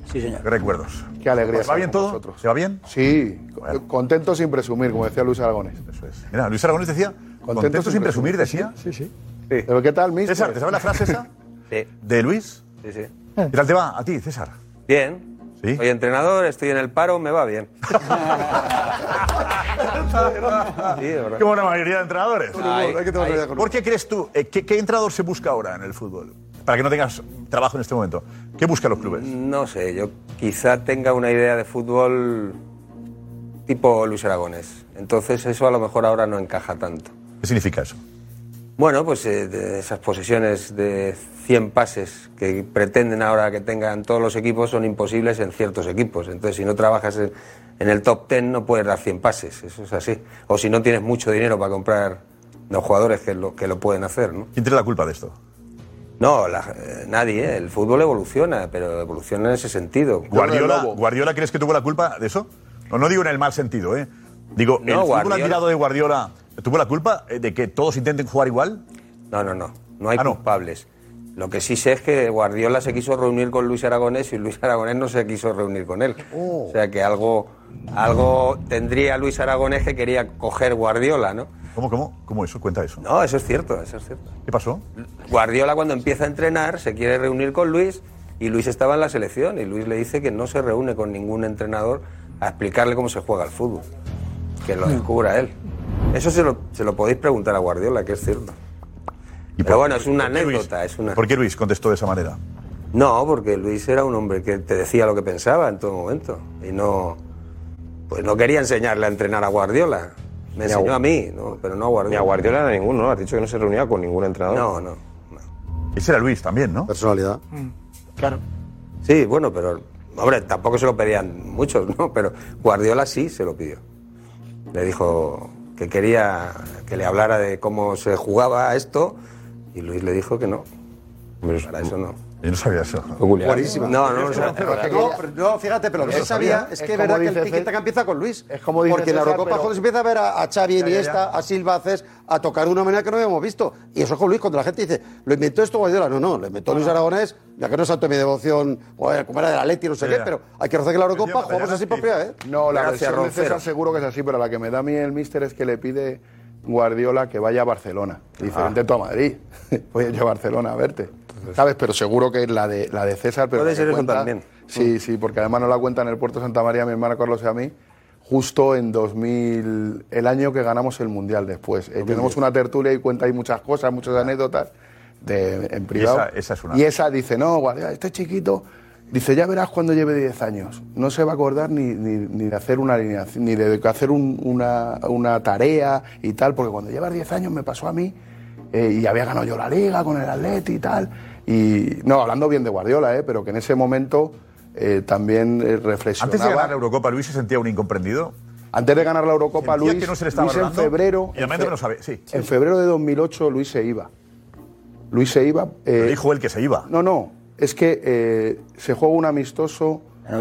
[SPEAKER 23] Sí, señor.
[SPEAKER 6] Qué recuerdos.
[SPEAKER 23] Qué alegría.
[SPEAKER 6] ¿Se va bien todo?
[SPEAKER 23] ¿Se
[SPEAKER 6] va bien?
[SPEAKER 23] Sí, contento sin presumir, como decía Luis Aragones.
[SPEAKER 6] Eso es. Mira, Luis Aragonés decía, contento sin presumir, decía.
[SPEAKER 23] Sí, sí. Pero ¿qué tal, Mister?
[SPEAKER 6] César, ¿te sabes la frase esa?
[SPEAKER 24] Sí.
[SPEAKER 6] ¿De Luis?
[SPEAKER 24] Sí, sí.
[SPEAKER 6] ¿Qué tal te va? A ti, César.
[SPEAKER 24] Bien. Soy entrenador, estoy en el paro, me va bien. Sí, de verdad.
[SPEAKER 6] Como la mayoría de entrenadores.
[SPEAKER 24] Con humor, Ay, hay que tener ay.
[SPEAKER 6] ¿Por qué crees tú? eh, qué, qué entrenador se busca ahora en el fútbol? Para que no tengas trabajo en este momento. ¿Qué buscan los clubes?
[SPEAKER 24] No sé, yo quizá tenga una idea de fútbol tipo Luis Aragones. Entonces eso a lo mejor ahora no encaja tanto.
[SPEAKER 6] ¿Qué significa eso?
[SPEAKER 24] Bueno, pues eh, de esas posesiones de 100 pases que pretenden ahora que tengan todos los equipos son imposibles en ciertos equipos. Entonces, si no trabajas en, en el top 10 no puedes dar 100 pases, eso es así. O si no tienes mucho dinero para comprar los jugadores que lo, que lo pueden hacer, ¿no?
[SPEAKER 6] ¿Quién tiene la culpa de esto?
[SPEAKER 24] No, la- eh, nadie. ¿eh? El fútbol evoluciona, pero evoluciona en ese sentido.
[SPEAKER 6] Guardiola, ¿Guardiola crees que tuvo la culpa de eso? No, no digo en el mal sentido, ¿eh? Digo,
[SPEAKER 24] No,
[SPEAKER 6] ¿el fútbol
[SPEAKER 24] Guardiola-
[SPEAKER 6] admirado de Guardiola tuvo la culpa eh, de que todos intenten jugar igual?
[SPEAKER 24] No,
[SPEAKER 6] Ah,
[SPEAKER 24] no, no. No hay culpables. Lo que sí sé es que Guardiola se quiso reunir con Luis Aragonés y Luis Aragonés no se quiso reunir con él.
[SPEAKER 6] Oh.
[SPEAKER 24] O sea que algo, algo tendría Luis Aragonés que quería coger Guardiola, ¿no?
[SPEAKER 6] ¿Cómo, cómo, cómo eso? Cuenta eso.
[SPEAKER 24] No, eso es cierto, eso es cierto.
[SPEAKER 6] ¿Qué pasó?
[SPEAKER 24] Guardiola cuando empieza a entrenar se quiere reunir con Luis Y Luis estaba en la selección y Luis le dice que no se reúne con ningún entrenador a explicarle cómo se juega el fútbol. Que lo descubra él. Eso se lo, se lo podéis preguntar a Guardiola, que es cierto. Pero bueno, es una anécdota. Es una...
[SPEAKER 6] ¿Por qué Luis contestó de esa manera?
[SPEAKER 24] No, porque Luis era un hombre que te decía lo que pensaba en todo momento. Y no. Pues no quería enseñarle a entrenar a Guardiola. Me
[SPEAKER 12] Ni a
[SPEAKER 24] enseñó
[SPEAKER 12] Gu-
[SPEAKER 24] a mí, ¿no? pero no a Guardiola.
[SPEAKER 12] Ni a Guardiola,
[SPEAKER 24] a ninguno, ¿no? Has dicho que no se reunía con ningún entrenador. No, no.
[SPEAKER 6] Ese era Luis también, ¿no?
[SPEAKER 11] Personalidad.
[SPEAKER 24] Claro. Sí, bueno, pero. Hombre, tampoco se lo pedían muchos, ¿no? Pero Guardiola sí se lo pidió. Le dijo que quería que le hablara de cómo se jugaba esto y Luis le dijo que no. Para eso no.
[SPEAKER 6] Yo no sabía eso.
[SPEAKER 11] Buenísima.
[SPEAKER 24] No, no, no.
[SPEAKER 11] Pero es que
[SPEAKER 24] sabía.
[SPEAKER 11] no, pero- no, fíjate, pero lo que
[SPEAKER 24] Eso
[SPEAKER 11] sí sabía
[SPEAKER 24] sabía. Es
[SPEAKER 11] es que es
[SPEAKER 24] como
[SPEAKER 11] verdad que el
[SPEAKER 24] dice
[SPEAKER 11] tiki
[SPEAKER 24] César.
[SPEAKER 11] empieza con Luis. Es como dice Porque en la César, Eurocopa pero- joder, se empieza a ver a, a Xavi, Ya, ya, Iniesta, ya. a Silva, a Cés, a tocar de una manera que no habíamos visto. Y eso es con Luis, cuando la gente dice, lo inventó esto Guardiola. No, no, lo inventó Luis Aragonés, ya que no es santo de mi devoción, joder, como era de la Leti, no sé
[SPEAKER 23] Ya,
[SPEAKER 11] qué,
[SPEAKER 23] ya.
[SPEAKER 11] pero hay que reconocer que en la Eurocopa jugamos así ¿eh? por primera vez.
[SPEAKER 23] No, la
[SPEAKER 11] Gracias,
[SPEAKER 23] versión de
[SPEAKER 11] Roncero.
[SPEAKER 23] César seguro que es así, pero la que me da a mí el míster es que le pide Guardiola que vaya a Barcelona. Y dice,
[SPEAKER 24] Ah.
[SPEAKER 23] vente tú a Madrid. Voy a ir a Barcelona a verte. ¿Sabes? Pero seguro que es la de, la de César. Pero
[SPEAKER 24] Puede
[SPEAKER 23] la que
[SPEAKER 24] ser eso
[SPEAKER 23] cuenta-
[SPEAKER 24] también.
[SPEAKER 23] Sí, sí, porque además nos la cuenta en el Puerto Santa María mi hermana Carlos y a mí, justo en 2000, el año que ganamos el Mundial después. Eh, tenemos una tertulia y cuenta ahí muchas cosas, muchas anécdotas de, en privado.
[SPEAKER 6] esa- esa es una.
[SPEAKER 23] Y esa dice, no, Guardiola, este chiquito, dice, ya verás cuando lleve 10 años. No se va a acordar ni, ni- ni de hacer una alineación, ni de hacer un- una, una tarea y tal, porque cuando llevas 10 años me pasó a mí eh, y había ganado yo la liga con el Atleti y tal. Y no, hablando bien de Guardiola, eh, pero que en ese momento eh, también eh, reflexionaba.
[SPEAKER 6] Antes de ganar la Eurocopa, Luis se sentía un incomprendido.
[SPEAKER 23] Antes de ganar la Eurocopa,
[SPEAKER 6] Sentía
[SPEAKER 23] Luis,
[SPEAKER 6] que no se le estaba
[SPEAKER 23] Luis en
[SPEAKER 6] hablando.
[SPEAKER 23] febrero.
[SPEAKER 6] Y de momento que no sabe, sí.
[SPEAKER 23] En febrero de 2008 Luis se iba. Luis se iba. eh,
[SPEAKER 6] dijo él que se iba.
[SPEAKER 23] No, no. Es que eh, se juega un amistoso. En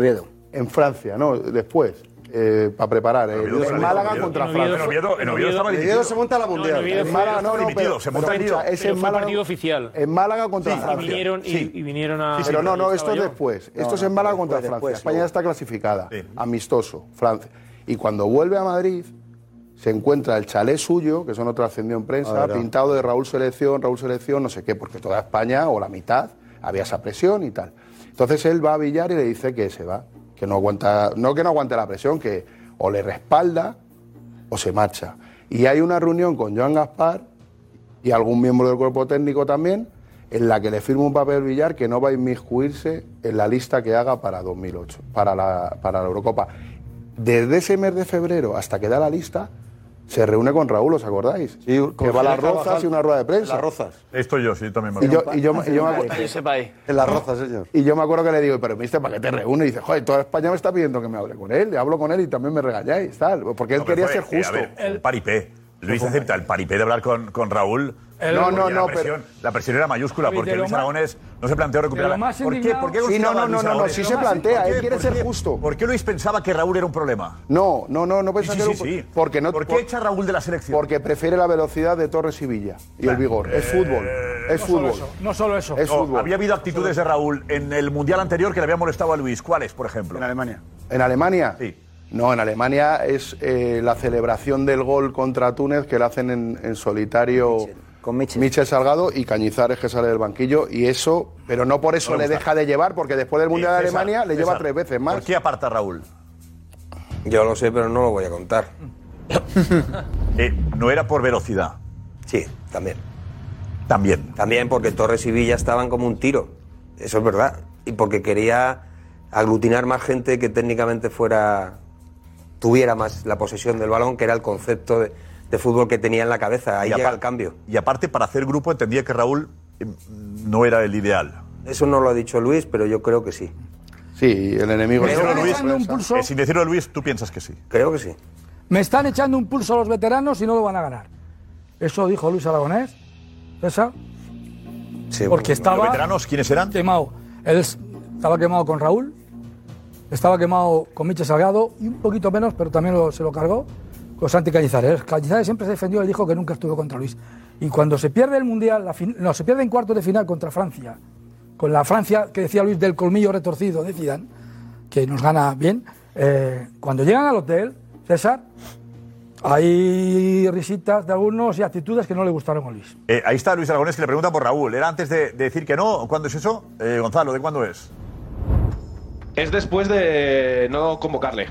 [SPEAKER 23] Francia, no, después. eh, para preparar. eh,
[SPEAKER 6] Oviedo
[SPEAKER 23] en
[SPEAKER 6] salió,
[SPEAKER 23] Málaga
[SPEAKER 6] Oviedo.
[SPEAKER 23] contra
[SPEAKER 6] En
[SPEAKER 23] Francia.
[SPEAKER 6] Oviedo- en Oviedo estaba
[SPEAKER 23] En
[SPEAKER 6] dimitido.
[SPEAKER 23] se monta la mundial.
[SPEAKER 15] No, en Oviedo
[SPEAKER 23] en Málaga
[SPEAKER 15] fue-
[SPEAKER 23] no, no.
[SPEAKER 15] dimitido,
[SPEAKER 23] pero-
[SPEAKER 15] se monta
[SPEAKER 23] pero
[SPEAKER 15] dimitido.
[SPEAKER 23] escucha, Es
[SPEAKER 15] Pero
[SPEAKER 23] en
[SPEAKER 15] fue
[SPEAKER 23] Málaga.
[SPEAKER 15] partido oficial.
[SPEAKER 23] En Málaga contra
[SPEAKER 15] Sí, y
[SPEAKER 23] Francia.
[SPEAKER 15] vinieron- y- Sí. y vinieron a-
[SPEAKER 23] pero no, no, esto
[SPEAKER 15] Ahí
[SPEAKER 23] es
[SPEAKER 15] estaba yo.
[SPEAKER 23] después.
[SPEAKER 15] No,
[SPEAKER 23] Esto
[SPEAKER 15] no,
[SPEAKER 23] es en Málaga contra
[SPEAKER 15] después,
[SPEAKER 23] Francia.
[SPEAKER 15] después,
[SPEAKER 23] España
[SPEAKER 15] luego.
[SPEAKER 23] está clasificada. Amistoso, Francia. Y cuando vuelve a Madrid, se encuentra el chalet suyo, que eso no trascendió en Ah, prensa, verdad. pintado de Raúl Selección, Raúl Selección, no sé qué, porque toda España o la mitad había esa presión y tal. Entonces él va a Villar y le dice que se va, que no aguanta, no que no aguante la presión, que o le respalda o se marcha. Y hay una reunión con Joan Gaspar y algún miembro del cuerpo técnico también, en la que le firma un papel Villar que no va a inmiscuirse en la lista que haga para 2008, para la, para la Eurocopa. Desde ese mes de febrero hasta que da la lista, se reúne con Raúl, ¿os acordáis? que va a las rozas y una rueda de prensa.
[SPEAKER 6] Esto yo, sí, también me
[SPEAKER 23] Y yo,
[SPEAKER 6] acuerdo.
[SPEAKER 23] y yo, y Ah, yo me acu- En la roza, señor. Y yo me acuerdo que le digo, pero mister, ¿para qué te reúnes? Y dice, joder, toda España me está pidiendo que me hable con él, le hablo con él y también me regañáis, tal. Porque él
[SPEAKER 6] No, pero
[SPEAKER 23] quería
[SPEAKER 6] fue-
[SPEAKER 23] ser
[SPEAKER 6] eh,
[SPEAKER 23] justo.
[SPEAKER 6] a ver, el paripé. Luis acepta el paripé de hablar con, con Raúl.
[SPEAKER 23] El- No, no,
[SPEAKER 6] Porque
[SPEAKER 23] no,
[SPEAKER 6] La presión, la presión era mayúscula
[SPEAKER 23] Pero y
[SPEAKER 6] porque
[SPEAKER 23] de lo
[SPEAKER 6] Luis
[SPEAKER 23] más-
[SPEAKER 6] Aragones no se planteó recuperar.
[SPEAKER 23] de lo más
[SPEAKER 6] ¿Por qué?
[SPEAKER 23] indignado-
[SPEAKER 6] ¿Por qué
[SPEAKER 23] Sí, no,
[SPEAKER 6] consideraba
[SPEAKER 23] no,
[SPEAKER 6] a Luis
[SPEAKER 23] no, no,
[SPEAKER 6] Aragonés?
[SPEAKER 23] sí se plantea,
[SPEAKER 6] ¿Por qué?
[SPEAKER 23] él quiere
[SPEAKER 6] ¿Por
[SPEAKER 23] ser
[SPEAKER 6] qué?
[SPEAKER 23] justo.
[SPEAKER 6] ¿Por qué Luis pensaba que Raúl era un problema?
[SPEAKER 23] No, no, no, no
[SPEAKER 6] Sí,
[SPEAKER 23] pensaba
[SPEAKER 6] sí,
[SPEAKER 23] que era
[SPEAKER 6] sí,
[SPEAKER 23] un-
[SPEAKER 6] sí.
[SPEAKER 23] Porque no,
[SPEAKER 6] ¿Por qué echa Raúl de la selección?
[SPEAKER 23] Porque prefiere la velocidad de Torres y Villa y el vigor. Es
[SPEAKER 6] Eh,
[SPEAKER 23] fútbol. Es
[SPEAKER 6] no solo
[SPEAKER 23] fútbol.
[SPEAKER 6] eso,
[SPEAKER 23] no solo eso. Es
[SPEAKER 6] No,
[SPEAKER 23] fútbol.
[SPEAKER 6] Había habido actitudes de Raúl en el Mundial anterior que le había molestado a Luis. ¿Cuáles, por ejemplo? En
[SPEAKER 23] Alemania. ¿En Alemania? Sí. No, en Alemania es eh, la celebración del gol contra Túnez que la hacen en, en solitario con Michel. Salgado y Cañizares que sale del banquillo y eso, pero no por eso
[SPEAKER 6] No le
[SPEAKER 23] le
[SPEAKER 6] gusta. Pues
[SPEAKER 23] deja de llevar porque después del Mundial de Alemania le lleva tres veces más.
[SPEAKER 6] ¿Por qué aparta a Raúl?
[SPEAKER 24] Yo lo sé, pero no lo voy a contar.
[SPEAKER 6] Eh, no era por velocidad.
[SPEAKER 24] Sí, también.
[SPEAKER 6] También.
[SPEAKER 24] También porque Torres y Villa estaban como un tiro. Eso es verdad. Y porque quería aglutinar más gente que técnicamente fuera. tuviera más la posesión del balón, que era el concepto de, de fútbol que tenía en la cabeza. Ahí
[SPEAKER 6] Y
[SPEAKER 24] llega
[SPEAKER 6] apar-
[SPEAKER 24] el cambio.
[SPEAKER 6] Y aparte, para hacer grupo, entendía que Raúl eh, no era el ideal.
[SPEAKER 24] Eso no lo ha dicho Luis, pero yo creo que sí.
[SPEAKER 23] Sí, el enemigo.
[SPEAKER 9] Pero Luis- dando un pulso-
[SPEAKER 6] eh, sin decirlo a Luis, tú piensas que sí.
[SPEAKER 24] Creo que sí.
[SPEAKER 9] Me están echando un pulso a los veteranos y no lo van a ganar. Eso dijo Luis Aragonés. ¿Esa? Porque estaba.
[SPEAKER 6] ¿Los veteranos quiénes eran?
[SPEAKER 9] Quemado. Él es- estaba quemado con Raúl, estaba quemado con Miche Salgado y un poquito menos, pero también lo- se lo cargó con Santi Cañizares. Cañizares siempre se defendió y dijo que nunca estuvo contra Luis. Y cuando se pierde el mundial, la fin- no, se pierde en cuartos de final contra Francia, con la Francia que decía Luis del colmillo retorcido de Zidane, que nos gana bien. eh, cuando llegan al hotel, César, Hay risitas de algunos y actitudes que no le gustaron a Luis.
[SPEAKER 6] Eh, ahí está Luis Aragonés que le pregunta por Raúl. ¿Era antes de, de decir que no? ¿Cuándo es eso? Eh, Gonzalo, ¿de cuándo es?
[SPEAKER 1] Es después de no convocarle.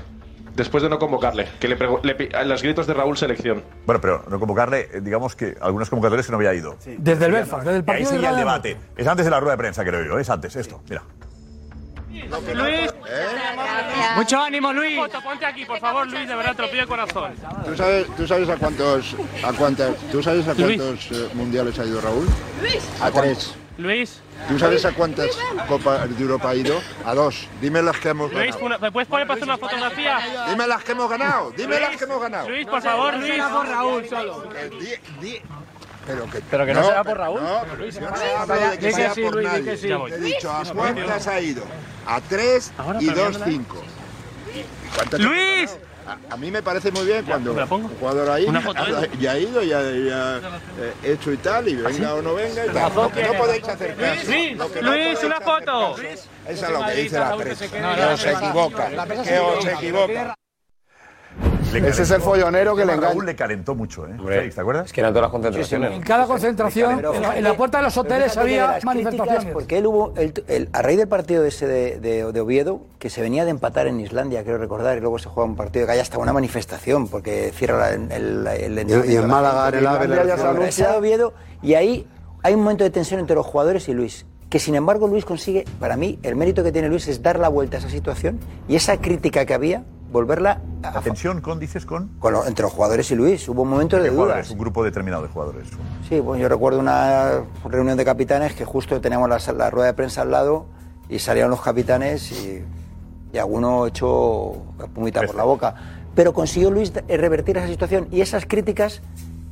[SPEAKER 1] Después de no convocarle. Que le, pregu- le pi- a los gritos de Raúl selección.
[SPEAKER 6] Bueno, pero no convocarle, eh, digamos que algunos convocatorias que no había ido.
[SPEAKER 9] Desde el Belfast, desde el
[SPEAKER 6] Y ahí
[SPEAKER 9] partido.
[SPEAKER 6] seguía el
[SPEAKER 9] del Bayern.
[SPEAKER 6] debate. Es antes de la rueda de prensa, creo yo. Es antes, esto. Mira.
[SPEAKER 4] Luis,
[SPEAKER 1] Mucho ánimo, Luis.
[SPEAKER 4] Foto, ponte aquí, por favor, Luis, de verdad, te lo pido de corazón.
[SPEAKER 25] ¿Tú sabes, tú sabes a cuántos, a cuántas, tú sabes a cuántos eh, mundiales ha ido Raúl? A tres.
[SPEAKER 4] Luis,
[SPEAKER 25] ¿Tú sabes a cuántas Copas de Europa ha ido? A dos. Dime las que hemos
[SPEAKER 4] Luis,
[SPEAKER 25] ganado.
[SPEAKER 4] una- ¿me puedes poner para hacer una fotografía?
[SPEAKER 25] Dime las que hemos ganado. Dime las que hemos ganado.
[SPEAKER 4] Luis, por favor, Luis.
[SPEAKER 25] solo. Pero que,
[SPEAKER 4] Pero
[SPEAKER 6] pues,
[SPEAKER 4] que no será por
[SPEAKER 25] pero-
[SPEAKER 4] Raúl.
[SPEAKER 25] no,
[SPEAKER 4] Pero
[SPEAKER 25] pero
[SPEAKER 4] Luis,
[SPEAKER 25] yo no
[SPEAKER 4] Luis,
[SPEAKER 25] he hablado de
[SPEAKER 4] di
[SPEAKER 25] que
[SPEAKER 4] que
[SPEAKER 25] sea
[SPEAKER 4] sí,
[SPEAKER 25] por
[SPEAKER 4] Luis, di
[SPEAKER 25] nadie.
[SPEAKER 4] que sí.
[SPEAKER 25] Te he dicho, ¿a cuántas ha ido? A tres y pero dos, mírala. cinco. ¿Y cuántas te ¡Luis! A, a mí me parece muy bien cuando un jugador ahí Una foto, ha- ¿eh? ya ha ido, ya, ya, eh, hecho y tal, y venga o no venga y tal. Lo que no podéis hacer caso.
[SPEAKER 4] Luis,
[SPEAKER 25] lo que no podéis
[SPEAKER 4] Luis, una
[SPEAKER 25] hacer
[SPEAKER 4] foto.
[SPEAKER 25] caso. Eso es lo que dice la prensa. Que os equivoca, que os equivoca.
[SPEAKER 23] Ese es el follonero que le engaña.
[SPEAKER 6] Raúl le calentó mucho, ¿eh? Félix, ¿Te acuerdas? Es
[SPEAKER 12] que eran todas las
[SPEAKER 23] concentraciones.
[SPEAKER 9] En cada concentración,
[SPEAKER 19] Pero
[SPEAKER 9] en la,
[SPEAKER 19] fíjate-
[SPEAKER 9] en la puerta de los
[SPEAKER 19] pero
[SPEAKER 9] hoteles
[SPEAKER 19] fíjate de
[SPEAKER 9] había
[SPEAKER 19] las críticas,
[SPEAKER 9] manifestaciones.
[SPEAKER 19] Porque él hubo, el- el- a raíz del partido ese de, de- de Oviedo, que se venía de empatar en Islandia, creo recordar, y luego se juega un partido que hay hasta una manifestación, porque cierra la- el, el, el entrenamiento
[SPEAKER 11] y en
[SPEAKER 19] la
[SPEAKER 11] Málaga,
[SPEAKER 19] gente.
[SPEAKER 11] en el AVE, la
[SPEAKER 19] Islandia ya se
[SPEAKER 11] elección.
[SPEAKER 19] anuncia. Ese Oviedo, y ahí hay un momento de tensión entre los jugadores y Luis. Que sin embargo Luis consigue, para mí, el mérito que tiene Luis es dar la vuelta a esa situación y esa crítica que había, volverla a... ¿La
[SPEAKER 6] tensión con, dices, con?
[SPEAKER 19] los- entre los jugadores y Luis, hubo un momento de
[SPEAKER 6] ¿Qué
[SPEAKER 19] dudas.
[SPEAKER 6] jugadores? Un grupo determinado de jugadores.
[SPEAKER 19] Sí, bueno, yo recuerdo una reunión de capitanes que justo teníamos la, la rueda de prensa al lado y salieron los capitanes y, y alguno echó espumita por la boca. Pero consiguió Luis eh, revertir esa situación y esas críticas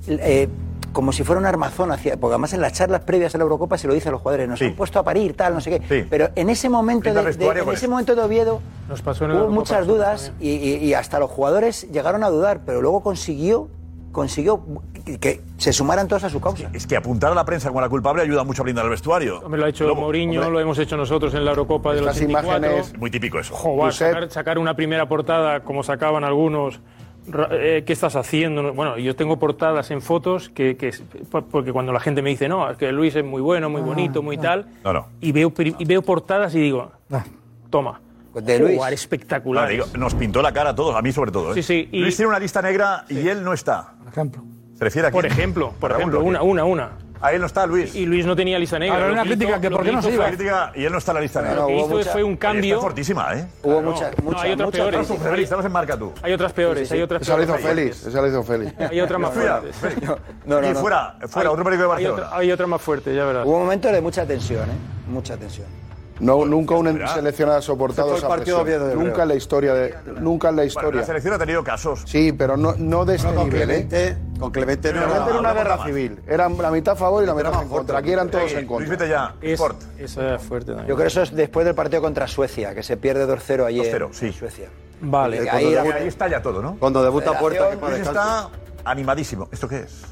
[SPEAKER 19] eh, como si fuera un armazón hacia... Porque además en las charlas previas a la Eurocopa se lo dice a los jugadores, nos han puesto a parir, tal, no sé qué. Pero en ese momento de, pues.
[SPEAKER 9] Pinta
[SPEAKER 19] de-
[SPEAKER 9] vestuario
[SPEAKER 19] en
[SPEAKER 9] con
[SPEAKER 19] ese
[SPEAKER 9] eso.
[SPEAKER 19] momento de Oviedo
[SPEAKER 15] Nos pasó en el
[SPEAKER 19] hubo muchas dudas y, y- y hasta los jugadores llegaron a dudar, pero luego consiguió consiguió que- que se sumaran todos a su causa.
[SPEAKER 6] Es que apuntar a la prensa como la culpable ayuda mucho a blindar el vestuario.
[SPEAKER 15] Hombre, lo ha hecho Mourinho, lo hemos hecho nosotros en la Eurocopa del 84.
[SPEAKER 6] Muy típico eso.
[SPEAKER 15] Joder, sacar, sacar una primera portada como sacaban algunos. ra- eh, ¿Qué estás haciendo? No- Bueno, yo tengo portadas en fotos que, que es- po- porque cuando la gente me dice, no, es que Luis es muy bueno,
[SPEAKER 6] Ah,
[SPEAKER 15] muy bonito, muy tal,
[SPEAKER 6] No, no.
[SPEAKER 15] y veo, pri- y veo portadas y digo,
[SPEAKER 6] Ah.
[SPEAKER 15] toma,
[SPEAKER 6] Pues de Luis.
[SPEAKER 15] jugar espectacular.
[SPEAKER 6] No, digo, nos pintó la cara a todos, a mí sobre todo. ¿eh?
[SPEAKER 15] Sí, sí, y-
[SPEAKER 6] Luis tiene una lista negra y él no está. Por
[SPEAKER 9] ejemplo.
[SPEAKER 6] ¿Se refiere a
[SPEAKER 15] Por
[SPEAKER 6] quién?
[SPEAKER 15] ejemplo, por
[SPEAKER 6] ¿A Raúl
[SPEAKER 15] ejemplo,
[SPEAKER 6] o qué?
[SPEAKER 15] una, una, una.
[SPEAKER 6] A él no está Luis.
[SPEAKER 15] Y Luis no tenía lista negra.
[SPEAKER 6] Ahora,
[SPEAKER 15] Lo
[SPEAKER 6] una
[SPEAKER 15] que hizo-
[SPEAKER 6] crítica, que
[SPEAKER 15] lo
[SPEAKER 6] por qué
[SPEAKER 15] que
[SPEAKER 6] no
[SPEAKER 15] hizo
[SPEAKER 6] se iba.
[SPEAKER 15] fue-
[SPEAKER 6] Crítica, y él no está en la lista
[SPEAKER 15] Lo
[SPEAKER 6] negra.
[SPEAKER 15] que hizo fue un cambio.
[SPEAKER 6] Oye, está fortísima, ¿eh?
[SPEAKER 19] Hubo
[SPEAKER 15] muchas- No, muchas- hay otras muchas peores.
[SPEAKER 6] Estamos en Félix, estamos en marca tú.
[SPEAKER 15] Hay otras peores, hay otras
[SPEAKER 23] Esa la hizo
[SPEAKER 15] peores.
[SPEAKER 23] Félix, esa la hizo Félix.
[SPEAKER 15] Hay otra más
[SPEAKER 6] Fuera,
[SPEAKER 15] fuerte.
[SPEAKER 6] Félix.
[SPEAKER 19] No, no,
[SPEAKER 15] Y
[SPEAKER 19] no.
[SPEAKER 15] fuera, fuera, otro periódico de Barcelona. Hay otra- hay otra más fuerte, ya verás.
[SPEAKER 19] Hubo momentos de mucha tensión, ¿eh? Mucha tensión.
[SPEAKER 24] Pues,
[SPEAKER 23] No, nunca un seleccionado ha soportado
[SPEAKER 19] Fue el
[SPEAKER 23] esa
[SPEAKER 19] partido
[SPEAKER 23] presión.
[SPEAKER 19] Oviedo de Oviedo.
[SPEAKER 23] Nunca en la historia. de- nunca en la historia.
[SPEAKER 6] la selección ha tenido casos.
[SPEAKER 23] Sí, pero no, no de este con nivel. Clemente- con Clemente no. era una guerra civil. Eran la mitad a favor y la mitad en contra. Aquí eran todos en contra.
[SPEAKER 6] ya.
[SPEAKER 15] Esa es fuerte también.
[SPEAKER 19] Yo creo que eso es después del partido contra Suecia, que se pierde 2-0 ayer.
[SPEAKER 6] 2-0,
[SPEAKER 19] sí. Suecia.
[SPEAKER 15] Vale.
[SPEAKER 19] Ahí,
[SPEAKER 6] Ahí,
[SPEAKER 19] la-
[SPEAKER 6] ahí está ya todo, ¿no?
[SPEAKER 19] Eh, Cuando debuta Puerta, que para
[SPEAKER 6] Luis está
[SPEAKER 19] descanso.
[SPEAKER 6] animadísimo. ¿Esto qué es?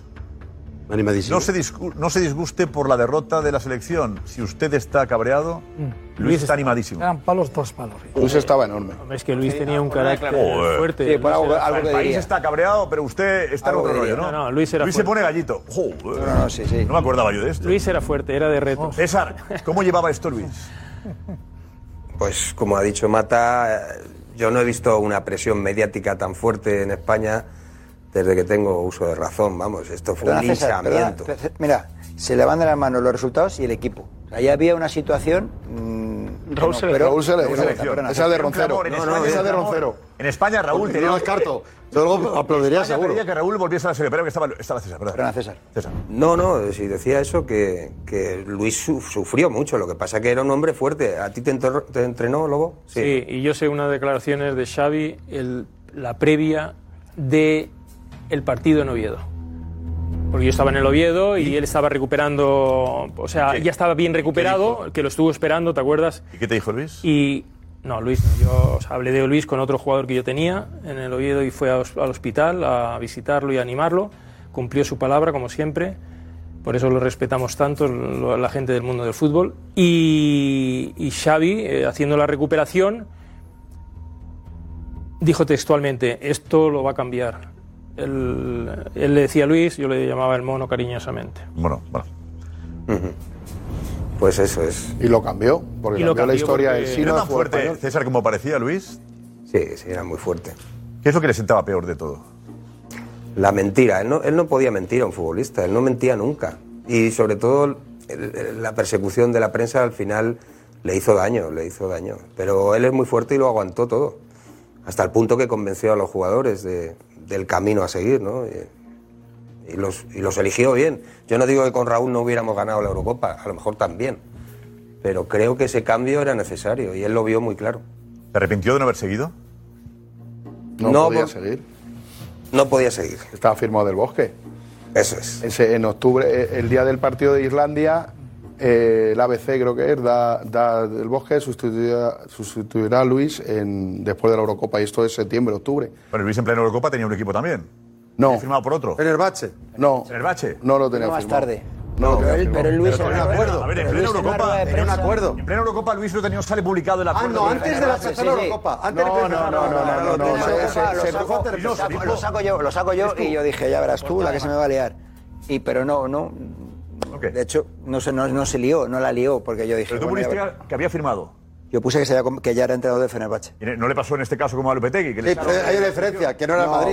[SPEAKER 23] Animadísimo.
[SPEAKER 6] No se, discu- no se disguste por la derrota de la selección. Si usted está cabreado,
[SPEAKER 15] Mm.
[SPEAKER 6] Luis está animadísimo.
[SPEAKER 9] Eran palos tras palos.
[SPEAKER 23] Luis estaba enorme.
[SPEAKER 15] Ah. Hombre, Es que Luis tenía un
[SPEAKER 9] una
[SPEAKER 15] carácter
[SPEAKER 9] declaración.
[SPEAKER 15] fuerte.
[SPEAKER 9] Sí, por algo-
[SPEAKER 15] Luis era-
[SPEAKER 9] algo
[SPEAKER 6] el
[SPEAKER 9] que
[SPEAKER 6] país
[SPEAKER 9] diría.
[SPEAKER 6] está cabreado, pero usted está en
[SPEAKER 15] Algo
[SPEAKER 6] otro
[SPEAKER 15] que
[SPEAKER 6] rollo,
[SPEAKER 15] diría.
[SPEAKER 6] ¿no?
[SPEAKER 15] No, no, Luis era
[SPEAKER 6] se
[SPEAKER 15] fuerte.
[SPEAKER 6] pone gallito. Joder. No, me acordaba yo de esto.
[SPEAKER 15] Luis era fuerte, era de reto.
[SPEAKER 6] César, ¿cómo llevaba esto Luis?
[SPEAKER 24] Pues como ha dicho Mata, eh, yo no he visto una presión mediática tan fuerte en España desde que tengo uso de razón. Vamos, esto fue
[SPEAKER 19] Perdona,
[SPEAKER 24] un
[SPEAKER 19] César, perdona,
[SPEAKER 24] linchamiento.
[SPEAKER 19] César, mira, se le van de las manos los resultados y el equipo. Ahí había una situación. mm,
[SPEAKER 23] Raúl
[SPEAKER 19] que no,
[SPEAKER 23] Sele-
[SPEAKER 19] pero-
[SPEAKER 23] Raúl Sele-
[SPEAKER 19] Raúl
[SPEAKER 23] Raúl
[SPEAKER 19] Sele- perdona,
[SPEAKER 23] Esa de
[SPEAKER 19] César.
[SPEAKER 23] Roncero.
[SPEAKER 19] En
[SPEAKER 23] No,
[SPEAKER 19] España
[SPEAKER 23] no, esa de
[SPEAKER 19] era-
[SPEAKER 23] Roncero.
[SPEAKER 6] En España, Raúl tenía.
[SPEAKER 23] No descarto. Yo luego aplaudiría
[SPEAKER 6] España
[SPEAKER 24] seguro.
[SPEAKER 6] pedía que Raúl volviese a la serie, pero que estaba, estaba César, ¿verdad? César.
[SPEAKER 24] No, no, si decía eso, que, que Luis su- sufrió mucho. Lo que pasa que era un hombre fuerte. ¿A ti te, entor- te entrenó, Lobo?
[SPEAKER 15] Sí. y yo sé unas declaraciones de Xavi, el- la previa de el partido en Oviedo. Porque yo estaba en el Oviedo y, él estaba recuperando, o sea, ya estaba bien recuperado, que lo estuvo esperando, ¿te acuerdas?
[SPEAKER 6] ¿Y qué te dijo Luis?
[SPEAKER 15] Y no, Luis, no, yo o sea, hablé de Luis con otro jugador que yo tenía en el Oviedo y fue a os- al hospital a visitarlo y a animarlo. Cumplió su palabra, como siempre. Por eso lo respetamos tanto lo- la gente del mundo del fútbol. Y, y Xavi, eh, haciendo la recuperación, dijo textualmente, esto lo va a cambiar. Él, él le decía Luis, yo le llamaba el mono cariñosamente.
[SPEAKER 6] Bueno, bueno.
[SPEAKER 24] Pues eso es.
[SPEAKER 23] Y lo cambió, porque
[SPEAKER 15] Y
[SPEAKER 23] cambió la
[SPEAKER 15] lo cambió
[SPEAKER 23] historia
[SPEAKER 15] porque-
[SPEAKER 23] del
[SPEAKER 6] ¿Era
[SPEAKER 23] sino al
[SPEAKER 6] tan
[SPEAKER 23] fútbol
[SPEAKER 6] fuerte,
[SPEAKER 23] español.
[SPEAKER 6] César, como parecía Luis?
[SPEAKER 24] Sí, sí, era muy fuerte.
[SPEAKER 6] ¿Qué es lo que le sentaba peor de todo?
[SPEAKER 24] La mentira. Él no, él no podía mentir a un futbolista. Él no mentía nunca. Y sobre todo el- el- la persecución de la prensa al final le hizo daño, le hizo daño. Pero él es muy fuerte y lo aguantó todo. Hasta el punto que convenció a los jugadores de- del camino a seguir, ¿no? Y, y los, y los eligió bien. Yo no digo que con Raúl no hubiéramos ganado la Eurocopa, a lo mejor también. Pero creo que ese cambio era necesario y él lo vio muy claro.
[SPEAKER 6] ¿Te arrepintió de no haber seguido?
[SPEAKER 23] No, podía
[SPEAKER 24] por-
[SPEAKER 23] seguir.
[SPEAKER 24] No podía seguir.
[SPEAKER 23] Estaba firmado del bosque.
[SPEAKER 24] Eso es.
[SPEAKER 23] en octubre, eh, el día del partido de Islandia, eh, el ABC creo que es, da, da del bosque, sustituirá, sustituirá a Luis en, después de la Eurocopa. Y esto es septiembre, octubre.
[SPEAKER 6] Bueno, Luis en plena Eurocopa tenía un equipo también.
[SPEAKER 23] No.
[SPEAKER 6] ¿Y firmado por otro?
[SPEAKER 23] ¿En el bache? No.
[SPEAKER 6] ¿En el bache?
[SPEAKER 23] No lo tenía
[SPEAKER 6] No, más
[SPEAKER 23] firmado.
[SPEAKER 6] tarde.
[SPEAKER 23] No,
[SPEAKER 6] No,
[SPEAKER 23] lo tenía
[SPEAKER 6] pero él-
[SPEAKER 23] firmado.
[SPEAKER 6] pero él lo hizo
[SPEAKER 23] Pero
[SPEAKER 6] en
[SPEAKER 23] tenía
[SPEAKER 6] un
[SPEAKER 23] firmado.
[SPEAKER 6] acuerdo. A ver, en
[SPEAKER 23] Pero
[SPEAKER 6] plena
[SPEAKER 23] Luis en la
[SPEAKER 6] Eurocopa,
[SPEAKER 23] rueda de
[SPEAKER 6] tenía un
[SPEAKER 23] prensa-
[SPEAKER 6] acuerdo. En plena Eurocopa Luis no tenía sale publicado el acuerdo.
[SPEAKER 23] no, antes de la empezar la Eurocopa. Antes de empezar la Eurocopa. no, no,
[SPEAKER 19] Lo
[SPEAKER 23] no,
[SPEAKER 19] saco,
[SPEAKER 23] ese-
[SPEAKER 19] va, lo
[SPEAKER 23] ese
[SPEAKER 19] saco,
[SPEAKER 23] truco-
[SPEAKER 19] lo saco,
[SPEAKER 23] no,
[SPEAKER 19] lo saco yo, lo saco yo
[SPEAKER 23] Es tú.
[SPEAKER 19] y yo dije, ya verás tú, la que se me va a liar. Y pero no, no. De hecho, no se, no, no se lió, no la lió, porque yo dije.
[SPEAKER 6] Pero tú
[SPEAKER 19] bueno, ya
[SPEAKER 6] pusiste
[SPEAKER 19] verás.
[SPEAKER 6] que había firmado.
[SPEAKER 19] Yo puse que, se había com- que ya era entrenador de Fenerbahce.
[SPEAKER 6] Y no le pasó en este caso como a Lopetegui. Que le echaron-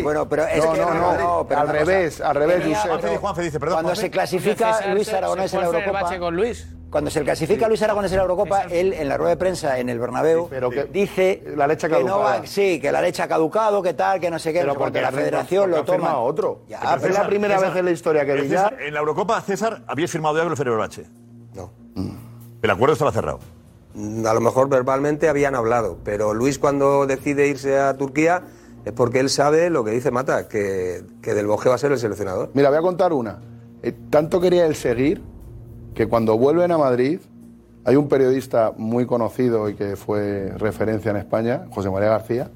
[SPEAKER 19] Bueno, pero es que pero una cosa. Tenía-
[SPEAKER 6] Juanfe dice, Juanfe dice, perdón.
[SPEAKER 19] Cuando
[SPEAKER 6] Juanfe.
[SPEAKER 19] se clasifica Luis Aragonés en la Eurocopa. Cuando se clasifica Luis Aragonés en la Eurocopa, él en la rueda de prensa en el Bernabéu dice
[SPEAKER 23] la leche ha
[SPEAKER 19] que no
[SPEAKER 23] caducado.
[SPEAKER 19] va- sí, que la leche ha caducado, que tal, que no sé qué,
[SPEAKER 23] Pero
[SPEAKER 19] no sé
[SPEAKER 23] porque
[SPEAKER 19] cuánto, la
[SPEAKER 23] ha firmado-
[SPEAKER 19] Federación
[SPEAKER 23] porque
[SPEAKER 19] lo
[SPEAKER 23] ha
[SPEAKER 19] toma.
[SPEAKER 23] firmado otro.
[SPEAKER 19] Ya,
[SPEAKER 23] Pero
[SPEAKER 19] pero-
[SPEAKER 23] es la primera vez en la historia que
[SPEAKER 6] Pero
[SPEAKER 23] Villar-
[SPEAKER 6] César, en la Eurocopa, César, habías firmado ya con el Fenerbahce.
[SPEAKER 24] No.
[SPEAKER 6] El acuerdo estaba cerrado.
[SPEAKER 24] A lo mejor verbalmente habían hablado, pero Luis cuando decide irse a Turquía es porque él sabe lo que dice Mata, que, que Del Bosque va a ser el seleccionador.
[SPEAKER 23] Mira, voy a contar una. Eh, tanto quería él seguir que cuando vuelven a Madrid, hay un periodista muy conocido y que fue referencia en España, José María García,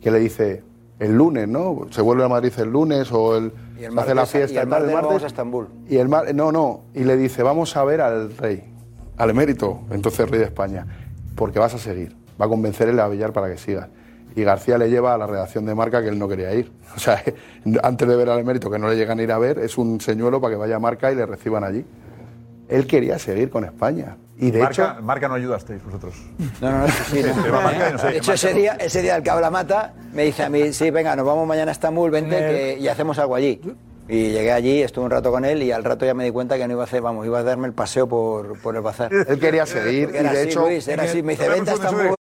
[SPEAKER 23] que le dice el lunes, ¿no? Se vuelve a Madrid el lunes o el,
[SPEAKER 19] Y el
[SPEAKER 23] se hace la
[SPEAKER 19] martes-
[SPEAKER 23] fiesta
[SPEAKER 19] y
[SPEAKER 23] tal,
[SPEAKER 19] el martes vamos a Estambul.
[SPEAKER 23] Y el mar, no, no, y le dice, vamos a ver al rey, al emérito, entonces rey de España, porque vas a seguir, va a convencerle a Villar para que sigas. Y García le lleva a la redacción de marca que él no quería ir. O sea, antes de ver al emérito, que no le llegan a ir a ver, es un señuelo para que vaya a marca y le reciban allí. Él quería seguir con España. Y de
[SPEAKER 6] marca,
[SPEAKER 23] hecho,
[SPEAKER 6] marca no ayudasteis vosotros.
[SPEAKER 19] No, no, no. sí, no.
[SPEAKER 6] Pero marca, no sé,
[SPEAKER 19] De hecho, ese
[SPEAKER 6] marca.
[SPEAKER 19] día, ese día el que habla mata me dice a mí, sí, venga, nos vamos mañana a Estambul, vente
[SPEAKER 9] En
[SPEAKER 19] que- y hacemos algo allí. Y llegué allí, estuve un rato con él y al rato ya me di cuenta que no iba a hacer, vamos, iba a darme el paseo por, por el bazar.
[SPEAKER 23] Él quería seguir
[SPEAKER 19] Porque era
[SPEAKER 23] y de
[SPEAKER 19] así,
[SPEAKER 23] hecho-
[SPEAKER 19] Luis, era así, me dice,
[SPEAKER 23] Sube,
[SPEAKER 19] vente a
[SPEAKER 23] sube, sube.
[SPEAKER 19] Estambul.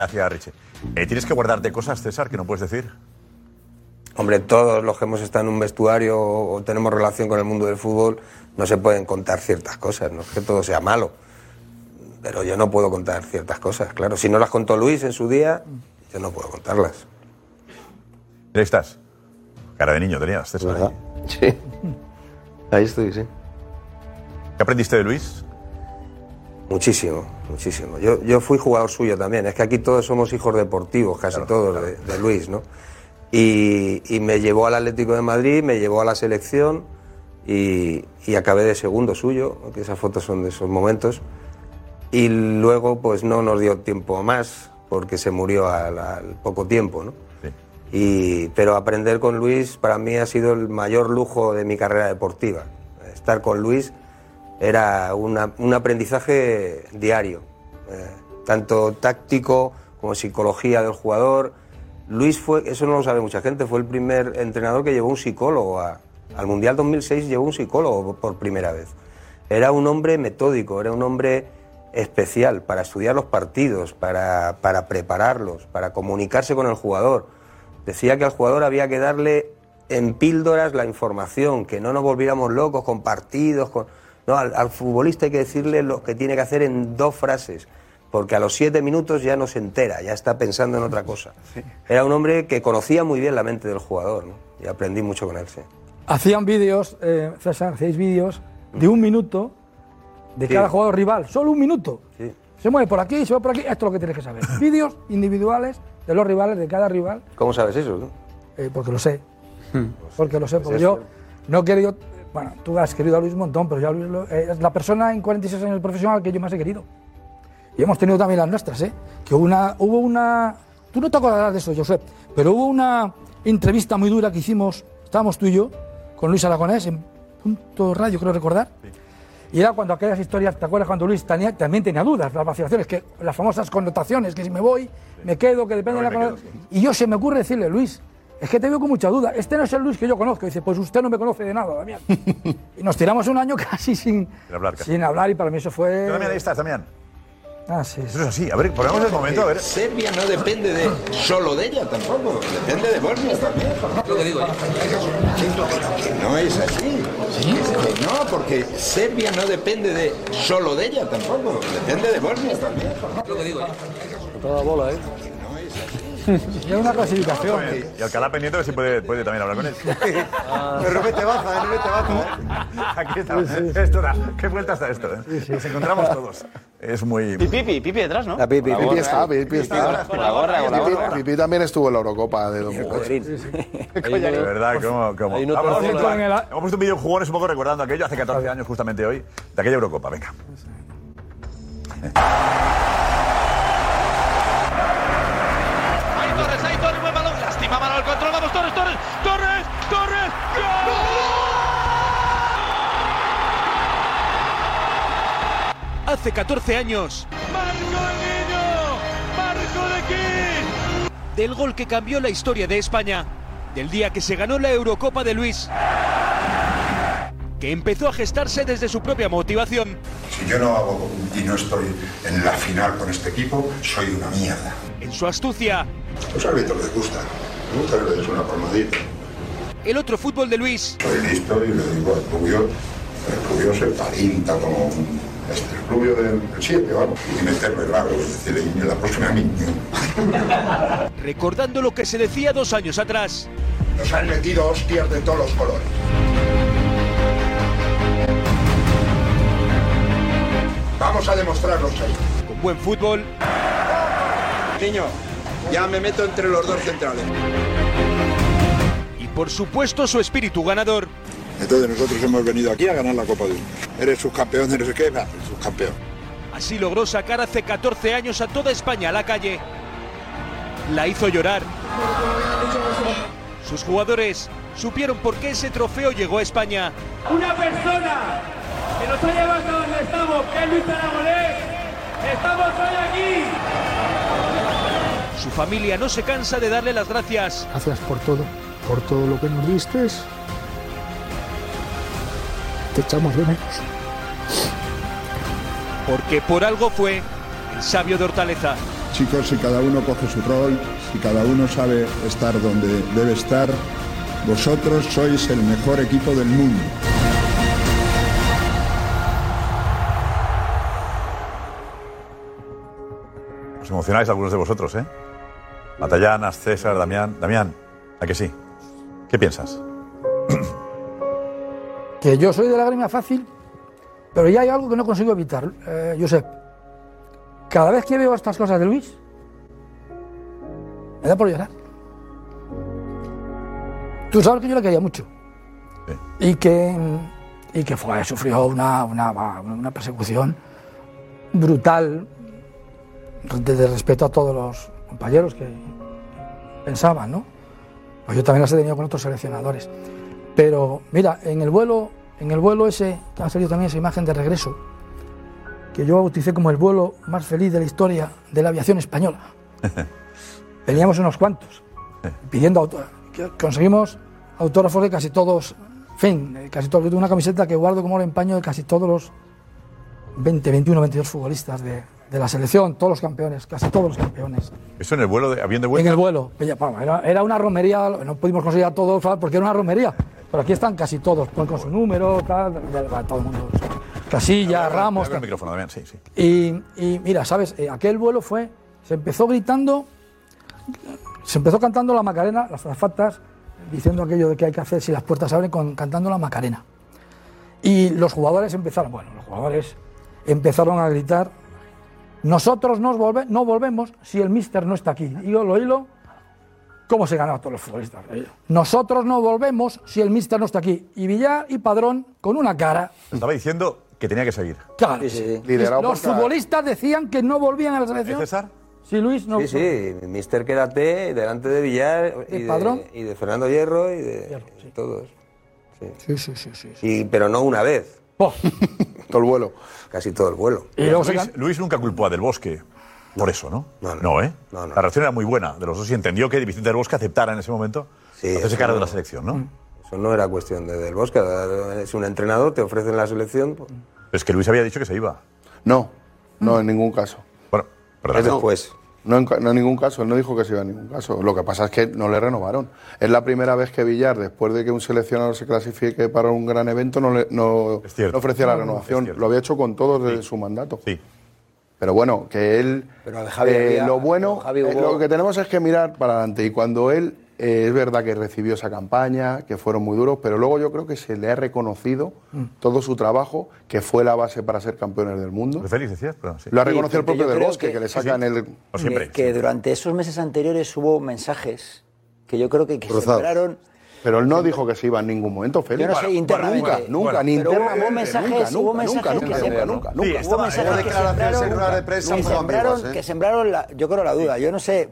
[SPEAKER 6] Hacia Richie. Eh, tienes que guardarte cosas, César, que no puedes decir.
[SPEAKER 24] Hombre, todos los que hemos estado en un vestuario o o tenemos relación con el mundo del fútbol, no se pueden contar ciertas cosas, no es que todo sea malo, pero yo no puedo contar ciertas cosas, claro. Si no las contó Luis en su día, yo no puedo contarlas.
[SPEAKER 6] Ahí estás. Cara de niño tenías, César.
[SPEAKER 24] Sí. Ahí estoy, sí.
[SPEAKER 6] ¿Qué aprendiste de Luis?
[SPEAKER 24] Muchísimo, muchísimo. Yo, yo fui jugador suyo también. Es que aquí todos somos hijos deportivos, casi todos, de, de Luis, ¿no? Y, y me llevó al Atlético de Madrid, me llevó a la selección y, y acabé de segundo suyo, que esas fotos son de esos momentos. Y luego, pues no nos dio tiempo más, porque se murió al, al poco tiempo, ¿no? Y, pero aprender con Luis para mí ha sido el mayor lujo de mi carrera deportiva. Estar con Luis era una- un aprendizaje diario, eh, tanto táctico como psicología del jugador. Luis fue, eso no lo sabe mucha gente, fue el primer entrenador que llevó un psicólogo a- al Mundial 2006 llevó un psicólogo por primera vez. Era un hombre metódico, era un hombre especial para estudiar los partidos, para, para prepararlos, para comunicarse con el jugador. Decía que al jugador había que darle en píldoras la información, que no nos volviéramos locos con partidos. Con... No, al, al futbolista hay que decirle lo que tiene que hacer en dos frases, porque a los siete minutos ya no se entera, ya está pensando en otra cosa. Era un hombre que conocía muy bien la mente del jugador ¿no? y aprendí mucho con él. sí.
[SPEAKER 9] Hacían vídeos, eh, César, hacíais vídeos de un minuto de
[SPEAKER 24] Sí.
[SPEAKER 9] cada jugador rival, solo un minuto.
[SPEAKER 24] Sí.
[SPEAKER 9] Se mueve por aquí, se mueve por aquí, esto es lo que tienes que saber. Vídeos individuales de los rivales, de cada rival,
[SPEAKER 24] ¿Cómo sabes eso? no?
[SPEAKER 9] eh, porque lo sé. Porque lo sé, porque yo no he querido. Bueno, tú has querido a Luis un montón, pero yo a Luis lo- eh, es la persona en 46 años profesional que yo más he querido. Y hemos tenido también las nuestras, ¿eh? Que una, hubo una. Tú no te acordarás de eso, Josep, pero hubo una entrevista muy dura que hicimos, estábamos tú y yo, con Luis Aragonés, en punto radio, creo recordar. Y era cuando aquellas historias, ¿te acuerdas cuando Luis tenía- también tenía dudas, las vacilaciones, que, las famosas connotaciones, que si me voy, me quedo, que depende
[SPEAKER 7] Me
[SPEAKER 9] de
[SPEAKER 7] voy,
[SPEAKER 9] la
[SPEAKER 7] me
[SPEAKER 9] connotación. Y yo se me ocurre decirle, Luis, es que te veo con mucha duda, este no es el Luis que yo conozco. Y dice, pues usted no me conoce de nada, Damián. y nos tiramos un año casi sin,
[SPEAKER 6] Sin hablar, casi.
[SPEAKER 9] sin hablar y para mí eso fue...
[SPEAKER 6] Pero Damián, ahí estás, Damián.
[SPEAKER 9] Ah, sí.
[SPEAKER 6] Eso es así. A ver, ponemos el momento, a ver.
[SPEAKER 25] Serbia no depende de solo de ella tampoco, depende de Bosnia también. Lo que digo Que no es así. Que no, porque Serbia no depende de solo de ella tampoco, depende de Bosnia también. Lo que digo
[SPEAKER 3] Toda bola, ¿eh?
[SPEAKER 9] Es una clasificación.
[SPEAKER 6] Y Alcalá pendiente, que si puede, puede también hablar con él.
[SPEAKER 9] Ah.
[SPEAKER 6] repente
[SPEAKER 11] eh,
[SPEAKER 6] baja, de repente baja. Aquí está. Esto da. ¿Qué vuelta está esto? eh? Nos encontramos todos. Es muy.
[SPEAKER 23] Y Pipi, Pipi detrás, ¿no?
[SPEAKER 6] La Pipi.
[SPEAKER 23] Con
[SPEAKER 6] Pipi
[SPEAKER 23] gorra,
[SPEAKER 6] está,
[SPEAKER 23] ¿eh?
[SPEAKER 6] Pipi está.
[SPEAKER 23] Con la gorra, con la
[SPEAKER 24] Pipi-
[SPEAKER 23] gorra.
[SPEAKER 24] Pipi también estuvo en la Eurocopa de 2008.
[SPEAKER 6] De verdad, cómo, cómo.
[SPEAKER 24] ahí no te
[SPEAKER 6] Ah, vamos a
[SPEAKER 24] acuerdas.
[SPEAKER 6] situar. Hemos puesto un vídeo de jugones un poco recordando aquello hace 14 años, justamente hoy, de aquella Eurocopa. Venga.
[SPEAKER 26] Ahí Torres, ahí Torres, buen balón. Lástima, balón al control. Vamos, Torres, Torres, Torres, Torres.
[SPEAKER 21] Hace 14 años. Del gol que cambió la historia de España. Del día que se ganó la Eurocopa de Luis. Que empezó a gestarse desde su propia motivación.
[SPEAKER 25] Si yo no hago y no estoy en la final con este equipo, soy una mierda.
[SPEAKER 21] En su astucia.
[SPEAKER 25] Los árbitros les gusta. Muchas veces una palmadita.
[SPEAKER 21] El otro fútbol de Luis.
[SPEAKER 25] Soy listo y le digo al rubio, el rubio se parienta como un- este, el rubio del 7, vamos, y meterme el lago, es decir, y la próxima niño.
[SPEAKER 21] Recordando lo que se decía dos años atrás.
[SPEAKER 25] Nos han metido hostias de todos los colores. Vamos a demostrarlos ahí.
[SPEAKER 21] Con buen fútbol.
[SPEAKER 25] Niño, ya me meto entre los dos centrales.
[SPEAKER 21] Y por supuesto su espíritu ganador.
[SPEAKER 25] Entonces nosotros hemos venido aquí a ganar la Copa de Uno. Eres subcampeón de no sé qué, va, subcampeón.
[SPEAKER 21] Así logró sacar hace 14 años a toda España a la calle. La hizo llorar. Sus jugadores supieron por qué ese trofeo llegó a España.
[SPEAKER 26] Una persona que nos ha llevado hasta donde estamos, que es Luis Aragonés. Estamos hoy aquí.
[SPEAKER 21] Su familia no se cansa de darle las gracias.
[SPEAKER 14] Gracias por todo, por todo lo que nos diste. Te echamos de menos.
[SPEAKER 21] Porque por algo fue el sabio de Hortaleza.
[SPEAKER 25] Chicos, si cada uno coge su rol, si cada uno sabe estar donde debe estar, vosotros sois el mejor equipo del mundo.
[SPEAKER 6] Os emocionáis algunos de vosotros, ¿eh? Matallanas, César, Damián. Damián, ¿a que sí? ¿Qué piensas?
[SPEAKER 9] que yo soy de la gremia fácil, pero ya hay algo que no consigo evitar, eh, Josep. Cada vez que veo estas cosas de Luis, me da por llorar. Tú sabes que yo le quería mucho. Y que, y que fue, sufrió una, una, una persecución brutal desde respeto a todos los compañeros que pensaban, ¿no? Pues yo también las he tenido con otros seleccionadores. Pero mira, en el vuelo, en el vuelo ese, que ha salido también esa imagen de regreso, que yo bauticé como el vuelo más feliz de la historia de la aviación española. Veníamos unos cuantos, pidiendo auto- que- conseguimos autógrafos de casi todos, en fin, de casi todos. Yo tengo una camiseta que guardo como el empaño de casi todos los 20, 21, 22 futbolistas de, de la selección, todos los campeones, casi todos los campeones.
[SPEAKER 6] Eso en el vuelo, de, habiendo vuelta.
[SPEAKER 9] En el vuelo. Bella Palma. Era, era una romería, no pudimos conseguir a todos ¿sabes? porque era una romería. Pero aquí están casi todos, pues, con su número, tal, tal, tal, todo el mundo. Casilla, Ramos.
[SPEAKER 6] Abre el micrófono, Damián, sí, sí.
[SPEAKER 9] Y, y mira, ¿sabes? Eh, Aquel vuelo fue. Se empezó gritando. Se empezó cantando la Macarena, las zafatas, diciendo aquello de que hay que hacer si las puertas se abren, con, cantando la Macarena. Y los jugadores empezaron, bueno, los jugadores empezaron a gritar: Nosotros nos volve- no volvemos si el mister no está aquí. Y yo lo hilo, ¿cómo se ganaba a todos los futbolistas? Nosotros no volvemos si el mister no está aquí. Y Villar y Padrón, con una cara,
[SPEAKER 6] Estaba diciendo que tenía que seguir.
[SPEAKER 9] Claro,
[SPEAKER 6] sí, sí.
[SPEAKER 9] los futbolistas decían que no volvían a la selección.
[SPEAKER 6] César?
[SPEAKER 9] Sí, Luis, no.
[SPEAKER 24] Sí, sí, Mister Quédate, delante de Villar y
[SPEAKER 9] ¿De
[SPEAKER 24] de,
[SPEAKER 9] Padrón?
[SPEAKER 24] y de Fernando Hierro y de de todos.
[SPEAKER 9] Sí, sí, sí. sí.
[SPEAKER 24] Y, pero no una vez.
[SPEAKER 23] todo el vuelo.
[SPEAKER 24] Casi todo el vuelo.
[SPEAKER 6] Luis, Luis nunca culpó a Del Bosque por eso, ¿no? No, ¿eh? La relación era muy buena de los dos y entendió que Vicente Del Bosque aceptara en ese momento hacerse
[SPEAKER 24] eso
[SPEAKER 6] cargo de
[SPEAKER 24] no.
[SPEAKER 6] la selección,
[SPEAKER 23] Mm,
[SPEAKER 6] ¿no?
[SPEAKER 24] Eso no era cuestión de Del Bosque. Es un entrenador, te ofrecen la selección. pues.
[SPEAKER 6] Es que Luis había dicho que se iba.
[SPEAKER 23] No,
[SPEAKER 24] Mm.
[SPEAKER 23] no en ningún caso.
[SPEAKER 6] Bueno, perdón.
[SPEAKER 24] Es después.
[SPEAKER 23] No en, ca- no en ningún caso, él no dijo que se iba en ningún caso. Lo que pasa es que no le renovaron. Es la primera vez que Villar, después de que un seleccionador se clasifique para un gran evento, no, le, no,
[SPEAKER 6] cierto.
[SPEAKER 23] no ofrecía la
[SPEAKER 6] No, no, es
[SPEAKER 23] renovación.
[SPEAKER 6] cierto.
[SPEAKER 23] Lo había hecho con todos desde su mandato. Pero bueno, que él.
[SPEAKER 24] Pero de Javi había-
[SPEAKER 23] lo bueno.
[SPEAKER 24] Javi
[SPEAKER 23] eh,
[SPEAKER 24] hubo-
[SPEAKER 23] lo que tenemos es que mirar para adelante. Y cuando él. eh, es verdad que recibió esa campaña, que fueron muy duros, pero luego yo creo que se le ha reconocido
[SPEAKER 24] Mm.
[SPEAKER 23] todo su trabajo, que fue la base para ser campeones del mundo.
[SPEAKER 6] Félix, decías, pero sí.
[SPEAKER 23] Lo ha
[SPEAKER 24] Ah, Sí,
[SPEAKER 23] reconocido el
[SPEAKER 24] porque
[SPEAKER 23] propio
[SPEAKER 24] yo
[SPEAKER 23] Del
[SPEAKER 24] creo
[SPEAKER 23] Bosque, que,
[SPEAKER 24] que-
[SPEAKER 23] le
[SPEAKER 24] sí,
[SPEAKER 23] sacan
[SPEAKER 24] sí.
[SPEAKER 23] el.
[SPEAKER 24] Que- que durante esos meses anteriores hubo mensajes que yo creo que, que
[SPEAKER 23] Cruzados.
[SPEAKER 24] sembraron.
[SPEAKER 23] Pero él no dijo que se iba en ningún momento, Félix.
[SPEAKER 24] Yo no sé,
[SPEAKER 23] Bueno,
[SPEAKER 24] internamente.
[SPEAKER 23] Nunca,
[SPEAKER 24] Bueno,
[SPEAKER 23] nunca, ni
[SPEAKER 24] pero hubo-
[SPEAKER 23] internamente,
[SPEAKER 24] hubo mensajes,
[SPEAKER 23] nunca,
[SPEAKER 24] hubo
[SPEAKER 23] nunca,
[SPEAKER 24] mensajes
[SPEAKER 23] nunca,
[SPEAKER 24] que
[SPEAKER 23] nunca,
[SPEAKER 24] siempre-
[SPEAKER 23] nunca,
[SPEAKER 24] Sí,
[SPEAKER 23] nunca.
[SPEAKER 24] estaba- Hubo mensajes hubo que declaraciones en rueda de prensa que
[SPEAKER 23] muy
[SPEAKER 24] sembraron,
[SPEAKER 23] ambiguas, ¿eh?
[SPEAKER 24] que sembraron la- yo creo la duda. Yo no sé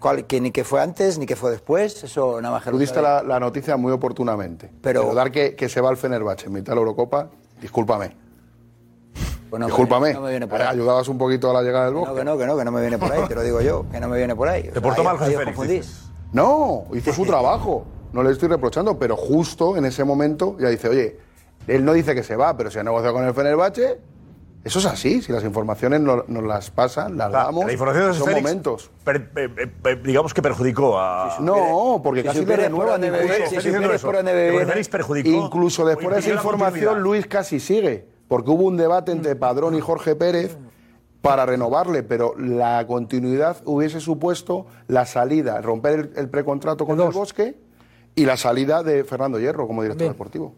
[SPEAKER 24] cuál, que ni que fue antes ni que fue después. Eso nada más que lo
[SPEAKER 23] Tú diste
[SPEAKER 24] sabe.
[SPEAKER 23] la, la noticia muy oportunamente.
[SPEAKER 24] Pero-
[SPEAKER 23] Pero, dar que, que se va al Fenerbahce en mitad de la Eurocopa, discúlpame.
[SPEAKER 24] no me
[SPEAKER 23] discúlpame.
[SPEAKER 24] viene- no me viene por ahí.
[SPEAKER 23] Ayudabas un poquito a la llegada del
[SPEAKER 24] Que No,
[SPEAKER 23] Bosque.
[SPEAKER 24] que no, que no, que no me viene por ahí, te lo digo yo, que no me viene por ahí.
[SPEAKER 23] Te portó mal, José
[SPEAKER 24] José
[SPEAKER 23] Félix, No, hizo su trabajo. No le estoy reprochando, pero justo en ese momento ya dice, oye, él no dice que se va, pero si ha negociado con el Fenerbahce, eso es así. Si las informaciones no- nos las pasan, las damos.
[SPEAKER 6] La información de
[SPEAKER 23] son
[SPEAKER 6] Félix,
[SPEAKER 23] momentos.
[SPEAKER 6] per- pe- pe- pe- digamos que perjudicó a.
[SPEAKER 23] No, porque
[SPEAKER 6] Si
[SPEAKER 23] casi le
[SPEAKER 6] supieres
[SPEAKER 23] renuevan.
[SPEAKER 6] por ANB,
[SPEAKER 23] incluso.
[SPEAKER 6] si
[SPEAKER 23] Estás
[SPEAKER 6] supieres
[SPEAKER 23] diciendo
[SPEAKER 6] por
[SPEAKER 23] eso.
[SPEAKER 6] ANB,
[SPEAKER 23] Porque
[SPEAKER 6] Félix perjudicó.
[SPEAKER 23] Incluso después de esa
[SPEAKER 6] Impidió la
[SPEAKER 23] información,
[SPEAKER 6] continuidad.
[SPEAKER 23] Luis casi sigue, porque hubo un debate
[SPEAKER 6] Mm.
[SPEAKER 23] entre Padrón y Jorge Pérez para renovarle, pero la continuidad hubiese supuesto la salida, romper el, el precontrato con el Bosque y la salida de Fernando Hierro como director deportivo.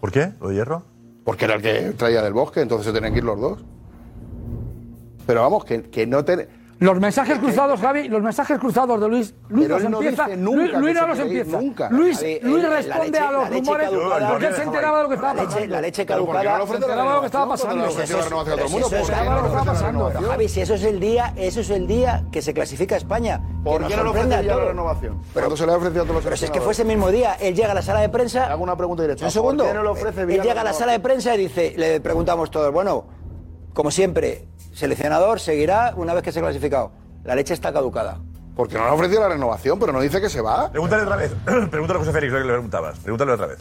[SPEAKER 6] ¿Por qué? ¿Lo de hierro?
[SPEAKER 23] Porque era el que traía del Bosque, entonces se tenían que ir los dos. Pero vamos, que, que no te...
[SPEAKER 9] Los mensajes cruzados, Javi, los mensajes cruzados de Luis.
[SPEAKER 23] Eh,
[SPEAKER 9] Luis
[SPEAKER 23] Pero
[SPEAKER 9] los
[SPEAKER 23] él no
[SPEAKER 9] empieza.
[SPEAKER 23] dice nunca
[SPEAKER 9] Luis,
[SPEAKER 23] que
[SPEAKER 9] Luis
[SPEAKER 23] se
[SPEAKER 9] no los
[SPEAKER 23] quiere ir,
[SPEAKER 9] empieza.
[SPEAKER 23] nunca.
[SPEAKER 9] Luis,
[SPEAKER 23] Javi,
[SPEAKER 9] Luis
[SPEAKER 23] la
[SPEAKER 9] responde
[SPEAKER 23] leche-
[SPEAKER 9] a los
[SPEAKER 23] la leche
[SPEAKER 9] rumores
[SPEAKER 23] caducada-
[SPEAKER 9] porque él se enteraba de lo que estaba
[SPEAKER 23] La leche-
[SPEAKER 9] pasando.
[SPEAKER 23] la leche
[SPEAKER 9] Pero porque
[SPEAKER 23] caducada-
[SPEAKER 9] no le ofrece
[SPEAKER 23] Se enteraba de lo que estaba pasando. Pero eso es-
[SPEAKER 9] Pero
[SPEAKER 23] pero
[SPEAKER 9] si eso es-
[SPEAKER 24] Pero Pero, Javi, si eso es el día, eso es el día que se clasifica a España. que
[SPEAKER 23] ¿Por
[SPEAKER 24] nos
[SPEAKER 23] qué no le ofrece
[SPEAKER 24] sorprende a
[SPEAKER 23] ya la
[SPEAKER 24] todos.
[SPEAKER 23] renovación? Cuando se le ha ofrecido a todos los
[SPEAKER 24] Pero si es que
[SPEAKER 23] seleccionadores.
[SPEAKER 24] fue ese mismo día, él llega a la sala de prensa.
[SPEAKER 23] Hago una pregunta directa.
[SPEAKER 24] Un segundo.
[SPEAKER 23] ¿Por qué no le ofrece
[SPEAKER 24] él
[SPEAKER 23] Villar
[SPEAKER 24] llega a la
[SPEAKER 23] renovación?
[SPEAKER 24] sala de prensa y dice, le preguntamos todos, bueno, como siempre, seleccionador seguirá una vez que se ha clasificado. La leche está caducada.
[SPEAKER 23] Porque no le ha ofrecido la renovación, pero no dice que se va.
[SPEAKER 6] Pregúntale otra vez. Pregúntale a José Félix lo que le preguntabas. Pregúntale otra vez.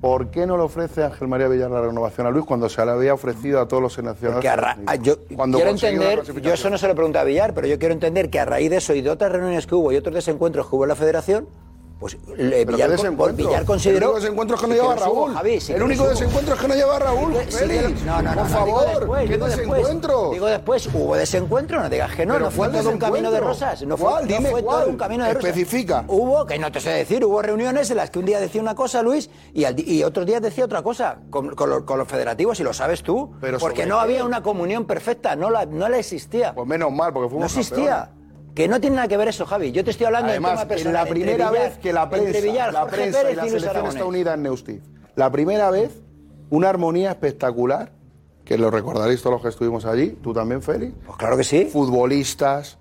[SPEAKER 23] ¿Por qué no le ofrece Ángel María Villar la renovación a Luis cuando se la había ofrecido a todos los seleccionados?
[SPEAKER 24] Porque a ra- a- yo
[SPEAKER 23] Cuando
[SPEAKER 24] quiero
[SPEAKER 23] consiguió la
[SPEAKER 24] entender,
[SPEAKER 23] clasificación.
[SPEAKER 24] yo eso no se lo pregunté a Villar, pero yo quiero entender que a raíz de eso y de otras reuniones que hubo y otros desencuentros que hubo en la federación, pues eh,
[SPEAKER 23] ¿Pero
[SPEAKER 24] Villar,
[SPEAKER 23] qué
[SPEAKER 24] con-
[SPEAKER 23] desencuentro?
[SPEAKER 24] Villar
[SPEAKER 23] El
[SPEAKER 24] consideró.
[SPEAKER 23] único desencuentro es que no
[SPEAKER 24] Sí
[SPEAKER 23] lleva a
[SPEAKER 24] los hubo,
[SPEAKER 23] Raúl.
[SPEAKER 24] Javi, sí
[SPEAKER 23] el
[SPEAKER 24] los
[SPEAKER 23] único
[SPEAKER 24] hubo.
[SPEAKER 23] desencuentro es que no lleva a Raúl.
[SPEAKER 24] Sí que- sí que-
[SPEAKER 23] Félix.
[SPEAKER 24] no, no, no,
[SPEAKER 23] Por
[SPEAKER 24] no, digo
[SPEAKER 23] favor,
[SPEAKER 24] después,
[SPEAKER 23] ¿qué
[SPEAKER 24] digo después.
[SPEAKER 23] desencuentro?
[SPEAKER 24] Digo después, hubo desencuentro, no digas que no,
[SPEAKER 23] ¿Pero
[SPEAKER 24] no fue
[SPEAKER 23] cuál
[SPEAKER 24] todo un camino de
[SPEAKER 23] desencuentro?
[SPEAKER 24] rosas. No fue,
[SPEAKER 23] ¿Cuál?
[SPEAKER 24] no
[SPEAKER 23] Dime
[SPEAKER 24] fue
[SPEAKER 23] cuál.
[SPEAKER 24] todo un camino de rosas.
[SPEAKER 23] Especifica.
[SPEAKER 24] Hubo, que no te sé decir, hubo reuniones en las que un día decía una cosa, Luis, y, al di- y otros días decía otra cosa, con, con los, con los federativos, y lo sabes tú,
[SPEAKER 23] Pero
[SPEAKER 24] porque
[SPEAKER 23] sobre
[SPEAKER 24] no
[SPEAKER 23] qué.
[SPEAKER 24] había una comunión perfecta, no la, no la existía.
[SPEAKER 23] Pues menos mal, porque
[SPEAKER 24] No
[SPEAKER 23] fuimos
[SPEAKER 24] existía.
[SPEAKER 23] campeones.
[SPEAKER 24] Que no tiene nada que ver eso, Javi. Yo te estoy hablando
[SPEAKER 23] Además,
[SPEAKER 24] del tema
[SPEAKER 23] en
[SPEAKER 24] personal.
[SPEAKER 23] la
[SPEAKER 24] entre
[SPEAKER 23] primera
[SPEAKER 24] Villar-
[SPEAKER 23] vez que la
[SPEAKER 24] entre
[SPEAKER 23] prensa,
[SPEAKER 24] Villar,
[SPEAKER 23] la
[SPEAKER 24] Jorge
[SPEAKER 23] prensa
[SPEAKER 24] Pérez
[SPEAKER 23] y la
[SPEAKER 24] Luis
[SPEAKER 23] selección
[SPEAKER 24] Aragonés.
[SPEAKER 23] está unida en Neustift. La primera vez, una armonía espectacular, que lo recordaréis todos los que estuvimos allí, tú también, Félix. Pues
[SPEAKER 24] claro que sí.
[SPEAKER 23] Futbolistas,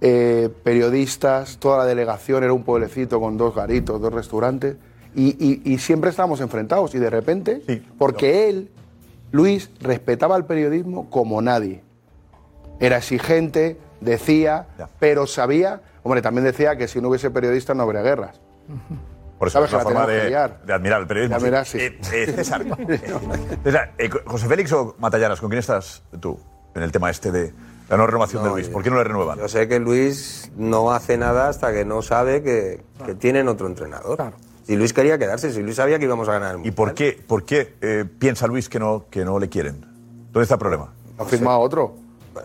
[SPEAKER 23] eh, periodistas, toda la delegación era un pueblecito con dos garitos, dos restaurantes, y, y- y siempre estábamos enfrentados. Y de repente, porque él, Luis, respetaba el periodismo como nadie. Era exigente, decía, pero sabía. Hombre, también decía que si no hubiese periodistas no habría guerras.
[SPEAKER 6] Por eso
[SPEAKER 23] Sabes
[SPEAKER 6] es una
[SPEAKER 23] que la
[SPEAKER 6] forma
[SPEAKER 23] tenemos que
[SPEAKER 6] de,
[SPEAKER 23] liar.
[SPEAKER 6] de admirar el periodismo.
[SPEAKER 23] La admirar, sí.
[SPEAKER 6] Eh, eh, César, César, eh, José Félix o Matallanas, ¿con quién estás tú en el tema este de la no renovación de Luis? ¿Por qué no le renuevan?
[SPEAKER 24] Yo sé que Luis no hace nada hasta que no sabe que, que tienen otro entrenador. Si Luis quería quedarse, si Luis sabía que íbamos a ganar el
[SPEAKER 6] ¿Y por qué, por qué eh, piensa Luis que no, que no le quieren? ¿Dónde está el problema?
[SPEAKER 23] ¿Ha firmado otro?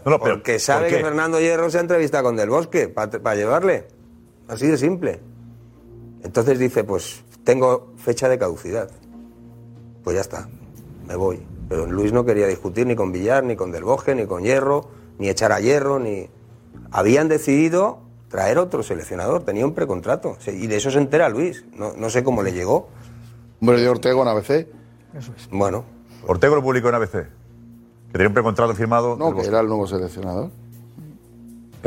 [SPEAKER 6] No, no, pero
[SPEAKER 24] Porque sabe
[SPEAKER 6] ¿por qué?
[SPEAKER 24] que Fernando Hierro se ha entrevistado con Del Bosque para llevarle. Así de simple. Entonces dice, pues tengo fecha de caducidad. Pues ya está, me voy. Pero Luis no quería discutir ni con Villar, ni con Del Bosque, ni con Hierro, ni echar a Hierro, ni... Habían decidido traer otro seleccionador, tenía un precontrato. Se- Y de eso se entera Luis. No, no sé cómo le llegó.
[SPEAKER 23] Hombre, de Ortega en ABC.
[SPEAKER 24] Bueno.
[SPEAKER 6] Ortego lo publicó en ABC. Que tenía un precontrato firmado.
[SPEAKER 23] No, que era el nuevo seleccionador.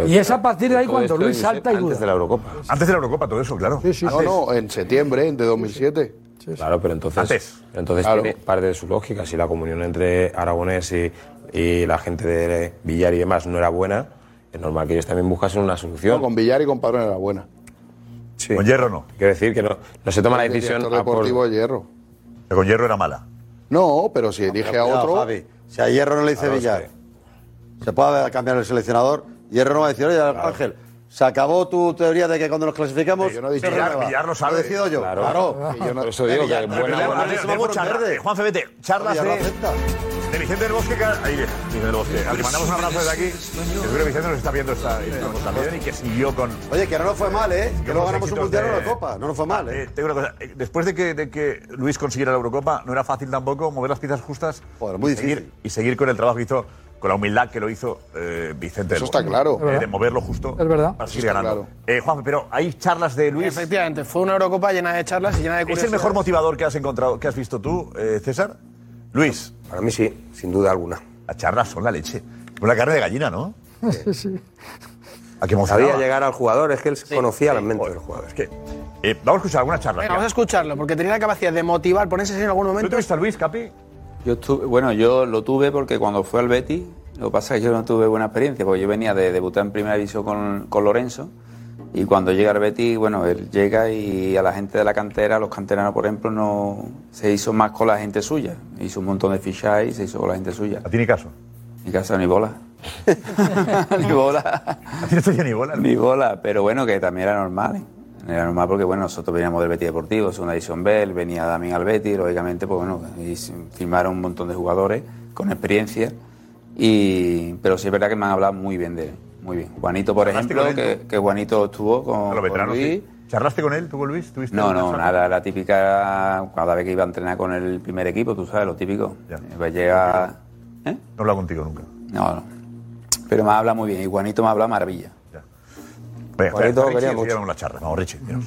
[SPEAKER 9] Y es a partir de ahí cuando Luis salta y
[SPEAKER 6] Antes
[SPEAKER 9] duda.
[SPEAKER 6] de la Eurocopa. Antes de la Eurocopa, todo eso, claro.
[SPEAKER 9] Sí, sí,
[SPEAKER 6] Antes.
[SPEAKER 9] sí.
[SPEAKER 23] No, no, en septiembre de 2007.
[SPEAKER 12] Claro, pero entonces,
[SPEAKER 6] Antes.
[SPEAKER 12] pero entonces
[SPEAKER 23] Claro.
[SPEAKER 12] tiene parte de su lógica. Si la comunión entre Aragonés y, y la gente de Villar y demás no era buena, es normal que ellos también buscasen una solución.
[SPEAKER 23] No, con Villar y con Padrón era buena.
[SPEAKER 6] Con Hierro no.
[SPEAKER 12] Quiero decir que no, no se toma la
[SPEAKER 23] El
[SPEAKER 12] decisión
[SPEAKER 23] director deportivo de Hierro.
[SPEAKER 6] Con Hierro era mala.
[SPEAKER 23] No, pero si elige a
[SPEAKER 11] Cuidado,
[SPEAKER 23] otro.
[SPEAKER 11] Javi. Si a Hierro no le dice
[SPEAKER 23] Claro,
[SPEAKER 11] Villar, se puede cambiar el seleccionador. Hierro no va a decir, oye, Ángel, se acabó tu teoría de que cuando nos clasificamos.
[SPEAKER 23] Yo no he dicho
[SPEAKER 11] se
[SPEAKER 23] nada.
[SPEAKER 11] renueva.
[SPEAKER 23] Villar lo sabe.
[SPEAKER 11] Lo decido yo.
[SPEAKER 23] Claro.
[SPEAKER 11] Claro.
[SPEAKER 23] Y yo no- Por eso digo que buena- buena-
[SPEAKER 6] Luego charla- Juan Febete, charlas
[SPEAKER 23] Villar lo
[SPEAKER 6] de, de Vicente del Bosque. que- Ahí viene, Vicente del Bosque. Al que mandamos un abrazo desde aquí. que Seguro que Vicente nos está viendo esta, esta cosa también y que siguió con.
[SPEAKER 11] Oye, que no nos fue mal, ¿eh? Que luego
[SPEAKER 6] Siguió con los
[SPEAKER 11] ganamos un
[SPEAKER 6] éxitos
[SPEAKER 11] mundial en
[SPEAKER 6] de-
[SPEAKER 11] la Copa. No nos fue mal, ¿eh?
[SPEAKER 6] Eh, te digo una cosa, eh, después de que, de que Luis consiguiera la Eurocopa, no era fácil tampoco mover las piezas justas
[SPEAKER 11] muy
[SPEAKER 6] y, seguir, y seguir con el trabajo que hizo, con la humildad que lo hizo eh, Vicente.
[SPEAKER 23] Eso
[SPEAKER 6] del
[SPEAKER 23] está
[SPEAKER 6] Bosque.
[SPEAKER 23] claro.
[SPEAKER 6] Eh, de moverlo justo
[SPEAKER 23] Es verdad.
[SPEAKER 6] para
[SPEAKER 23] Eso
[SPEAKER 6] seguir
[SPEAKER 23] está
[SPEAKER 6] ganando. Eh, Juan, pero hay charlas de Luis.
[SPEAKER 14] Efectivamente, fue una Eurocopa llena de charlas y llena de
[SPEAKER 6] ¿Es el
[SPEAKER 14] curiosidades.
[SPEAKER 6] mejor motivador que has encontrado, que has visto tú, eh, César? Luis.
[SPEAKER 24] Para mí sí, sin duda alguna.
[SPEAKER 6] Las charlas son la leche. Una carne de gallina, ¿no?
[SPEAKER 20] Sí, sí.
[SPEAKER 6] A que emocionaba.
[SPEAKER 24] Sabía llegar al jugador, es que él conocía la mente del
[SPEAKER 6] jugador. Es que, eh, vamos a escuchar alguna charla.
[SPEAKER 14] Venga, vamos a escucharlo, porque tenía la capacidad de motivar, ponerse así en algún momento. ¿Tú
[SPEAKER 6] tuviste a Luis, Capi?
[SPEAKER 13] Yo estuve, bueno, yo lo tuve porque cuando fue al Betis, lo que pasa es que yo no tuve buena experiencia, porque yo venía de debutar en primera división con, con Lorenzo, y cuando llega al Betis, bueno, él llega y a la gente de la cantera, a los canteranos, por ejemplo, no se hizo más con la gente suya. Hizo un montón de fichajes y se hizo con la gente suya.
[SPEAKER 6] ¿A ti ni caso?
[SPEAKER 13] Ni caso, ni bola. ni bola.
[SPEAKER 6] ni bola?
[SPEAKER 13] Ni bola, pero bueno, que también era normal. ¿eh? Era normal porque, bueno, nosotros veníamos del Betis Deportivo, segunda edición B, él venía también al Betis, lógicamente, pues bueno, y se- firmaron un montón de jugadores con experiencia, y, pero sí es verdad que me han hablado muy bien de él, muy bien. Juanito, por
[SPEAKER 6] ¿Hablaste
[SPEAKER 13] ejemplo,
[SPEAKER 6] con él,
[SPEAKER 13] que, que Juanito estuvo con,
[SPEAKER 6] Los
[SPEAKER 13] con
[SPEAKER 6] veteranos,
[SPEAKER 13] Luis.
[SPEAKER 6] sí. ¿Charlaste con él, tú, con Luis? ¿Tuviste
[SPEAKER 13] No,
[SPEAKER 6] una
[SPEAKER 13] no,
[SPEAKER 6] charla?
[SPEAKER 13] nada, la típica, cada vez que iba a entrenar con el primer equipo, tú sabes, lo típico. Eh, pues llega... ¿eh?
[SPEAKER 6] No habla contigo nunca.
[SPEAKER 13] No, no. Pero me habla muy bien, y Juanito me habla maravilla.
[SPEAKER 6] Venga,
[SPEAKER 13] Por ahí todo
[SPEAKER 6] espera, Pues, Richie,
[SPEAKER 13] quería
[SPEAKER 6] y
[SPEAKER 13] mucho.
[SPEAKER 6] llevamos la charla. Vamos, Richie, dinos.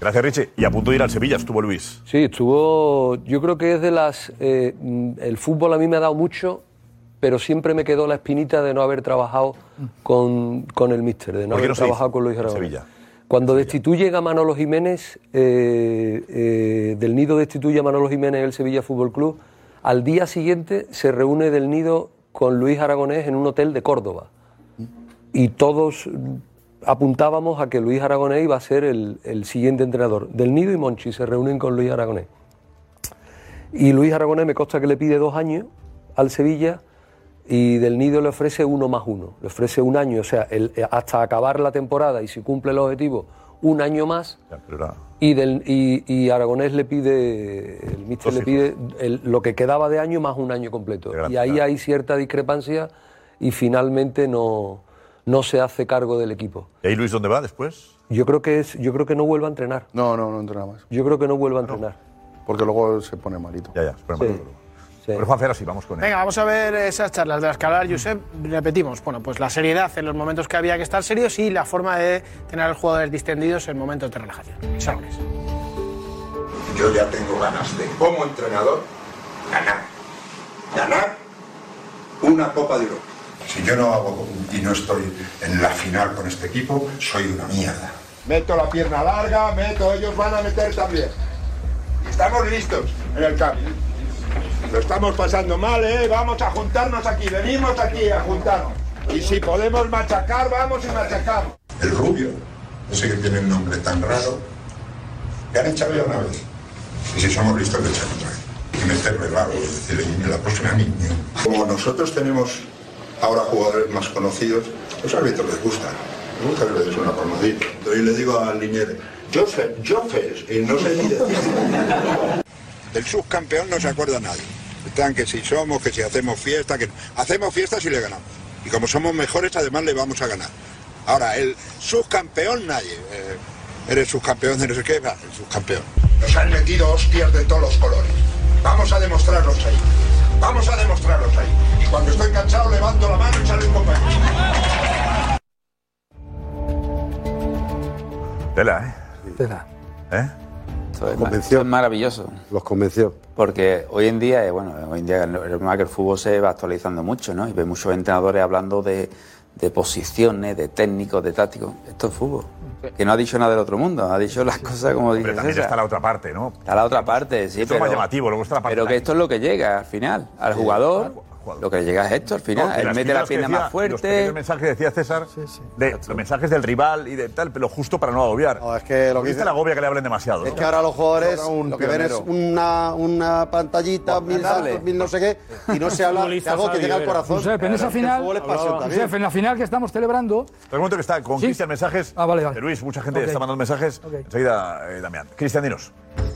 [SPEAKER 6] Gracias, Richie. Y a punto de ir al Sevilla estuvo Luis.
[SPEAKER 3] Sí, estuvo. Yo creo que es de las. eh, mm, el fútbol a mí me ha dado mucho, pero siempre me quedó la espinita de no haber trabajado con, con el míster, de no
[SPEAKER 6] ¿Por qué
[SPEAKER 3] haber
[SPEAKER 6] no se
[SPEAKER 3] trabajado
[SPEAKER 6] hizo
[SPEAKER 3] con Luis
[SPEAKER 6] en
[SPEAKER 3] Aragonés.
[SPEAKER 6] Sevilla?
[SPEAKER 3] Cuando destituye a Manolo Jiménez, eh, eh, del nido destituye a Manolo Jiménez en el Sevilla Fútbol Club, al día siguiente se reúne del nido con Luis Aragonés en un hotel de Córdoba y todos apuntábamos a que Luis Aragonés iba a ser el, el siguiente entrenador. Del Nido y Monchi se reúnen con Luis Aragonés. Y Luis Aragonés me consta que le pide dos años al Sevilla y Del Nido le ofrece uno más uno. Le ofrece un año, o sea, el- eh, hasta acabar la temporada y si cumple el objetivo, un año más. Y, del, y, y Aragonés le pide, el míster le pide el- lo que quedaba de año más un año completo. Y ahí hay cierta discrepancia y finalmente no, no se hace cargo del equipo.
[SPEAKER 6] ¿Y ahí Luis dónde va después?
[SPEAKER 3] Yo creo que es, yo creo que no vuelve a entrenar.
[SPEAKER 23] No, no, no entrena más.
[SPEAKER 3] Yo creo que no vuelve a entrenar.
[SPEAKER 23] Porque luego se pone malito.
[SPEAKER 6] Ya, ya, se pone
[SPEAKER 23] malito.
[SPEAKER 6] Pero Juan Fera, sí, vamos con él.
[SPEAKER 14] Venga, vamos a ver esas charlas de las que hablaba Josep. Repetimos, bueno, pues la seriedad en los momentos que había que estar serios y la forma de tener a los jugadores distendidos en momentos de relajación. Exámenes.
[SPEAKER 25] Yo ya tengo ganas de, como entrenador, ganar. Ganar una Copa de Europa. Si yo no hago y no estoy en la final con este equipo, soy una mierda. Meto la pierna larga, meto, ellos van a meter también. Y Estamos listos en el cambio. Lo estamos pasando mal, ¿eh? Vamos a juntarnos aquí, venimos aquí a juntarnos. Y si podemos machacar, vamos y machacamos. El rubio, no sé que tiene un nombre tan raro, que han echado ya una vez. Y si somos listos, le echan otra vez. Y meterle raro, es decir, en la próxima niño. Como nosotros tenemos ahora jugadores más conocidos, los árbitros les gusta. Les gusta que le des una palmadita. Entonces le digo al Linier, Joseph, Joseph, y no sé ni decir. Del subcampeón no se acuerda nadie. Están que si somos, que si hacemos fiesta, que hacemos fiesta si le ganamos. Y como somos mejores, además le vamos a ganar. Ahora, el subcampeón nadie. Eh, eres subcampeón de no sé qué, va, el subcampeón. Nos han metido hostias de todos los colores. Vamos a demostrarlos ahí. Vamos a demostrarlos ahí. Y cuando estoy cansado, levanto la mano y sale un compañero.
[SPEAKER 6] Tela, ¿eh? ¿Eh?
[SPEAKER 13] Esto es, ma- esto es maravilloso.
[SPEAKER 11] Los convenció.
[SPEAKER 13] Porque hoy en día, eh, bueno, hoy en día el- el tema que el fútbol se va actualizando mucho, ¿no? Y ve muchos entrenadores hablando de, de posiciones, de técnicos, de tácticos. Esto es fútbol. Que no ha dicho nada del otro mundo, ha dicho las cosas como dice
[SPEAKER 6] Pero también
[SPEAKER 13] César.
[SPEAKER 6] está la otra parte, ¿no?
[SPEAKER 13] Está la otra parte, sí.
[SPEAKER 6] Esto
[SPEAKER 13] pero-
[SPEAKER 6] es más llamativo, luego está la parte
[SPEAKER 13] Pero que
[SPEAKER 6] táctica.
[SPEAKER 13] esto es lo que llega al final, al
[SPEAKER 6] Sí,
[SPEAKER 13] jugador. Lo que le llega es esto al final.
[SPEAKER 6] No, y
[SPEAKER 13] Él
[SPEAKER 6] las
[SPEAKER 13] mete la
[SPEAKER 6] críticas que
[SPEAKER 13] pierna
[SPEAKER 6] decía-
[SPEAKER 13] más
[SPEAKER 6] Los
[SPEAKER 13] fuerte.
[SPEAKER 6] pequeños mensajes que decía César, de los mensajes del rival y de tal, pero justo para no agobiar.
[SPEAKER 11] es que lo que
[SPEAKER 6] ¿Viste
[SPEAKER 11] dice-
[SPEAKER 6] la agobia que le hablen demasiado?
[SPEAKER 11] Es
[SPEAKER 6] ¿no?
[SPEAKER 11] que ahora los jugadores
[SPEAKER 6] Un
[SPEAKER 11] lo que ven es
[SPEAKER 6] pionero.
[SPEAKER 11] una, una pantallita, mil
[SPEAKER 6] Portable.
[SPEAKER 11] datos, mil no sé qué, y no se habla de
[SPEAKER 6] Futbolista
[SPEAKER 11] algo que
[SPEAKER 6] sabio
[SPEAKER 11] llega al
[SPEAKER 6] era.
[SPEAKER 11] corazón.
[SPEAKER 6] Josep,
[SPEAKER 11] El
[SPEAKER 6] en esa
[SPEAKER 9] final-
[SPEAKER 11] fútbol es pasión también.
[SPEAKER 9] Josef, en la final que estamos celebrando,
[SPEAKER 6] Te pregunto que está con Cristian mensajes. Ah, vale, vale. Luis, mucha gente
[SPEAKER 9] Ok.
[SPEAKER 6] está mandando mensajes. Enseguida, eh, Damián. Cristian, dinos.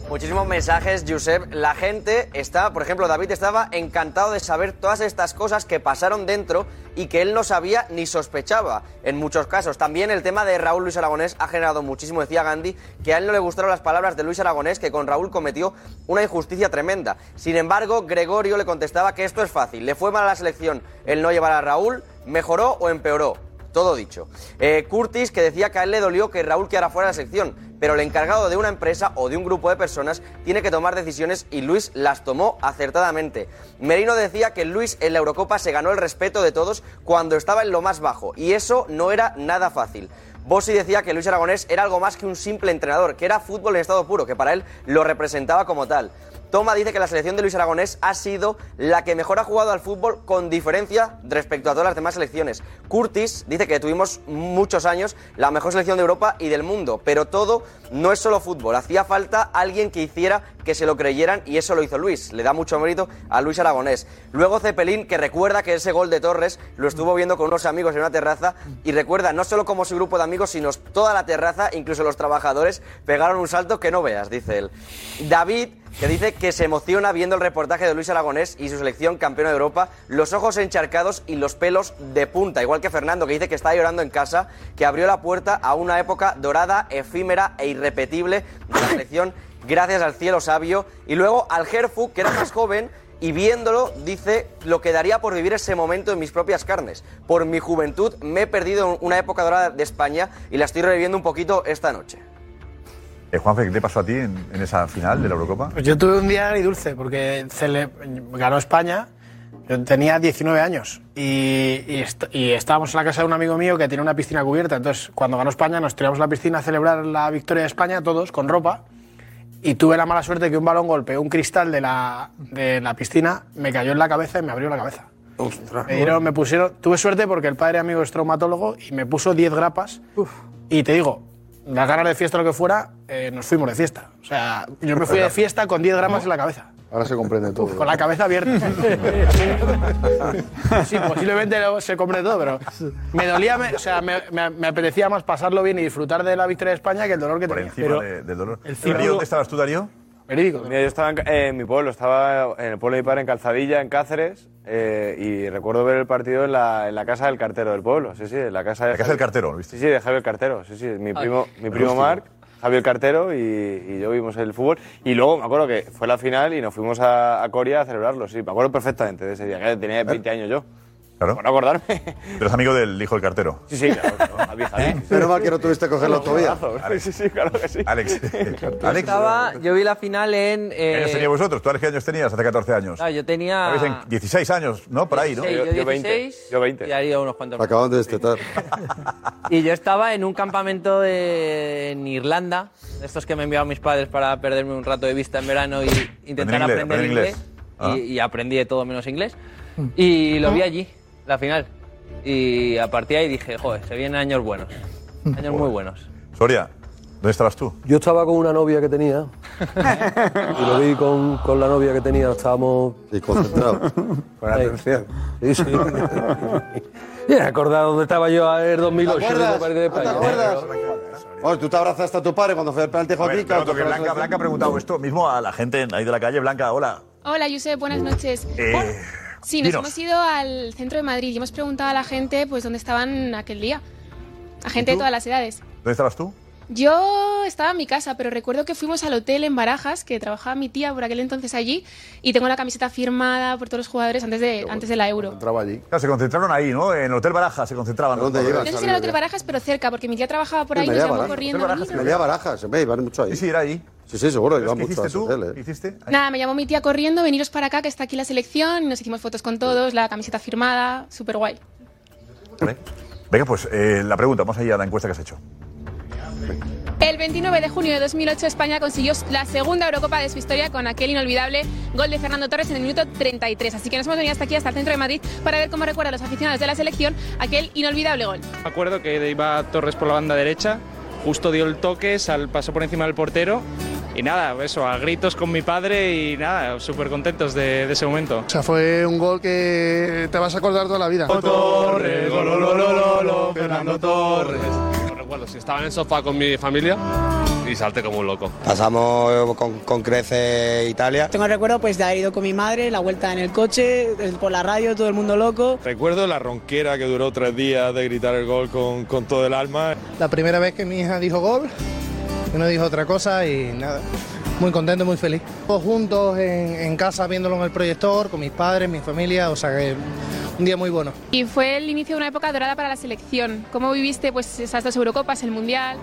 [SPEAKER 17] Muchísimos mensajes, Josep. La gente está, por ejemplo, David estaba encantado de saber todas estas cosas que pasaron dentro y que él no sabía ni sospechaba en muchos casos. También el tema de Raúl Luis Aragonés ha generado muchísimo, decía Gandhi, que a él no le gustaron las palabras de Luis Aragonés, que con Raúl cometió una injusticia tremenda. Sin embargo, Gregorio le contestaba que esto es fácil. Le fue mal a la selección el no llevar a Raúl, mejoró o empeoró. Todo dicho. Eh, Curtis, que decía que a él le dolió que Raúl quedara fuera de la sección, pero el encargado de una empresa o de un grupo de personas tiene que tomar decisiones y Luis las tomó acertadamente. Merino decía que Luis en la Eurocopa se ganó el respeto de todos cuando estaba en lo más bajo, y eso no era nada fácil. Bossi decía que Luis Aragonés era algo más que un simple entrenador, que era fútbol en estado puro, que para él lo representaba como tal. Toma dice que la selección de Luis Aragonés ha sido la que mejor ha jugado al fútbol con diferencia respecto a todas las demás selecciones. Curtis dice que tuvimos muchos años la mejor selección de Europa y del mundo, pero todo no es solo fútbol. Hacía falta alguien que hiciera que se lo creyeran y eso lo hizo Luis. Le da mucho mérito a Luis Aragonés. Luego Cepelín, que recuerda que ese gol de Torres lo estuvo viendo con unos amigos en una terraza y recuerda no solo como su grupo de amigos, sino toda la terraza, incluso los trabajadores, pegaron un salto que no veas, dice él. David que dice que se emociona viendo el reportaje de Luis Aragonés y su selección campeona de Europa, los ojos encharcados y los pelos de punta, igual que Fernando, que dice que está llorando en casa, que abrió la puerta a una época dorada, efímera e irrepetible de la selección, gracias al cielo sabio. Y luego al Gerfu, que era más joven. Y viéndolo, dice, lo que daría por vivir ese momento en mis propias carnes. Por mi juventud me he perdido una época dorada de España y la estoy reviviendo un poquito esta noche.
[SPEAKER 6] Eh, Juanfe, ¿qué te pasó a ti en, en esa final de la Eurocopa?
[SPEAKER 14] Pues yo tuve un día agridulce porque cele- ganó España. Yo tenía 19 años y, y est- y estábamos en la casa de un amigo mío que tiene una piscina cubierta. Entonces, cuando ganó España, nos tiramos a la piscina a celebrar la victoria de España todos con ropa. Y tuve la mala suerte que un balón golpeó un cristal de la, de la piscina, me cayó en la cabeza y me abrió la cabeza. Me dieron- me pusieron, tuve suerte porque el padre amigo es traumatólogo y me puso 10 grapas. Y te digo, las ganas de fiesta o lo que fuera, eh, nos fuimos de fiesta. O sea, yo me fui de fiesta con 10 gramas en la cabeza.
[SPEAKER 23] Ahora se comprende todo.
[SPEAKER 14] Con la cabeza abierta. sí, posiblemente luego se compre todo, pero me dolía, me- o sea, me, me- me apetecía más pasarlo bien y disfrutar de la victoria de España que el dolor que
[SPEAKER 6] Por
[SPEAKER 14] tenía.
[SPEAKER 6] encima
[SPEAKER 14] Pero-
[SPEAKER 6] de- del dolor.
[SPEAKER 14] el
[SPEAKER 6] Darío,
[SPEAKER 14] círculo-
[SPEAKER 6] ¿Dónde estabas tú, Darío?
[SPEAKER 14] Mira,
[SPEAKER 1] yo estaba en, ca- eh, en mi pueblo, estaba en el pueblo de mi padre, en Calzadilla, en Cáceres, eh, y recuerdo ver el partido en la, en la casa del cartero del pueblo, sí, sí, en la casa de...
[SPEAKER 6] La casa del cartero, ¿lo viste?
[SPEAKER 1] Sí, sí, de Javier Cartero, sí, sí, mi
[SPEAKER 6] Ah,
[SPEAKER 1] primo, mi
[SPEAKER 6] el
[SPEAKER 1] primo
[SPEAKER 6] rústico.
[SPEAKER 1] Marc, Javier Cartero y, y yo vimos el fútbol, y luego me acuerdo que fue la final y nos fuimos a, a Coria a celebrarlo, sí, me acuerdo perfectamente de ese día, que tenía 20 años yo.
[SPEAKER 6] Claro.
[SPEAKER 1] Por no acordarme.
[SPEAKER 6] Pero es amigo del hijo del cartero.
[SPEAKER 1] Sí, sí, claro, claro, Javi, Javi.
[SPEAKER 11] Pero mal que no tuviste que cogerlo
[SPEAKER 1] Un
[SPEAKER 11] todavía.
[SPEAKER 1] abrazo, Sí, sí, claro que sí.
[SPEAKER 6] Alex.
[SPEAKER 17] Yo,
[SPEAKER 6] Alex. eh,
[SPEAKER 17] estaba, yo vi la final en...
[SPEAKER 6] ¿Qué
[SPEAKER 17] eh,
[SPEAKER 6] años teníais vosotros? ¿Tú, Alex, qué años tenías hace 14 años?
[SPEAKER 17] ah, yo tenía...
[SPEAKER 6] Habéis en 16 años, ¿no? Por ahí, ¿no?
[SPEAKER 17] 16, eh, yo 16,
[SPEAKER 1] Yo 20.
[SPEAKER 17] Y ha ido unos cuantos.
[SPEAKER 11] Acaban de destetar.
[SPEAKER 17] Y yo estaba en un campamento de- en Irlanda, de estos que me enviaron mis padres para perderme un rato de vista en verano y
[SPEAKER 6] inglés,
[SPEAKER 17] intentar aprender
[SPEAKER 6] aprender
[SPEAKER 17] inglés.
[SPEAKER 6] inglés.
[SPEAKER 17] Y,
[SPEAKER 6] Ah.
[SPEAKER 17] y aprendí de todo menos inglés. Y lo vi allí, la final. Y a partir de ahí dije, joder, se vienen años buenos. Años muy buenos.
[SPEAKER 6] Soria, ¿dónde estabas tú?
[SPEAKER 3] Yo estaba con una novia que tenía. y lo vi con, con la novia que tenía. Estábamos.
[SPEAKER 11] Y concentrados.
[SPEAKER 3] Con atención. Sí, sí. Y acordado dónde estaba yo en el 2008.
[SPEAKER 11] ¿Te acuerdas?
[SPEAKER 3] en el Parque de España.
[SPEAKER 11] Bueno, tú te abrazaste a tu padre cuando fue el penalti
[SPEAKER 6] A ver,
[SPEAKER 11] Joaquín.
[SPEAKER 6] pregunto que Blanca, Blanca ha preguntado esto mismo a la gente ahí de la calle. Blanca, hola.
[SPEAKER 8] Hola, Josep, buenas noches.
[SPEAKER 6] Eh,
[SPEAKER 8] Sí, nos
[SPEAKER 6] dinos.
[SPEAKER 8] hemos ido al centro de Madrid y hemos preguntado a la gente pues dónde estaban aquel día. A gente de todas las edades.
[SPEAKER 6] ¿Dónde estabas tú?
[SPEAKER 8] Yo estaba en mi casa, pero recuerdo que fuimos al hotel en Barajas, que trabajaba mi tía por aquel entonces allí, y tengo la camiseta firmada por todos los jugadores antes de, antes de la Euro.
[SPEAKER 6] Entraba allí. Claro, se concentraron ahí, ¿no? En el Hotel Baraja se concentraban. ¿Dónde
[SPEAKER 8] No sé si era el hotel Barajas, pero cerca, porque mi tía trabajaba por ahí, nos llamó corriendo. a mí, nos-
[SPEAKER 11] Melea Barajas, hombre, iban mucho ahí. Sí, sí,
[SPEAKER 6] era ahí.
[SPEAKER 11] Sí, sí, seguro,
[SPEAKER 6] Pero es
[SPEAKER 11] iban
[SPEAKER 6] que
[SPEAKER 11] mucho a
[SPEAKER 6] hiciste
[SPEAKER 11] ese
[SPEAKER 6] tú,
[SPEAKER 11] hotel, ¿eh?
[SPEAKER 6] ¿Hiciste?
[SPEAKER 8] Nada, me llamó mi tía corriendo, veniros para acá, que está aquí la selección, y nos hicimos fotos con todos, la camiseta firmada, súper guay.
[SPEAKER 6] Venga, pues eh, la pregunta, vamos allá a la encuesta que has hecho.
[SPEAKER 8] El 29 de junio de 2008 España consiguió la segunda Eurocopa de su historia con aquel inolvidable gol de Fernando Torres en el minuto 33. Así que nos hemos venido hasta aquí, hasta el centro de Madrid, para ver cómo recuerdan los aficionados de la selección aquel inolvidable gol.
[SPEAKER 27] Me acuerdo que iba Torres por la banda derecha, justo dio el toque, sal, pasó por encima del portero y nada, eso, a gritos con mi padre y nada, súper contentos de, de ese momento.
[SPEAKER 14] O sea, fue un gol que te vas a acordar toda la vida.
[SPEAKER 16] Fernando Torres. No recuerdo, si estaba en el sofá con mi familia y salté como un loco.
[SPEAKER 24] Pasamos con, con crece Italia.
[SPEAKER 28] Tengo el recuerdo pues de haber ido con mi madre, la vuelta en el coche, el- por la radio, todo el mundo loco.
[SPEAKER 1] Recuerdo la ronquera que duró tres días de gritar el gol con, con todo el alma.
[SPEAKER 14] La primera vez que mi hija dijo gol, yo no dijo otra cosa y nada. Muy contento, muy feliz. Todos juntos en, en casa viéndolo en el proyector, con mis padres, mi familia, o sea que un día muy bueno.
[SPEAKER 8] Y fue el inicio de una época dorada para la selección. ¿Cómo viviste pues, esas dos Eurocopas, el Mundial?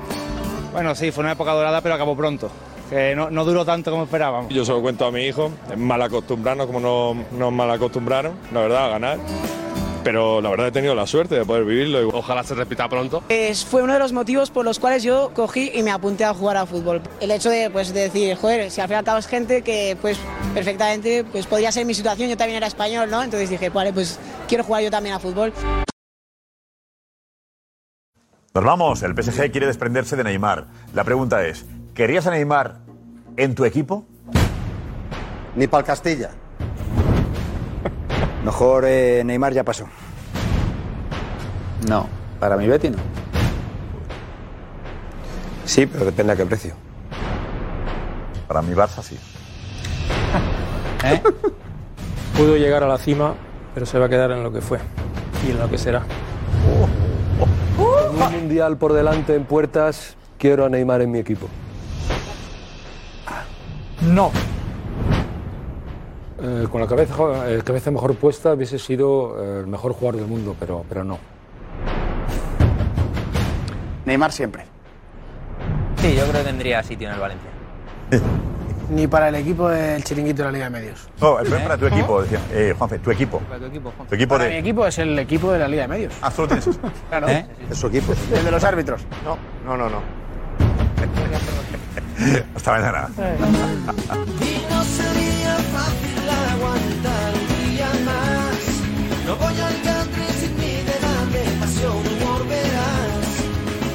[SPEAKER 29] Bueno, sí, fue una época dorada, pero acabó pronto. Que no, no duró tanto como esperábamos.
[SPEAKER 1] Yo se lo cuento a mi hijo, es mal acostumbrarnos como nos, nos mal acostumbraron, la verdad, a ganar. Pero la verdad he tenido la suerte de poder vivirlo. Ojalá se repita pronto.
[SPEAKER 28] Es- fue uno de los motivos por los cuales yo cogí y me apunté a jugar a fútbol. El hecho de, pues, de decir, joder, si al fin y al cabo es gente que pues perfectamente pues, podría ser mi situación, yo también era español, ¿no? Entonces dije, vale, pues quiero jugar yo también a fútbol.
[SPEAKER 6] Nos vamos, el PSG quiere desprenderse de Neymar. La pregunta es, ¿querías a Neymar en tu equipo?
[SPEAKER 11] Ni para el Castilla.
[SPEAKER 19] Mejor eh, Neymar ya pasó.
[SPEAKER 13] No, para mi Betty no.
[SPEAKER 24] Sí, pero depende a qué precio.
[SPEAKER 6] Para mi Barça sí.
[SPEAKER 15] Pudo llegar a la cima, pero se va a quedar en lo que fue y en lo que será.
[SPEAKER 3] Con un mundial por delante en puertas, quiero a Neymar en mi equipo.
[SPEAKER 9] No.
[SPEAKER 10] Eh, con la cabeza, jo- eh, cabeza mejor puesta hubiese sido eh, el mejor jugador del mundo, pero, pero no.
[SPEAKER 30] Neymar siempre.
[SPEAKER 10] Sí, yo creo que tendría sitio en el Valencia.
[SPEAKER 4] Ni para el equipo del chiringuito de la Liga de Medios.
[SPEAKER 6] No, el problema eh, para tu equipo, decía, eh, Juanfe, tu equipo.
[SPEAKER 4] Para tu equipo,
[SPEAKER 6] Tu equipo
[SPEAKER 4] Para
[SPEAKER 6] de-
[SPEAKER 4] mi equipo es el equipo de la Liga de Medios.
[SPEAKER 6] Ah, solo tienes eso.
[SPEAKER 4] Claro.
[SPEAKER 11] Es su equipo.
[SPEAKER 4] El de los árbitros.
[SPEAKER 31] No, no, no. no.
[SPEAKER 6] Hasta mañana.
[SPEAKER 26] Y no sería fácil aguantar un día más. No voy al country sin mi delante, pasión, humor, verás.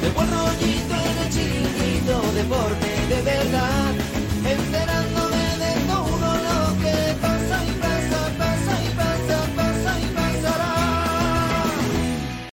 [SPEAKER 26] De buen rollito en el chiringuito, deporte de verdad.